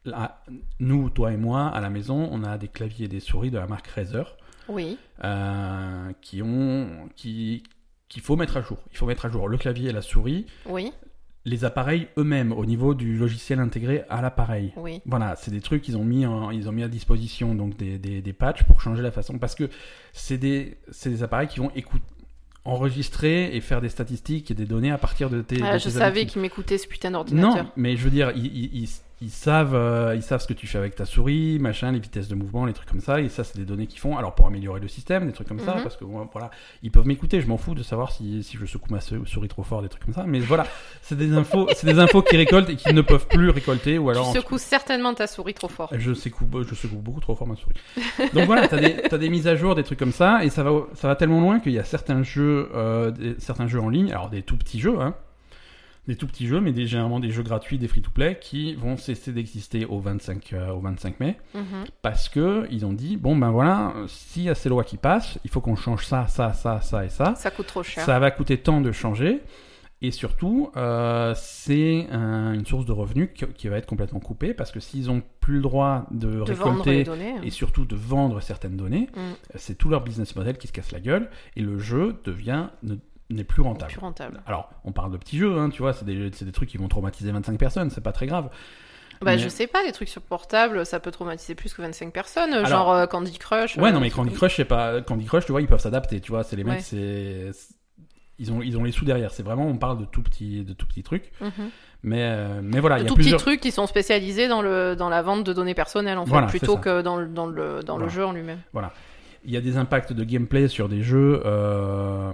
Speaker 2: là, nous, toi et moi, à la maison, on a des claviers et des souris de la marque Razer
Speaker 1: Oui.
Speaker 2: euh, qui ont, qui, qu'il faut mettre à jour. Il faut mettre à jour le clavier et la souris,
Speaker 1: Oui.
Speaker 2: les appareils eux-mêmes au niveau du logiciel intégré à l'appareil.
Speaker 1: Oui.
Speaker 2: Voilà, c'est des trucs qu'ils ont mis, en- ils ont mis à disposition donc des, des, des patchs pour changer la façon parce que c'est des, c'est des appareils qui vont écouter, enregistrer et faire des statistiques et des données à partir de tes.
Speaker 1: Ah,
Speaker 2: de
Speaker 1: je
Speaker 2: tes
Speaker 1: savais
Speaker 2: habitudes.
Speaker 1: qu'il m'écoutait ce putain d'ordinateur.
Speaker 2: Non, mais je veux dire, ils, ils, ils- ils savent, euh, ils savent ce que tu fais avec ta souris, machin, les vitesses de mouvement, les trucs comme ça. Et ça, c'est des données qu'ils font. Alors pour améliorer le système, des trucs comme ça,
Speaker 1: Mhm.
Speaker 2: parce que ouais, voilà, ils peuvent m'écouter. Je m'en fous de savoir si, si je secoue ma sou- souris trop fort, des trucs comme ça. Mais voilà, c'est des infos, c'est des infos qu'ils récoltent et qu'ils ne peuvent plus récolter ou alors. en
Speaker 1: tu secoues certainement ta souris trop fort.
Speaker 2: je secoue, je secoue beaucoup trop fort ma souris. Donc voilà, t'as des, t'as des mises à jour, des trucs comme ça, et ça va, ça va tellement loin qu'il y a certains jeux, euh, des- certains jeux en ligne, alors des tout petits jeux, hein, des tout petits jeux, mais des, généralement des jeux gratuits, des free-to-play, qui vont cesser d'exister au 25, euh, au 25 mai,
Speaker 1: Mhm.
Speaker 2: parce que ils ont dit, bon ben voilà, s'il y a ces lois qui passent, il faut qu'on change ça, ça, ça, ça et ça.
Speaker 1: Ça coûte trop cher.
Speaker 2: Ça va coûter tant de changer. Et surtout, euh, c'est un- une source de revenus qui, qui va être complètement coupée parce que s'ils n'ont plus le droit de,
Speaker 1: de vendre hein. les
Speaker 2: récolter
Speaker 1: données.
Speaker 2: et surtout de vendre certaines données,
Speaker 1: Mm.
Speaker 2: c'est tout leur business model qui se casse la gueule et le jeu devient ne- n'est plus rentable.
Speaker 1: Plus rentable.
Speaker 2: Alors, on parle de petits jeux, hein, tu vois, c'est des, c'est des trucs qui vont traumatiser 25 personnes, c'est pas très grave.
Speaker 1: Bah,
Speaker 2: Mais-
Speaker 1: je sais pas, les trucs sur portable, ça peut traumatiser plus que 25 personnes.
Speaker 2: Alors-
Speaker 1: genre euh, Candy Crush.
Speaker 2: Ouais,
Speaker 1: euh,
Speaker 2: non, mais
Speaker 1: des trucs
Speaker 2: Candy Crush, c'est pas. Candy Crush, tu vois, ils peuvent s'adapter, tu vois. C'est les mecs,
Speaker 1: Ouais.
Speaker 2: c'est. c'est- Ils ont, ils ont les sous derrière. C'est vraiment, on parle de tout petits, de tout petits trucs.
Speaker 1: comme- Mhm.
Speaker 2: Mais, euh, mais voilà,
Speaker 1: De
Speaker 2: il y a
Speaker 1: tout
Speaker 2: plusieurs.
Speaker 1: petits trucs qui sont spécialisés dans, le, dans la vente de données personnelles, en fait,
Speaker 2: Voilà, c'est
Speaker 1: plutôt
Speaker 2: ça.
Speaker 1: que dans le, dans le, dans le
Speaker 2: Voilà.
Speaker 1: jeu en lui-même.
Speaker 2: Il y a des impacts de gameplay sur des jeux. euh,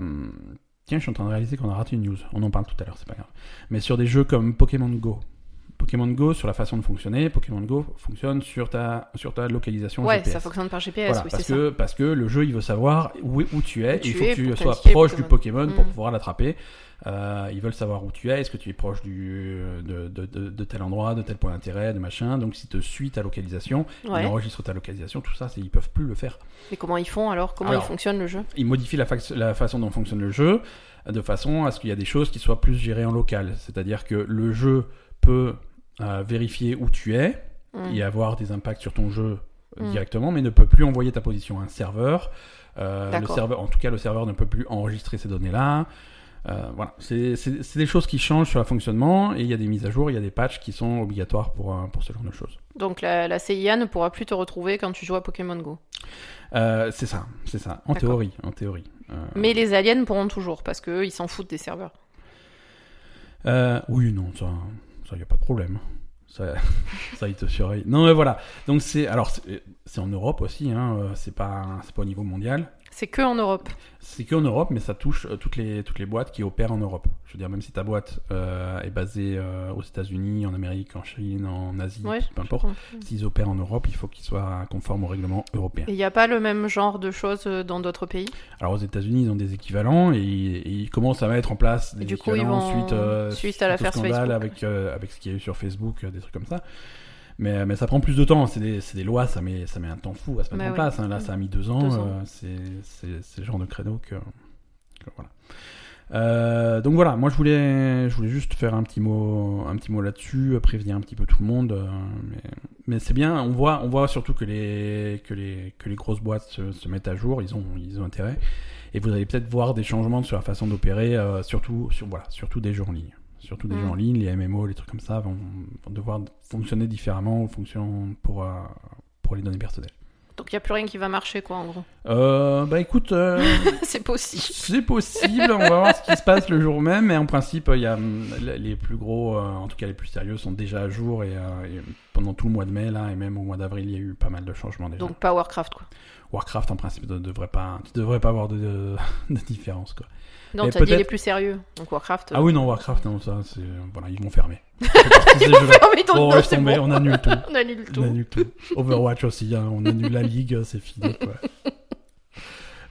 Speaker 2: Tiens, je suis en train de réaliser qu'on a raté une news. On en parle tout à l'heure, c'est pas grave. Mais sur des jeux comme Pokémon Go. Pokémon Go sur la façon de fonctionner. Pokémon Go fonctionne sur ta, sur ta localisation
Speaker 1: Ouais,
Speaker 2: GPS.
Speaker 1: ça fonctionne par GPS,
Speaker 2: Voilà,
Speaker 1: oui, c'est
Speaker 2: parce
Speaker 1: ça.
Speaker 2: que, parce que le jeu, il veut savoir où, est- où tu es.
Speaker 1: Où tu
Speaker 2: il faut
Speaker 1: es
Speaker 2: que tu
Speaker 1: pour
Speaker 2: sois
Speaker 1: t'identifier,
Speaker 2: proche du Pokémon pour
Speaker 1: Mm.
Speaker 2: pouvoir l'attraper. Euh, ils veulent savoir où tu es. Est-ce que tu es proche du, de, de- de- de tel endroit, de tel point d'intérêt, de machin. Donc, si te suit ta localisation,
Speaker 1: Ouais.
Speaker 2: ils enregistrent ta localisation. Tout ça, c'est- ils peuvent plus le faire.
Speaker 1: Mais comment ils font alors Comment
Speaker 2: Alors-
Speaker 1: ils fonctionnent le jeu
Speaker 2: Ils modifient la, fax- la façon dont fonctionne le jeu euh, de façon à ce qu'il y a des choses qui soient plus gérées en local. C'est-à-dire que le jeu peut euh, vérifier où tu es
Speaker 1: Mm.
Speaker 2: et avoir des impacts sur ton jeu euh,
Speaker 1: Mm.
Speaker 2: directement, mais ne peut plus envoyer ta position à un serveur. Euh, le
Speaker 1: D'accord.
Speaker 2: serveur, en tout cas, le serveur ne peut plus enregistrer ces données-là. Euh, voilà, c'est c'est- c'est des choses qui changent sur le fonctionnement et il y a des mises à jour, il y a des patchs qui sont obligatoires pour, euh, pour ce genre de choses.
Speaker 1: Donc la, la CIA ne pourra plus te retrouver quand tu joues à Pokémon Go.
Speaker 2: Euh, c'est ça, c'est ça, en
Speaker 1: D'accord.
Speaker 2: théorie, en théorie. Euh,
Speaker 1: Mais les aliens pourront toujours, parce qu'eux, ils s'en foutent des serveurs.
Speaker 2: Euh, oui, non, ça, ça y a pas de problème. Ça, ça ils te surveillent. Non, mais voilà. Donc c'est, alors c'est c'est en Europe aussi. Hein, euh, c'est pas, c'est pas au niveau mondial.
Speaker 1: C'est que en Europe.
Speaker 2: C'est qu'en Europe, mais ça touche euh, toutes les, toutes les boîtes qui opèrent en Europe. Je veux dire, même si ta boîte euh, est basée euh, aux États-Unis, en Amérique, en Chine, en Asie,
Speaker 1: Ouais,
Speaker 2: peu importe, s'ils opèrent en Europe, il faut qu'ils soient conformes au règlement européen.
Speaker 1: Et il n'y a pas le même genre de choses euh, dans d'autres pays
Speaker 2: Alors aux États-Unis, ils ont des équivalents et, et ils commencent à mettre en place des
Speaker 1: Et du coup,
Speaker 2: équivalents
Speaker 1: ils vont-
Speaker 2: suite, euh,
Speaker 1: suite à l'affaire
Speaker 2: au scandale
Speaker 1: Facebook.
Speaker 2: avec euh, avec ce qu'il y a eu sur Facebook, euh, des trucs comme ça. Mais, mais ça prend plus de temps, hein. c'est des, c'est des lois, ça met, ça met un temps fou à se mettre
Speaker 1: Bah
Speaker 2: en
Speaker 1: oui.
Speaker 2: place. hein. Là, ça a mis deux ans,
Speaker 1: Deux ans.
Speaker 2: euh, c'est- c'est c'est le genre de créneau que. que voilà. Euh, donc voilà, moi je voulais, je voulais juste faire un petit mot, un petit mot là-dessus, euh, prévenir un petit peu tout le monde. euh, mais mais c'est bien, on voit, on voit surtout que les, que les, que les grosses boîtes se, se mettent à jour, ils ont, ils ont intérêt. Et vous allez peut-être voir des changements sur la façon d'opérer, euh, surtout, sur, voilà, surtout des jeux en ligne. Surtout des
Speaker 1: Mm.
Speaker 2: jeux en ligne, les MMO, les trucs comme ça vont, vont devoir fonctionner différemment en fonction pour, euh, pour les données personnelles.
Speaker 1: Donc il n'y a plus rien qui va marcher, quoi, en gros.
Speaker 2: Euh, bah écoute, euh,
Speaker 1: c'est possible.
Speaker 2: c'est possible, on va voir ce qui se passe le jour même. Et en principe, il y a hum, les plus gros, euh, en tout cas les plus sérieux, sont déjà à jour. Et, euh, et pendant tout le mois de mai, là, et même au mois d'avril, il y a eu pas mal de changements déjà.
Speaker 1: Donc pas Warcraft, quoi.
Speaker 2: Warcraft, en principe, ne devrait pas, tu devrais pas avoir de, de- de différence. Quoi.
Speaker 1: Non,
Speaker 2: Mais
Speaker 1: t'as dit
Speaker 2: peut-être-
Speaker 1: les plus sérieux. Donc Warcraft.
Speaker 2: Ah oui, non, Warcraft, non, ça, c'est. Voilà, ils vont fermer. C'est parti, ces jeux-là.
Speaker 1: Oh, mais ton
Speaker 2: Bon,
Speaker 1: non,
Speaker 2: laisse
Speaker 1: c'est
Speaker 2: tomber,
Speaker 1: bon.
Speaker 2: on annule tout.
Speaker 1: On annule
Speaker 2: On
Speaker 1: tout.
Speaker 2: annule tout. Overwatch aussi, hein, on annule la ligue, c'est fini. quoi.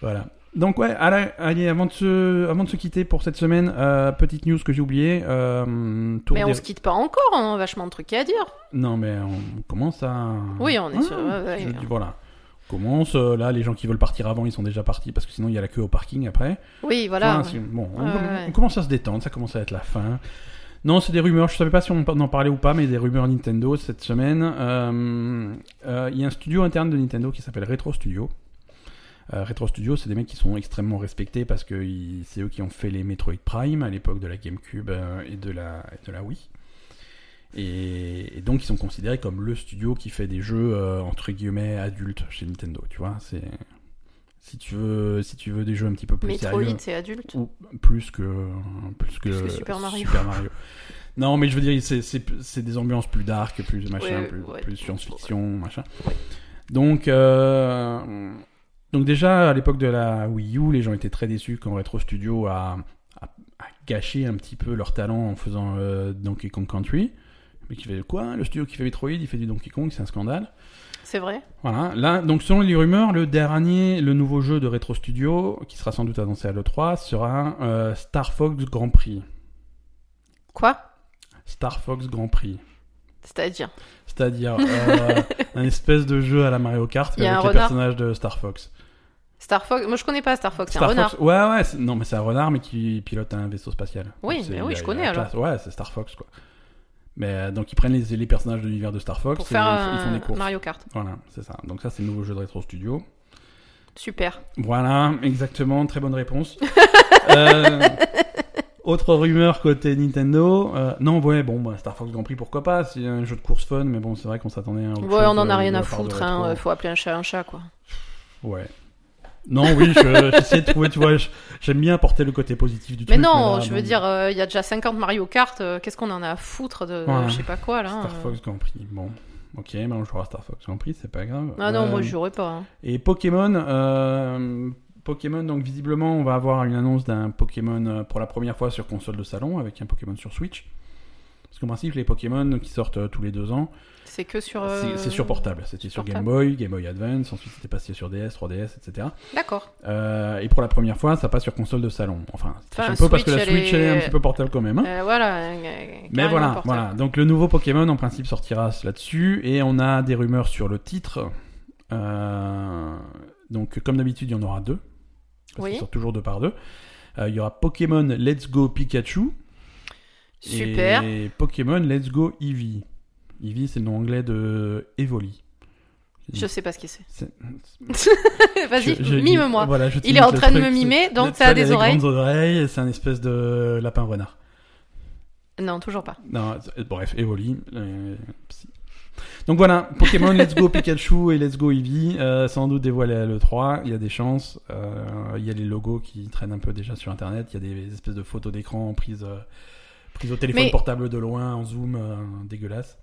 Speaker 2: voilà. Donc ouais, allez, allez, avant, de se, avant de se quitter pour cette semaine, euh, petite news que j'ai oubliée. euh, tour
Speaker 1: Mais on
Speaker 2: des-
Speaker 1: se quitte pas encore, on a vachement de trucs à dire.
Speaker 2: Non mais on commence à... Ah,
Speaker 1: Oui, on est sur- ouais, ouais,
Speaker 2: je
Speaker 1: ouais.
Speaker 2: dis, voilà. On commence, euh, là les gens qui veulent partir avant, ils sont déjà partis parce que sinon il y a la queue au parking après.
Speaker 1: Oui, voilà.
Speaker 2: Enfin, c'est- bon, on,
Speaker 1: Ouais, ouais.
Speaker 2: on commence à se détendre, ça commence à être la fin. Non, c'est des rumeurs, je savais pas si on en parlait ou pas, mais des rumeurs Nintendo cette semaine. Euh, euh, Il y a un studio interne de Nintendo qui s'appelle Retro Studio. Euh, Retro Studio, c'est des mecs qui sont extrêmement respectés parce que ils- c'est eux qui ont fait les Metroid Prime à l'époque de la GameCube euh, et de la, et de la Wii. Et, et donc ils sont considérés comme le studio qui fait des jeux euh, entre guillemets adultes chez Nintendo, tu vois. C'est si tu veux si tu veux des jeux un petit peu plus sérieux
Speaker 1: Metroid, c'est adulte.
Speaker 2: ou plus que plus que,
Speaker 1: Plus que Super Mario.
Speaker 2: Mario. non, mais je veux dire, c'est- c'est c'est des ambiances plus dark, plus machin,
Speaker 1: Ouais,
Speaker 2: plus,
Speaker 1: ouais.
Speaker 2: plus science-fiction, machin. Donc euh, donc déjà à l'époque de la Wii U, les gens étaient très déçus quand Retro Studio a, a, a gâché un petit peu leur talent en faisant euh, Donkey Kong Country. Mais qui fait quoi Le studio qui fait Metroid, il fait du Donkey Kong, c'est un scandale.
Speaker 1: C'est vrai.
Speaker 2: Voilà, là, donc selon les rumeurs, le dernier, le nouveau jeu de Retro Studio, qui sera sans doute annoncé à l'E3, sera euh, Star Fox Grand Prix.
Speaker 1: Quoi
Speaker 2: Star Fox Grand Prix.
Speaker 1: C'est-à-dire
Speaker 2: C'est-à-dire euh, un espèce de jeu à la Mario Kart
Speaker 1: Il y
Speaker 2: mais
Speaker 1: a
Speaker 2: avec
Speaker 1: un
Speaker 2: les
Speaker 1: renard.
Speaker 2: personnages de Star Fox.
Speaker 1: Star Fox Moi, je connais pas Star Fox, c'est un
Speaker 2: Star
Speaker 1: renard.
Speaker 2: Fox, ouais, ouais, c'est- non, mais c'est un renard, mais qui pilote un vaisseau spatial.
Speaker 1: Oui,
Speaker 2: Donc, c'est-
Speaker 1: mais oui,
Speaker 2: il a-
Speaker 1: je
Speaker 2: il a
Speaker 1: connais,
Speaker 2: la
Speaker 1: alors.
Speaker 2: classe. Ouais, c'est Star Fox, quoi. Mais euh, donc ils prennent les, les personnages de l'univers de Star Fox
Speaker 1: Pour
Speaker 2: et
Speaker 1: faire
Speaker 2: ils, f- ils font
Speaker 1: un
Speaker 2: des courses.
Speaker 1: Mario Kart.
Speaker 2: Voilà, c'est ça. Donc ça, c'est le nouveau jeu de Retro Studio.
Speaker 1: Super.
Speaker 2: Voilà, exactement, très bonne réponse. Euh, autre rumeur côté Nintendo. euh, non, ouais, bon, bah, Star Fox Grand Prix, pourquoi pas C'est un jeu de course fun, mais bon, c'est vrai qu'on s'attendait à. autre
Speaker 1: Ouais,
Speaker 2: chose,
Speaker 1: on en
Speaker 2: euh,
Speaker 1: a rien
Speaker 2: de
Speaker 1: à
Speaker 2: la part de
Speaker 1: foutre, hein.
Speaker 2: Retro.
Speaker 1: euh, Faut appeler un chat un chat, quoi.
Speaker 2: Ouais. Non, oui, je- j'essaie de trouver, tu vois, je- j'aime bien apporter le côté positif du
Speaker 1: Mais
Speaker 2: truc.
Speaker 1: non,
Speaker 2: là,
Speaker 1: je veux dire, euh, il y a déjà 50 Mario Kart, euh, qu'est-ce qu'on en a à foutre de, de
Speaker 2: Ouais.
Speaker 1: je sais pas quoi là
Speaker 2: Star
Speaker 1: euh.
Speaker 2: Fox Grand Prix, bon. Ok, bah on jouera à Star Fox Grand Prix, c'est pas grave.
Speaker 1: Ah non,
Speaker 2: Euh,
Speaker 1: moi je jouerais pas. hein.
Speaker 2: Et Pokémon, euh, Pokémon, donc visiblement, on va avoir une annonce d'un Pokémon euh, pour la première fois sur console de salon avec un Pokémon sur Switch. Parce qu'en principe, les Pokémon qui sortent euh, tous les deux ans,
Speaker 1: C'est que sur.
Speaker 2: c'est-
Speaker 1: euh,
Speaker 2: c'est sur portable. C'était sur Game
Speaker 1: portable.
Speaker 2: Boy, Game Boy Advance, ensuite c'était passé sur DS, 3DS, etc.
Speaker 1: D'accord.
Speaker 2: Euh, et pour la première fois, ça passe sur console de salon. Enfin, c'est
Speaker 1: Enfin,
Speaker 2: un peu parce que
Speaker 1: Switch,
Speaker 2: la
Speaker 1: elle
Speaker 2: Switch elle est un
Speaker 1: est-
Speaker 2: petit peu portable quand même. hein.
Speaker 1: Euh, voilà. euh, carrément
Speaker 2: Mais voilà,
Speaker 1: portable.
Speaker 2: voilà. Donc le nouveau Pokémon en principe sortira là-dessus et on a des rumeurs sur le titre. Euh, donc comme d'habitude, il y en aura deux. Parce
Speaker 1: Oui.
Speaker 2: qu'ils sortent toujours deux par deux. Euh, il y aura Pokémon Let's Go Pikachu
Speaker 1: Super.
Speaker 2: et Pokémon Let's Go Eevee. Eevee, c'est le nom anglais de Evoli.
Speaker 1: Je sais pas ce que c'est.
Speaker 2: C'est-
Speaker 1: Vas-y,
Speaker 2: Je- je-
Speaker 1: mime-moi.
Speaker 2: voilà, je
Speaker 1: Il
Speaker 2: t'imite
Speaker 1: est en
Speaker 2: le
Speaker 1: train de
Speaker 2: truc,
Speaker 1: me
Speaker 2: c'est-
Speaker 1: mimer, donc
Speaker 2: Let's
Speaker 1: ça a
Speaker 2: Go, il
Speaker 1: des
Speaker 2: des
Speaker 1: oreilles.
Speaker 2: grandes oreilles et c'est un espèce de lapin renard.
Speaker 1: Non, toujours pas.
Speaker 2: Non, euh, bref, Evoli. euh, psy. Donc voilà, Pokémon Let's Go Pikachu et Let's Go Eevee, euh, sans doute dévoilé à l'E3, il y a des chances, euh, il y a les logos qui traînent un peu déjà sur Internet, il y a des espèces de photos d'écran prises, euh, prises au téléphone
Speaker 1: Mais-
Speaker 2: portable de loin, en zoom, euh, dégueulasse.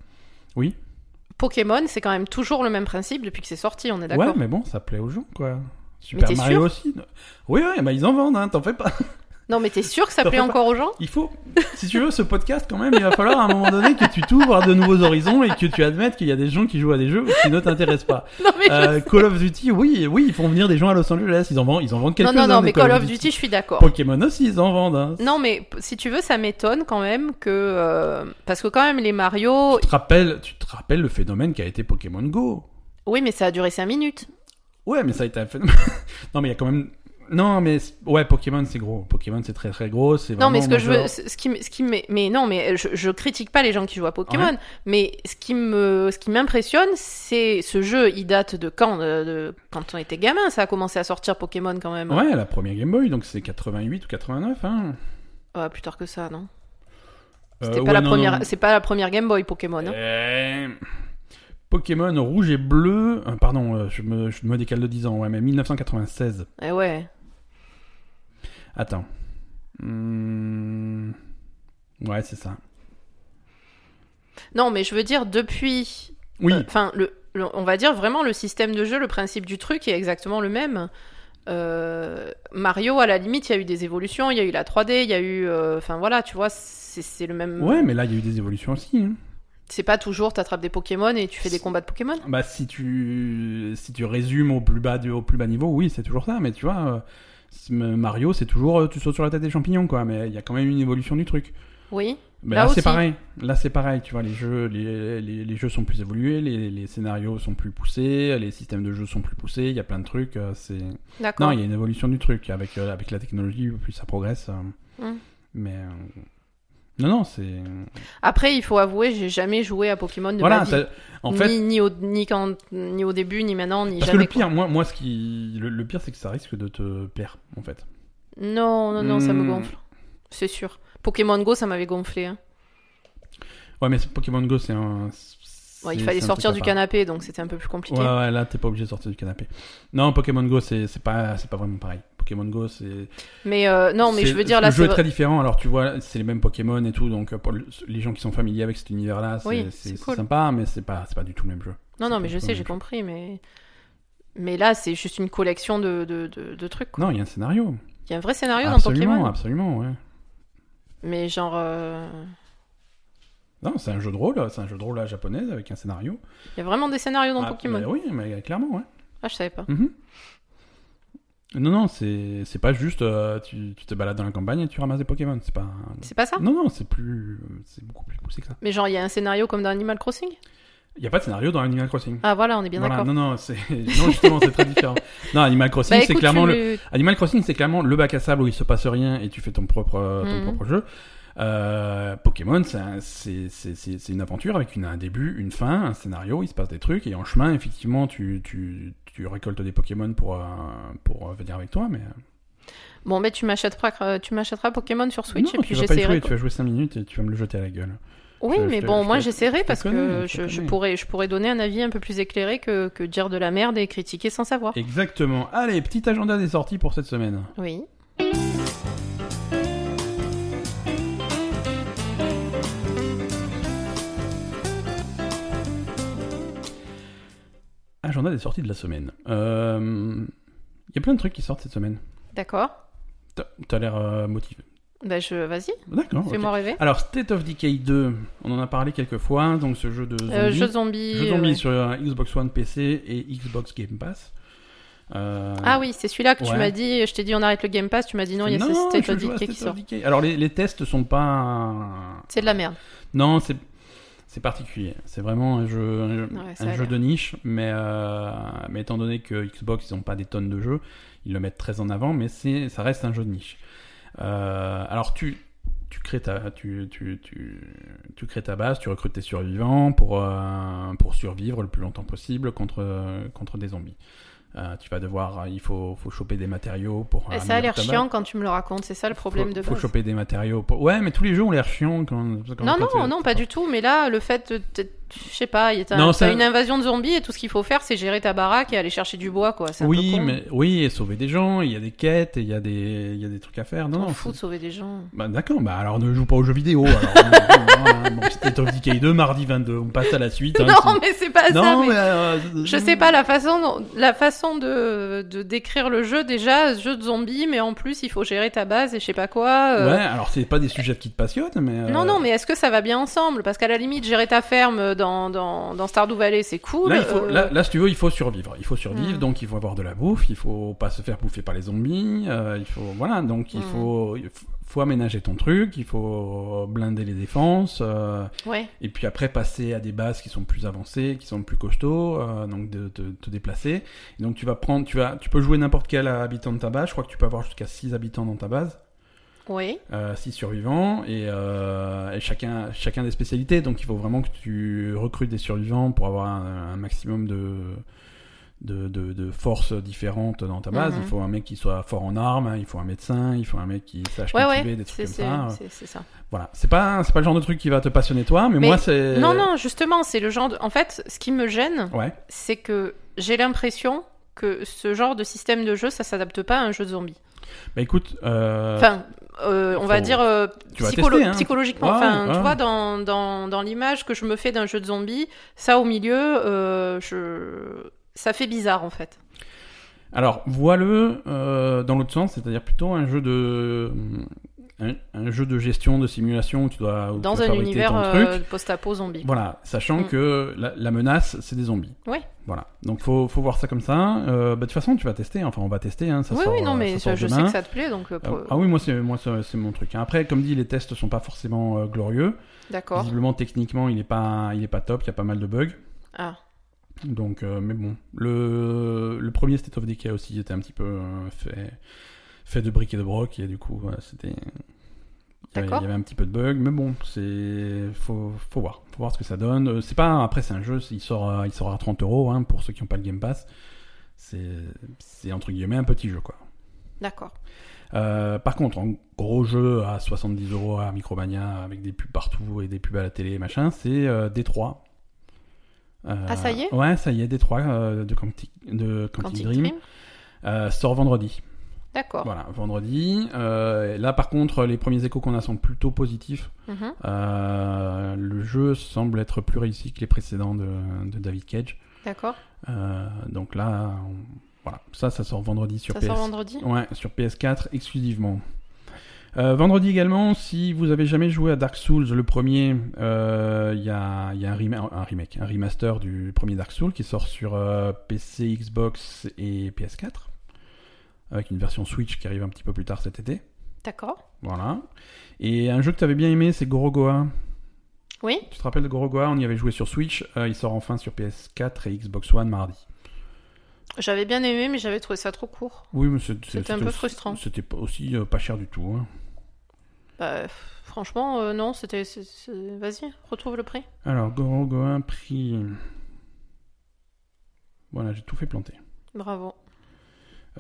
Speaker 2: Oui,
Speaker 1: Pokémon, c'est quand même toujours le même principe depuis que c'est sorti, on est
Speaker 2: ouais,
Speaker 1: Ah, d'accord
Speaker 2: mais bon, ça plaît aux gens, quoi. Super
Speaker 1: t'es
Speaker 2: Mario
Speaker 1: sûr
Speaker 2: aussi. Oui, oui, bah ils en vendent, hein, t'en fais pas.
Speaker 1: Non, mais t'es sûr que
Speaker 2: Ça
Speaker 1: ça plaît
Speaker 2: fait pas-
Speaker 1: encore aux gens
Speaker 2: Il faut, si tu veux, ce podcast quand même, il va falloir à un moment donné que tu t'ouvres à de nouveaux horizons et que tu admettes qu'il y a des gens qui jouent à des jeux qui ne t'intéressent pas.
Speaker 1: Non, mais je-
Speaker 2: Euh, Call of Duty, oui, oui, ils font venir des gens à Los Angeles, ils en vendent, ils en vendent
Speaker 1: Non,
Speaker 2: quelques-uns.
Speaker 1: non, non,
Speaker 2: des
Speaker 1: mais Call of Duty, je suis d'accord.
Speaker 2: Pokémon aussi, ils en vendent. Hein.
Speaker 1: Non, mais p- si tu veux, ça m'étonne quand même que. euh, Parce que quand même, les Mario.
Speaker 2: Tu te rappelles, tu te rappelles le phénomène qui a été Pokémon Go
Speaker 1: Oui, mais ça a duré 5 minutes.
Speaker 2: Ouais, mais ça a été un phénomène. non, mais il y a quand même. Non, mais c'est- ouais, Pokémon c'est gros. Pokémon c'est très très gros. C'est
Speaker 1: Non, mais
Speaker 2: vraiment
Speaker 1: ce que je
Speaker 2: majeur.
Speaker 1: veux. Ce ce qui, m- ce qui m'est- mais non, mais je, je critique pas les gens qui jouent à Pokémon. Mais ce qui me, ce qui m'impressionne, c'est ce jeu, il date de quand de, de- Quand on était gamin, ça a commencé à sortir Pokémon quand même.
Speaker 2: Ouais, la première Game Boy, donc c'est 88 ou 89. Hein.
Speaker 1: Ouais, plus tard que ça, non
Speaker 2: Euh,
Speaker 1: C'était
Speaker 2: ouais,
Speaker 1: pas, la
Speaker 2: non,
Speaker 1: première...
Speaker 2: non.
Speaker 1: c'est pas la première Game Boy Pokémon. hein.
Speaker 2: Euh, Pokémon rouge et bleu. euh, pardon, euh, je me, je me décale de 10 ans, ouais, mais 1996.
Speaker 1: Eh ouais.
Speaker 2: Attends. Hmm. Ouais, c'est ça.
Speaker 1: Non, mais je veux dire, depuis.
Speaker 2: Oui,
Speaker 1: Euh, Enfin, le, le- on va dire vraiment le système de jeu, le principe du truc est exactement le même. Euh, Mario, à la limite, il y a eu des évolutions, il y a eu la 3D, il y a eu. euh, Enfin voilà, tu vois, c'est c'est le même.
Speaker 2: ouais, mais là il y a eu des évolutions aussi. hein.
Speaker 1: C'est pas toujours t'attrapes des Pokémon et tu fais des combats de Pokémon.
Speaker 2: Bah si tu si tu résumes au plus bas du- au plus bas niveau, oui, c'est toujours ça. Mais tu vois, euh, c'est- Mario, c'est toujours euh, tu sautes sur la tête des champignons, quoi. Mais il y a quand même une évolution du truc.
Speaker 1: Oui.
Speaker 2: Mais
Speaker 1: Là
Speaker 2: là, c'est
Speaker 1: aussi.
Speaker 2: pareil. Là, c'est pareil. Tu vois, les jeux, les, les- les jeux sont plus évolués, les, les scénarios sont plus poussés, les systèmes de jeu sont plus poussés. Il y a plein de trucs. euh, c'est non,
Speaker 1: D'accord.
Speaker 2: il y a une évolution du truc avec euh, avec la technologie, plus ça progresse. euh,
Speaker 1: Mm.
Speaker 2: Mais euh, non, non, c'est
Speaker 1: Après, il faut avouer, j'ai jamais joué à Pokémon de
Speaker 2: voilà.
Speaker 1: ma vie.
Speaker 2: t'as- En fait,
Speaker 1: ni, ni au, ni, quand, ni au début, ni maintenant, ni
Speaker 2: Parce que
Speaker 1: jamais.
Speaker 2: le pire, moi, moi, ce qui, le, le pire, c'est que ça risque de te plaire, en fait.
Speaker 1: quoi. Non, non, non, ça me
Speaker 2: Hmm.
Speaker 1: gonfle. C'est sûr. Pokémon Go, ça m'avait gonflé. hein.
Speaker 2: Ouais, mais c'est- Pokémon Go, c'est un. c'est-
Speaker 1: Bon, il fallait
Speaker 2: c'est un
Speaker 1: sortir du
Speaker 2: truc à part.
Speaker 1: canapé, donc c'était un peu plus compliqué.
Speaker 2: Ouais, ouais, là, t'es pas obligé de sortir du canapé. Non, Pokémon Go, c'est c'est pas, c'est pas vraiment pareil. Pokémon Go, c'est.
Speaker 1: Mais euh, non, mais
Speaker 2: c'est-
Speaker 1: je veux dire là,
Speaker 2: Le jeu
Speaker 1: c'est
Speaker 2: est très différent. Alors, tu vois, c'est les mêmes Pokémon et tout. Donc, euh, pour le- les gens qui sont familiers avec cet univers-là, c'est
Speaker 1: Oui,
Speaker 2: c'est-
Speaker 1: c'est
Speaker 2: c'est
Speaker 1: cool.
Speaker 2: sympa, mais c'est pas, c'est pas du tout le même jeu.
Speaker 1: Non,
Speaker 2: C'est
Speaker 1: non,
Speaker 2: pas
Speaker 1: mais je
Speaker 2: du tout
Speaker 1: sais,
Speaker 2: le
Speaker 1: j'ai
Speaker 2: même jeu.
Speaker 1: compris, mais mais là, c'est juste une collection de, de, de, de trucs. quoi.
Speaker 2: Non, il y a un scénario.
Speaker 1: Il y a un vrai scénario
Speaker 2: absolument,
Speaker 1: dans Pokémon,
Speaker 2: absolument, ouais.
Speaker 1: mais genre, euh,
Speaker 2: Non, c'est un jeu de rôle, c'est un jeu de rôle à la japonaise avec un scénario.
Speaker 1: il y a vraiment des scénarios dans
Speaker 2: Ah,
Speaker 1: Pokémon.
Speaker 2: mais oui, mais clairement, ouais.
Speaker 1: Ah, je savais pas.
Speaker 2: Mhm. Non, non, c'est c'est pas juste euh, tu, tu te balades dans la campagne et tu ramasses des Pokémon. C'est pas.
Speaker 1: C'est pas ça
Speaker 2: Non, non, c'est plus. C'est beaucoup plus poussé que ça.
Speaker 1: Mais genre, il y a un scénario comme dans Animal Crossing
Speaker 2: Il n'y a pas de scénario dans Animal Crossing.
Speaker 1: Ah voilà, on est bien
Speaker 2: voilà,
Speaker 1: d'accord. Bah
Speaker 2: non, non, c'est. Non, justement, c'est très différent. Non, Animal Crossing, c'est
Speaker 1: écoute,
Speaker 2: clairement
Speaker 1: tu
Speaker 2: le.
Speaker 1: le-
Speaker 2: Animal Crossing, c'est clairement le bac à sable où il se passe rien et tu fais ton propre, euh, ton
Speaker 1: Mhm.
Speaker 2: propre jeu. Euh, Pokémon, c'est un- c'est c'est- c'est- c'est une aventure avec une, un début, une fin, un scénario, il se passe des trucs et en chemin, effectivement, tu, tu, tu récoltes des Pokémon pour, euh, pour euh, venir avec toi. Mais
Speaker 1: Bon, mais tu m'achèteras, tu m'achèteras Pokémon sur Switch
Speaker 2: non,
Speaker 1: et
Speaker 2: tu
Speaker 1: puis
Speaker 2: vas pas y
Speaker 1: j'essaierai.
Speaker 2: jouer, tu vas jouer 5 minutes et tu vas me le jeter à la gueule.
Speaker 1: Oui,
Speaker 2: Je- je
Speaker 1: mais
Speaker 2: te-
Speaker 1: bon,
Speaker 2: je
Speaker 1: moi
Speaker 2: te-
Speaker 1: j'essaierai
Speaker 2: je te
Speaker 1: parce que
Speaker 2: connais, je te
Speaker 1: je, je
Speaker 2: connais.
Speaker 1: pourrais, je pourrais donner un avis un peu plus éclairé que, que dire de la merde et critiquer sans savoir.
Speaker 2: Exactement. Allez, petit agenda des sorties pour cette semaine.
Speaker 1: Oui.
Speaker 2: Agenda des sorties de la semaine. Euh, Il y a plein de trucs qui sortent cette semaine.
Speaker 1: D'accord.
Speaker 2: T'as- T'as l'air euh, motivé.
Speaker 1: Bah je, vas-y,
Speaker 2: D'accord. ok.
Speaker 1: fais-moi rêver.
Speaker 2: Alors, State of Decay 2, on en a parlé quelques fois, donc ce jeu de zombies.
Speaker 1: Euh, jeu zombie.
Speaker 2: Jeu
Speaker 1: euh,
Speaker 2: zombie
Speaker 1: ouais.
Speaker 2: sur euh, Xbox One PC et Xbox Game Pass. Euh,
Speaker 1: Ah oui, c'est celui-là que tu
Speaker 2: Ouais.
Speaker 1: m'as dit. Je t'ai dit on arrête le Game Pass. Tu m'as dit non, il y a
Speaker 2: non,
Speaker 1: ce State
Speaker 2: je
Speaker 1: of
Speaker 2: joue à
Speaker 1: Decay qui
Speaker 2: State of
Speaker 1: sort.
Speaker 2: Decay. Alors, les, les tests sont pas.
Speaker 1: C'est de la merde.
Speaker 2: Non, c'est c'est particulier. C'est vraiment un jeu, un jeu-
Speaker 1: Ouais, ça
Speaker 2: un
Speaker 1: a
Speaker 2: jeu
Speaker 1: l'air.
Speaker 2: de niche, mais, euh, mais étant donné que Xbox, ils n'ont pas des tonnes de jeux, ils le mettent très en avant, mais c'est ça reste un jeu de niche. Euh, alors, tu, tu, crées ta, tu, tu, tu, tu crées ta base, tu recrutes tes survivants pour, euh, pour survivre le plus longtemps possible contre, euh, contre des zombies. Euh, tu vas devoir, euh, il faut, faut choper des matériaux pour.
Speaker 1: Et
Speaker 2: euh,
Speaker 1: Eh, ça a
Speaker 2: améliorer
Speaker 1: l'air
Speaker 2: ta base.
Speaker 1: chiant quand tu me le racontes. C'est ça le problème
Speaker 2: faut,
Speaker 1: de
Speaker 2: faut
Speaker 1: base.
Speaker 2: choper des matériaux. pour- Ouais, mais tous les jeux ont l'air chiants quand. quand-
Speaker 1: Non,
Speaker 2: quand
Speaker 1: non,
Speaker 2: t'es-
Speaker 1: non, pas du tout. Mais là, le fait de t- je sais pas, il y a t'as-
Speaker 2: Non,
Speaker 1: t'as
Speaker 2: ça-
Speaker 1: une invasion de zombies et tout ce qu'il faut faire, c'est gérer ta baraque et aller chercher du bois, quoi. C'est un peu
Speaker 2: Oui,
Speaker 1: con.
Speaker 2: mais oui, et sauver des gens, il y a des quêtes, et il y a des, il y a des trucs à faire. Non,
Speaker 1: On
Speaker 2: non,
Speaker 1: fout de sauver des gens.
Speaker 2: Bah d'accord, bah alors ne joue pas aux jeux vidéo. Alors, Voilà, bon, c'était of Decay 2, mardi 22, on passe à la suite. hein,
Speaker 1: non,
Speaker 2: c'est-
Speaker 1: mais c'est pas ça.
Speaker 2: non,
Speaker 1: mais-
Speaker 2: mais, euh,
Speaker 1: Je sais pas la façon, dont- la façon de, de décrire le jeu déjà, jeu de zombies, mais en plus il faut gérer ta base et je sais pas quoi. euh,
Speaker 2: Ouais, alors c'est pas des sujets qui te passionnent, mais... euh,
Speaker 1: Non, non, mais est-ce que ça va bien ensemble Parce qu'à la limite, gérer ta ferme dans, dans, dans Stardew Valley, c'est cool.
Speaker 2: Là, il faut,
Speaker 1: euh,
Speaker 2: là, là, si tu veux, il faut survivre. Il faut survivre,
Speaker 1: Mm.
Speaker 2: donc il faut avoir de la bouffe, il faut pas se faire bouffer par les zombies, euh, il faut... Voilà, donc il
Speaker 1: Mm.
Speaker 2: faut... il faut- faut aménager ton truc, il faut blinder les défenses, euh,
Speaker 1: Ouais.
Speaker 2: et puis après passer à des bases qui sont plus avancées, qui sont plus costauds, euh, donc de de- te déplacer. Et donc tu vas prendre, tu vas, tu peux jouer n'importe quel habitant de ta base. Je crois que tu peux avoir jusqu'à 6 habitants dans ta base,
Speaker 1: Oui.
Speaker 2: 6 survivants et, euh, et chacun, chacun des spécialités. Donc il faut vraiment que tu recrutes des survivants pour avoir un, un maximum de de, de, de forces différentes dans ta base.
Speaker 1: Mhm.
Speaker 2: Il faut un mec qui soit fort en armes, hein. il faut un médecin, il faut un mec qui sache
Speaker 1: Ouais,
Speaker 2: cultiver
Speaker 1: ouais.
Speaker 2: des
Speaker 1: C'est
Speaker 2: trucs
Speaker 1: c'est-
Speaker 2: comme ça.
Speaker 1: c'est- c'est ça.
Speaker 2: Voilà, c'est pas c'est pas le genre de truc qui va te passionner toi, mais,
Speaker 1: Mais-
Speaker 2: moi c'est
Speaker 1: Non, non, justement, c'est le genre de. En fait, ce qui me gêne,
Speaker 2: euh. Ouais.
Speaker 1: c'est que j'ai l'impression que ce genre de système de jeu, ça s'adapte pas à un jeu de zombies.
Speaker 2: Bah écoute, euh,
Speaker 1: Enfin, euh, on va
Speaker 2: faut-
Speaker 1: dire euh,
Speaker 2: tu vas
Speaker 1: psycholo-
Speaker 2: tester, hein.
Speaker 1: psychologiquement.
Speaker 2: Ouais,
Speaker 1: enfin,
Speaker 2: ouais.
Speaker 1: tu vois, dans, dans, dans l'image que je me fais d'un jeu de zombies, ça au milieu, euh, je... ça fait bizarre en fait.
Speaker 2: alors vois-le euh, dans l'autre sens, c'est-à-dire plutôt un jeu de un, un jeu de gestion, de simulation où tu dois où tu
Speaker 1: Dans
Speaker 2: dois
Speaker 1: un
Speaker 2: fabriquer
Speaker 1: univers
Speaker 2: ton truc.
Speaker 1: euh, post-apo zombie.
Speaker 2: Voilà, sachant
Speaker 1: Mm.
Speaker 2: que la, la menace, c'est des zombies.
Speaker 1: Ouais.
Speaker 2: Voilà, donc faut, faut voir ça comme ça. Euh, bah, de toute façon, tu vas tester. Enfin, on va tester. Hein, ça
Speaker 1: oui,
Speaker 2: sort,
Speaker 1: oui, non,
Speaker 2: euh,
Speaker 1: mais
Speaker 2: ça sort
Speaker 1: je
Speaker 2: demain.
Speaker 1: sais que ça te plaît, donc euh,
Speaker 2: Ah,
Speaker 1: pour-
Speaker 2: ah oui, moi c'est moi c'est c'est mon truc. hein. Après, comme dit, les tests sont pas forcément euh, glorieux.
Speaker 1: d'accord.
Speaker 2: Visiblement, techniquement, il est pas il est pas top. Il y a pas mal de bugs.
Speaker 1: Ah.
Speaker 2: Donc, euh, mais bon, le, le premier State of Decay aussi était un petit peu euh, fait, fait de briques et de broc, et du coup, voilà, c'était. Il y, avait,
Speaker 1: D'accord.
Speaker 2: il y avait un petit peu de bugs, mais bon, c'est faut, faut voir, faut voir ce que ça donne. Euh, C'est pas après, c'est un jeu, c'est- il sort, à- il sort à 30 euros hein, pour ceux qui n'ont pas le Game Pass. C'est c'est entre guillemets un petit jeu quoi.
Speaker 1: D'accord.
Speaker 2: Euh, par contre, en gros jeu à 70 euros à Micromania avec des pubs partout et des pubs à la télé, machin, c'est euh, Détroit. Euh,
Speaker 1: Ah, ça y est
Speaker 2: Ouais, ça y est, Détroit euh, de Quantic, de Quantic
Speaker 1: Quantic
Speaker 2: Dream,
Speaker 1: Dream
Speaker 2: euh, sort vendredi.
Speaker 1: D'accord.
Speaker 2: Voilà, vendredi. Euh, et là, par contre, les premiers échos qu'on a sont plutôt positifs.
Speaker 1: Mhm.
Speaker 2: Euh, le jeu semble être plus réussi que les précédents de, de David Cage.
Speaker 1: D'accord.
Speaker 2: Euh, donc là, on- voilà, ça, ça sort vendredi sur
Speaker 1: Ça
Speaker 2: PS.
Speaker 1: sort vendredi
Speaker 2: Ouais, sur PS4 exclusivement. Euh, vendredi également, si vous avez jamais joué à Dark Souls, le premier, euh, il y a, il y a un, rema- un remake, un remaster du premier Dark Souls qui sort sur euh, PC, Xbox et PS4, avec une version Switch qui arrive un petit peu plus tard cet été.
Speaker 1: D'accord.
Speaker 2: Voilà. Et un jeu que tu avais bien aimé, c'est Gorogoa.
Speaker 1: Oui.
Speaker 2: Tu te rappelles de Gorogoa On y avait joué sur Switch. euh, il sort enfin sur PS4 et Xbox One mardi.
Speaker 1: J'avais bien aimé, mais j'avais trouvé ça trop court.
Speaker 2: Oui, mais c'est- c'est-
Speaker 1: C'était un peu
Speaker 2: aussi-
Speaker 1: frustrant.
Speaker 2: C'était pas- aussi euh, pas cher du tout. hein.
Speaker 1: Bah, pff, franchement, euh, non, c'était. c'est- c'est- Vas-y, retrouve le prix.
Speaker 2: Alors, Gorogoa prix. Voilà, j'ai tout fait planter.
Speaker 1: Bravo.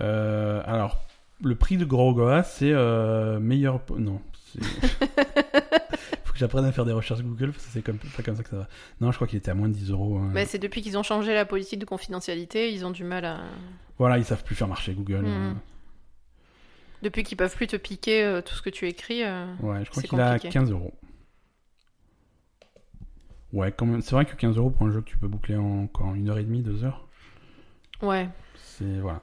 Speaker 2: Euh, alors, le prix de Gorogoa, c'est euh, meilleur. po- Non, c'est. Faut que j'apprenne à faire des recherches Google parce que c'est comme... pas comme ça que ça va. Non, je crois qu'il était à moins de 10 euros. hein.
Speaker 1: Mais c'est depuis qu'ils ont changé la politique de confidentialité, ils ont du mal à.
Speaker 2: Voilà, ils savent plus faire marcher Google. hein.
Speaker 1: Hmm. Depuis qu'ils peuvent plus te piquer euh, tout ce que tu écris. euh,
Speaker 2: Ouais, je crois
Speaker 1: C'est
Speaker 2: qu'il a
Speaker 1: compliqué.
Speaker 2: 15 euros. Ouais, quand même, c'est vrai que 15 euros pour un jeu que tu peux boucler en quoi, en une heure et demie, deux heures.
Speaker 1: Ouais.
Speaker 2: C'est voilà.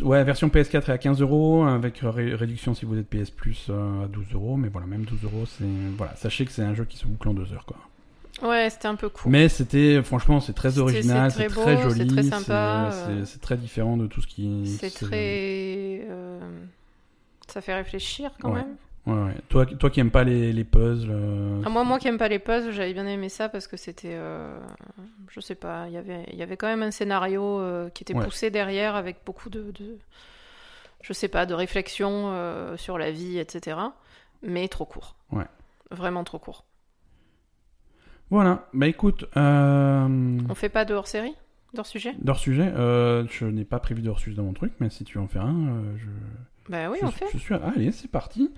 Speaker 2: Ouais, version PS4 est à 15 euros avec ré- réduction si vous êtes PS Plus euh, à 12 euros, mais voilà, même 12 euros, c'est voilà. Sachez que c'est un jeu qui se boucle en deux heures quoi.
Speaker 1: Ouais, c'était un peu court.
Speaker 2: Mais c'était franchement, c'est très
Speaker 1: C'était-
Speaker 2: original,
Speaker 1: c'est
Speaker 2: c'est
Speaker 1: très
Speaker 2: très,
Speaker 1: beau,
Speaker 2: joli,
Speaker 1: c'est très sympa,
Speaker 2: c'est-
Speaker 1: euh.
Speaker 2: c'est- c'est très différent de tout ce qui.
Speaker 1: C'est
Speaker 2: se-
Speaker 1: très. euh, Ça fait réfléchir quand
Speaker 2: Ouais.
Speaker 1: même.
Speaker 2: Ouais, ouais. Toi, toi qui aimes pas les, les puzzles. euh,
Speaker 1: Ah, moi, moi qui aime pas les puzzles, j'avais bien aimé ça parce que c'était. euh, Je sais pas, il y avait- il y avait quand même un scénario euh, qui était
Speaker 2: Ouais.
Speaker 1: poussé derrière avec beaucoup de. de- Je sais pas, de réflexion euh, sur la vie, etc. Mais trop court.
Speaker 2: Ouais.
Speaker 1: Vraiment trop court.
Speaker 2: Voilà. Bah écoute, euh...
Speaker 1: On fait pas de hors série Hors sujet
Speaker 2: d'hors sujet, euh, je n'ai pas prévu d'hors sujet dans mon truc, mais si tu veux en faire un, euh, je.
Speaker 1: Bah oui,
Speaker 2: je,
Speaker 1: on fait.
Speaker 2: je suis. Allez, c'est parti.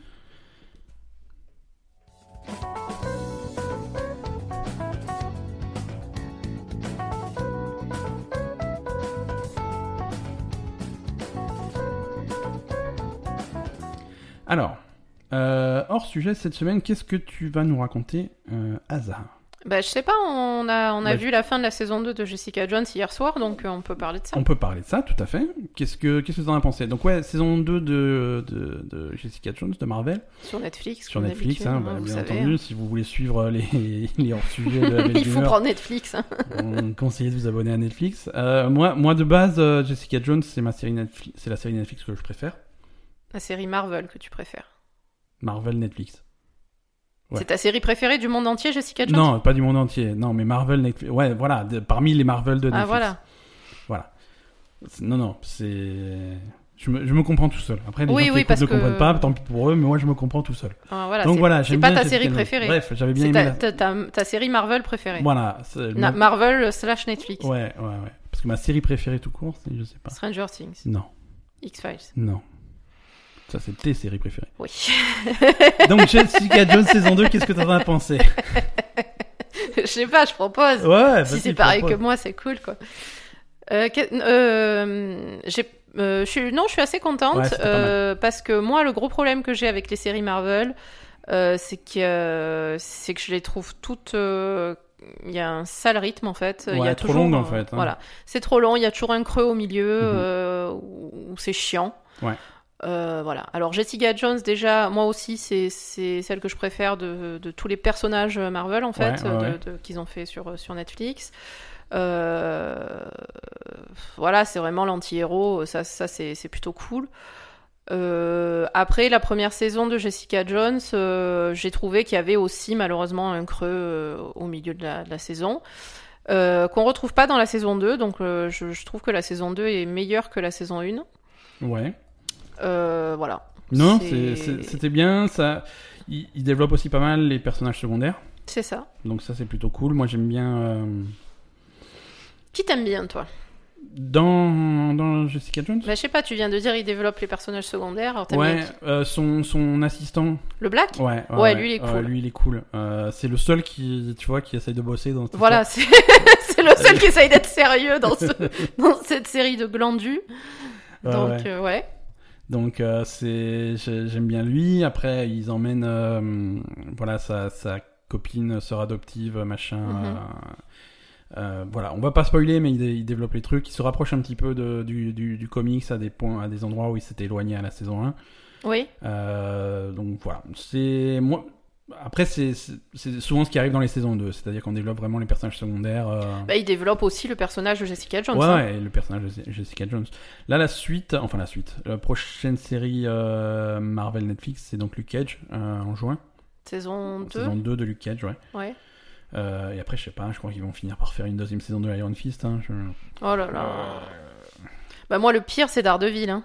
Speaker 2: Alors, euh, hors sujet cette semaine, qu'est-ce que tu vas nous raconter, euh, Azar
Speaker 1: Bah, je sais pas, on a, on a
Speaker 2: Ouais.
Speaker 1: vu la fin de la saison 2 de Jessica Jones hier soir, donc euh, on peut parler de ça.
Speaker 2: On peut parler de ça, tout à fait. Qu'est-ce que qu'est-ce que vous en avez pensé Donc ouais, saison 2 de, de, de Jessica Jones, de Marvel,
Speaker 1: Sur Netflix.
Speaker 2: sur
Speaker 1: comme
Speaker 2: Netflix,
Speaker 1: d'habitude,
Speaker 2: hein,
Speaker 1: hein,
Speaker 2: bah,
Speaker 1: vous
Speaker 2: bien
Speaker 1: savez,
Speaker 2: entendu. Si vous voulez suivre les, les hors-sujets de
Speaker 1: hein.
Speaker 2: Abel
Speaker 1: Il faut
Speaker 2: Gamer,
Speaker 1: prendre Netflix. hein.
Speaker 2: on conseille de vous abonner à Netflix. Euh, moi, moi, de base, euh, Jessica Jones, c'est ma série Netflix- c'est la série Netflix que je préfère.
Speaker 1: La série Marvel que tu préfères.
Speaker 2: Marvel Netflix. Ouais.
Speaker 1: C'est ta série préférée du monde entier, Jessica Jones
Speaker 2: Non, pas du monde entier. Non, mais Marvel Netflix. Ouais, voilà, de- parmi les Marvel de Netflix.
Speaker 1: Ah voilà.
Speaker 2: C'est- Non, non, c'est. Je me, je me comprends tout seul. Après, les
Speaker 1: Oui,
Speaker 2: gens
Speaker 1: oui,
Speaker 2: qui écoutent
Speaker 1: parce
Speaker 2: ne
Speaker 1: que-
Speaker 2: comprennent pas, tant pis pour eux, mais moi, je me comprends tout seul.
Speaker 1: Ah, voilà,
Speaker 2: Donc
Speaker 1: c'est-
Speaker 2: voilà,
Speaker 1: c'est
Speaker 2: j'aime
Speaker 1: pas
Speaker 2: bien
Speaker 1: ta
Speaker 2: Jessica
Speaker 1: série
Speaker 2: Jones.
Speaker 1: préférée.
Speaker 2: Bref, j'avais bien
Speaker 1: C'est
Speaker 2: aimé.
Speaker 1: ta,
Speaker 2: la-
Speaker 1: ta- ta- ta série Marvel préférée.
Speaker 2: Voilà. c'est- ma-
Speaker 1: Na- Marvel slash Netflix.
Speaker 2: Ouais, ouais, ouais. Parce que ma série préférée tout court, c'est- je sais pas.
Speaker 1: Stranger Things.
Speaker 2: Non,
Speaker 1: X-Files.
Speaker 2: non. Ça, c'est tes séries préférées.
Speaker 1: Oui.
Speaker 2: Donc, Jessica Jones saison 2, qu'est-ce que t'en as pensé
Speaker 1: Je sais pas, je propose.
Speaker 2: Ouais, Ouais,
Speaker 1: si
Speaker 2: vas-y,
Speaker 1: c'est pareil que
Speaker 2: propose.
Speaker 1: moi, c'est cool quoi. Euh, que- euh, j'ai- euh, je suis, non, je suis assez contente
Speaker 2: Ouais, c'était pas
Speaker 1: euh, parce que moi, le gros problème que j'ai avec les séries Marvel, euh, c'est que euh, c'est que je les trouve toutes. euh, Il y a un sale rythme en fait. Il y
Speaker 2: Ouais,
Speaker 1: a
Speaker 2: trop
Speaker 1: toujours,
Speaker 2: longue, en
Speaker 1: euh,
Speaker 2: fait, hein.
Speaker 1: Voilà, c'est trop long. Il y a toujours un creux au milieu
Speaker 2: Mhm.
Speaker 1: euh, où, où c'est chiant.
Speaker 2: Ouais.
Speaker 1: Euh, voilà. Alors Jessica Jones, déjà, moi aussi, c'est c'est celle que je préfère de, de tous les personnages Marvel en fait
Speaker 2: Ouais, ouais,
Speaker 1: de-
Speaker 2: ouais.
Speaker 1: de- qu'ils ont fait sur sur Netflix. Euh, voilà, c'est vraiment l'anti-héros, ça, ça c'est c'est plutôt cool. Euh, après la première saison de Jessica Jones, euh, j'ai trouvé qu'il y avait aussi malheureusement un creux euh, au milieu de la, de la saison, euh, qu'on retrouve pas dans la saison 2, donc euh, je, je trouve que la saison 2 est meilleure que la saison 1.
Speaker 2: Ouais.
Speaker 1: Euh, voilà.
Speaker 2: Non, c'est-
Speaker 1: C'est-
Speaker 2: c'est- c'était bien. Ça, il, il développe aussi pas mal les personnages secondaires.
Speaker 1: C'est ça.
Speaker 2: Donc, ça, c'est plutôt cool. Moi, j'aime bien. euh,
Speaker 1: Qui t'aime bien, toi
Speaker 2: Dans, dans Jessica Jones
Speaker 1: bah, Je sais pas, tu viens de dire, il développe les personnages secondaires. alors t'aimes
Speaker 2: Ouais,
Speaker 1: bien qui
Speaker 2: euh, son, son assistant.
Speaker 1: Le Black
Speaker 2: Ouais,
Speaker 1: Ouais, lui, il est cool.
Speaker 2: lui, il est cool. Euh, c'est le seul qui, tu vois, qui essaye de bosser dans cette
Speaker 1: Voilà, c'est c'est le seul qui essaye d'être sérieux dans, ce- dans cette série de glandus.
Speaker 2: histoire. Ouais,
Speaker 1: Donc,
Speaker 2: ouais.
Speaker 1: euh, ouais.
Speaker 2: Donc, euh, c'est, j'ai- j'aime bien lui. Après, ils emmènent, euh, voilà, sa, sa copine, sœur adoptive, machin.
Speaker 1: Mhm.
Speaker 2: euh, euh, voilà, on va pas spoiler, mais il, dé- il développe les trucs. Il se rapproche un petit peu de, du, du, du comics à des points, à des endroits où il s'était éloigné à la saison 1.
Speaker 1: Oui,
Speaker 2: Euh, donc voilà, c'est moi. Après, c'est c'est- c'est souvent ce qui arrive dans les saisons 2, c'est-à-dire qu'on développe vraiment les personnages secondaires. euh,
Speaker 1: bah, il développe aussi le personnage de Jessica Jones.
Speaker 2: ouais,
Speaker 1: hein.
Speaker 2: ouais, et le personnage de Je- Jessica Jones. Là, la suite, enfin la suite, la prochaine série euh, Marvel Netflix, c'est donc Luke Cage euh, en juin,
Speaker 1: Saison 2.
Speaker 2: saison 2 de Luke Cage, ouais.
Speaker 1: Ouais.
Speaker 2: Euh, et après, je sais pas, je crois qu'ils vont finir par faire une deuxième saison de Iron Fist. hein, je-
Speaker 1: Oh là là. Bah, moi, le pire, c'est Daredevil. hein.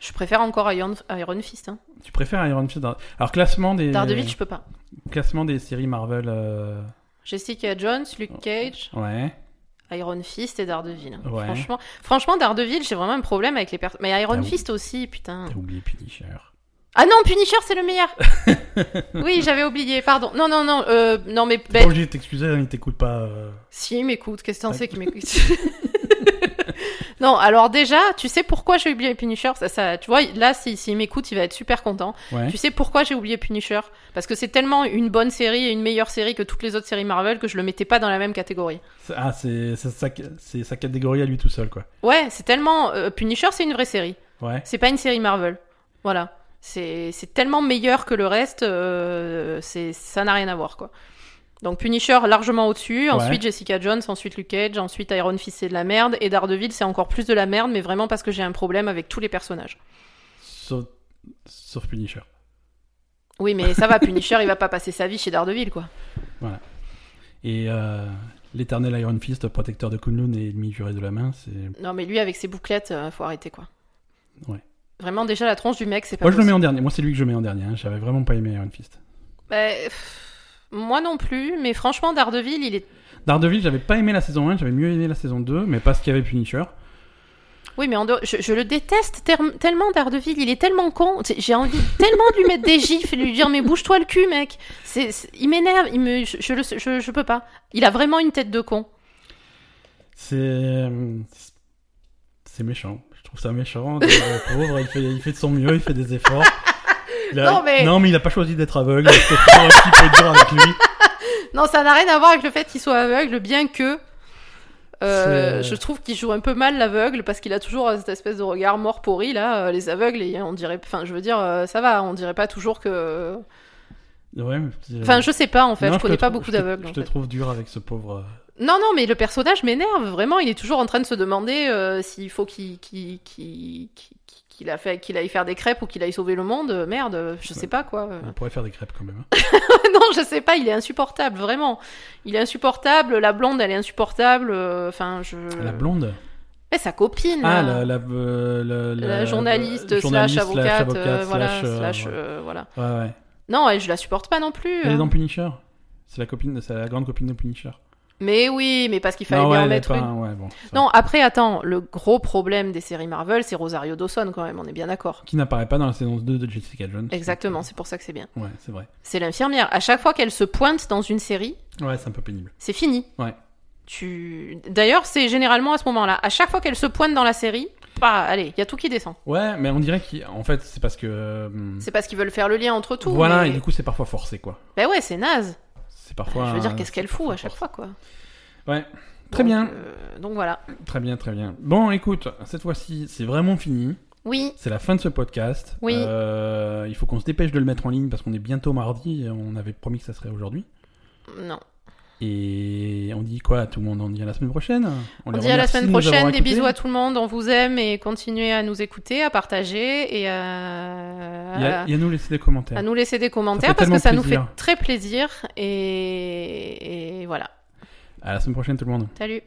Speaker 1: Je préfère encore Iron, Iron Fist. hein.
Speaker 2: Tu préfères Iron Fist dans- Alors, classement des,
Speaker 1: Daredevil, je peux pas.
Speaker 2: classement des séries Marvel. euh,
Speaker 1: Jessica Jones, Luke Cage,
Speaker 2: Ouais.
Speaker 1: Iron Fist et Daredevil. hein.
Speaker 2: Ouais.
Speaker 1: Franchement, franchement, Daredevil, j'ai vraiment un problème avec les personnages. Mais Iron
Speaker 2: Ah oui.
Speaker 1: Fist aussi, putain.
Speaker 2: T'as oublié Punisher.
Speaker 1: Ah non, Punisher, c'est le meilleur. oui, j'avais oublié, pardon. Non, non, non, euh, non, mais
Speaker 2: T'es
Speaker 1: ben,
Speaker 2: pas obligé de t'excuser, hein, il t'écoute pas. euh.
Speaker 1: Si, il m'écoute. Qu'est-ce que
Speaker 2: Ah.
Speaker 1: t'en sais qu'il m'écoute Non, alors déjà, tu sais pourquoi j'ai oublié Punisher ça, ça, Tu vois, là, s'il si, s'il m'écoute, il va être super content.
Speaker 2: Ouais.
Speaker 1: Tu sais pourquoi j'ai oublié Punisher Parce que c'est tellement une bonne série et une meilleure série que toutes les autres séries Marvel que je le mettais pas dans la même catégorie.
Speaker 2: C'est- Ah, c'est c'est sa, c'est sa catégorie à lui tout seul, quoi.
Speaker 1: Ouais, c'est tellement... euh, Punisher, c'est une vraie série.
Speaker 2: Ouais.
Speaker 1: C'est pas une série Marvel. Voilà. C'est c'est tellement meilleur que le reste, euh, c'est- ça n'a rien à voir, quoi. Donc Punisher largement au-dessus, ensuite Jessica Jones, ensuite Luke Cage, ensuite Iron Fist c'est de la merde, et Daredevil c'est encore plus de la merde, mais vraiment parce que j'ai un problème avec tous les personnages.
Speaker 2: Sauf, sauf Punisher.
Speaker 1: Oui mais ça va, Punisher il va pas passer sa vie chez Daredevil quoi.
Speaker 2: Et euh, l'éternel Iron Fist, protecteur de Kunlun et ennemi juré de la main, c'est.
Speaker 1: Non mais lui avec ses bouclettes, euh, faut arrêter quoi.
Speaker 2: Ouais.
Speaker 1: Vraiment déjà la tronche du mec c'est pas
Speaker 2: Moi, je le
Speaker 1: possible.
Speaker 2: mets en dernier. Moi, c'est lui que je mets en dernier. hein. J'avais vraiment pas aimé Iron Fist.
Speaker 1: Bah, pff, moi non plus, mais franchement Daredevil il est...
Speaker 2: Daredevil, j'avais pas aimé la saison 1, j'avais mieux aimé la saison 2, mais parce qu'il y avait Punisher.
Speaker 1: Oui, mais en dehors- je, je le déteste ter- tellement, Daredevil. Il est tellement con. C'est- J'ai envie tellement de lui mettre des gifs et de lui dire Mais bouge-toi le cul, mec. C'est, c'est- il m'énerve. Il me, je, je, le- je- je peux pas. Il a vraiment une tête de con.
Speaker 2: C'est. C'est méchant. Je trouve ça méchant. Le pauvre, il fait, il fait de son mieux, il fait des efforts. Il a-
Speaker 1: Non, mais-
Speaker 2: il a pas choisi d'être aveugle. C'est toujours un petit peu dur avec lui.
Speaker 1: Non, ça n'a rien à voir avec le fait qu'il soit aveugle, bien que euh,
Speaker 2: C'est-
Speaker 1: je trouve qu'il joue un peu mal l'aveugle parce qu'il a toujours euh, cette espèce de regard mort pourri là, euh, les aveugles et on dirait, enfin, je veux dire, euh, ça va, on dirait pas toujours que.
Speaker 2: Ouais, mais c'est-
Speaker 1: Enfin, je sais pas en fait,
Speaker 2: Euh, Non,
Speaker 1: je connais
Speaker 2: te
Speaker 1: pas
Speaker 2: trouve-
Speaker 1: beaucoup
Speaker 2: je te-
Speaker 1: d'aveugles.
Speaker 2: Je
Speaker 1: en
Speaker 2: te
Speaker 1: fait.
Speaker 2: trouve dur avec ce pauvre. euh,
Speaker 1: Non, non, mais le personnage m'énerve vraiment. Il est toujours en train de se demander euh, s'il faut qu'il qu'il- qu'il- qu'il- qu'il a fait qu'il aille faire des crêpes ou qu'il aille sauver le monde. Euh, Merde, euh, je sais
Speaker 2: Ouais.
Speaker 1: pas quoi. euh.
Speaker 2: On pourrait faire des crêpes quand même. hein.
Speaker 1: non, je sais pas. Il est insupportable, vraiment. Il est insupportable. La blonde, elle est insupportable. euh, Enfin, je.
Speaker 2: La blonde.
Speaker 1: Mais sa copine.
Speaker 2: Ah, la,
Speaker 1: là.
Speaker 2: la, euh, la-
Speaker 1: La
Speaker 2: la-
Speaker 1: journaliste,
Speaker 2: la journaliste
Speaker 1: slash avocate, euh,
Speaker 2: avocate,
Speaker 1: voilà,
Speaker 2: slash, euh,
Speaker 1: slash, euh, voilà.
Speaker 2: ouais, ouais.
Speaker 1: Non, elle, je la supporte pas non plus.
Speaker 2: Elle est
Speaker 1: hein.
Speaker 2: dans Punisher. C'est la copine, de- c'est la grande copine de Punisher.
Speaker 1: Mais oui, mais parce qu'il fallait
Speaker 2: Non, ouais,
Speaker 1: bien en
Speaker 2: elle est
Speaker 1: mettre
Speaker 2: pas-
Speaker 1: une.
Speaker 2: ouais, bon, ça va.
Speaker 1: Non, après, attends, le gros problème des séries Marvel, c'est Rosario Dawson quand même, on est bien d'accord.
Speaker 2: Qui n'apparaît pas dans la saison 2 de Jessica Jones.
Speaker 1: Exactement, c'est pour ça que c'est bien.
Speaker 2: Ouais, c'est vrai.
Speaker 1: C'est l'infirmière. À chaque fois qu'elle se pointe dans une série,
Speaker 2: Ouais, c'est un peu pénible.
Speaker 1: c'est fini.
Speaker 2: Ouais.
Speaker 1: Tu... D'ailleurs, c'est généralement à ce moment-là. À chaque fois qu'elle se pointe dans la série, bah, allez, il y a tout qui descend.
Speaker 2: Ouais, mais on dirait qu'en fait, c'est parce que. euh,
Speaker 1: C'est parce qu'ils veulent faire le lien entre tout.
Speaker 2: voilà,
Speaker 1: mais-
Speaker 2: et du coup, c'est parfois forcé, quoi.
Speaker 1: Ben ouais, c'est naze.
Speaker 2: C'est parfois.
Speaker 1: Je veux dire,
Speaker 2: un-
Speaker 1: qu'est-ce qu'elle fout à chaque fois, quoi.
Speaker 2: Ouais. Très
Speaker 1: Donc,
Speaker 2: bien,
Speaker 1: euh, donc voilà.
Speaker 2: très bien, très bien. Bon, écoute, cette fois-ci, c'est vraiment fini.
Speaker 1: Oui,
Speaker 2: C'est la fin de ce podcast.
Speaker 1: Oui.
Speaker 2: Euh, il faut qu'on se dépêche de le mettre en ligne parce qu'on est bientôt mardi. et On avait promis que ça serait aujourd'hui.
Speaker 1: non.
Speaker 2: Et on dit quoi à tout le monde On dit à la semaine prochaine.
Speaker 1: On,
Speaker 2: les
Speaker 1: dit à la
Speaker 2: remercie
Speaker 1: semaine
Speaker 2: de nous avoir
Speaker 1: prochaine, des
Speaker 2: écoutés.
Speaker 1: bisous à tout le monde, on vous aime et continuez à nous écouter, à partager et à,
Speaker 2: Et à, et à nous laisser des commentaires.
Speaker 1: à nous laisser des commentaires
Speaker 2: fait
Speaker 1: parce
Speaker 2: tellement
Speaker 1: que ça nous
Speaker 2: plaisir.
Speaker 1: fait très plaisir et, et voilà.
Speaker 2: À la semaine prochaine, tout le monde.
Speaker 1: Salut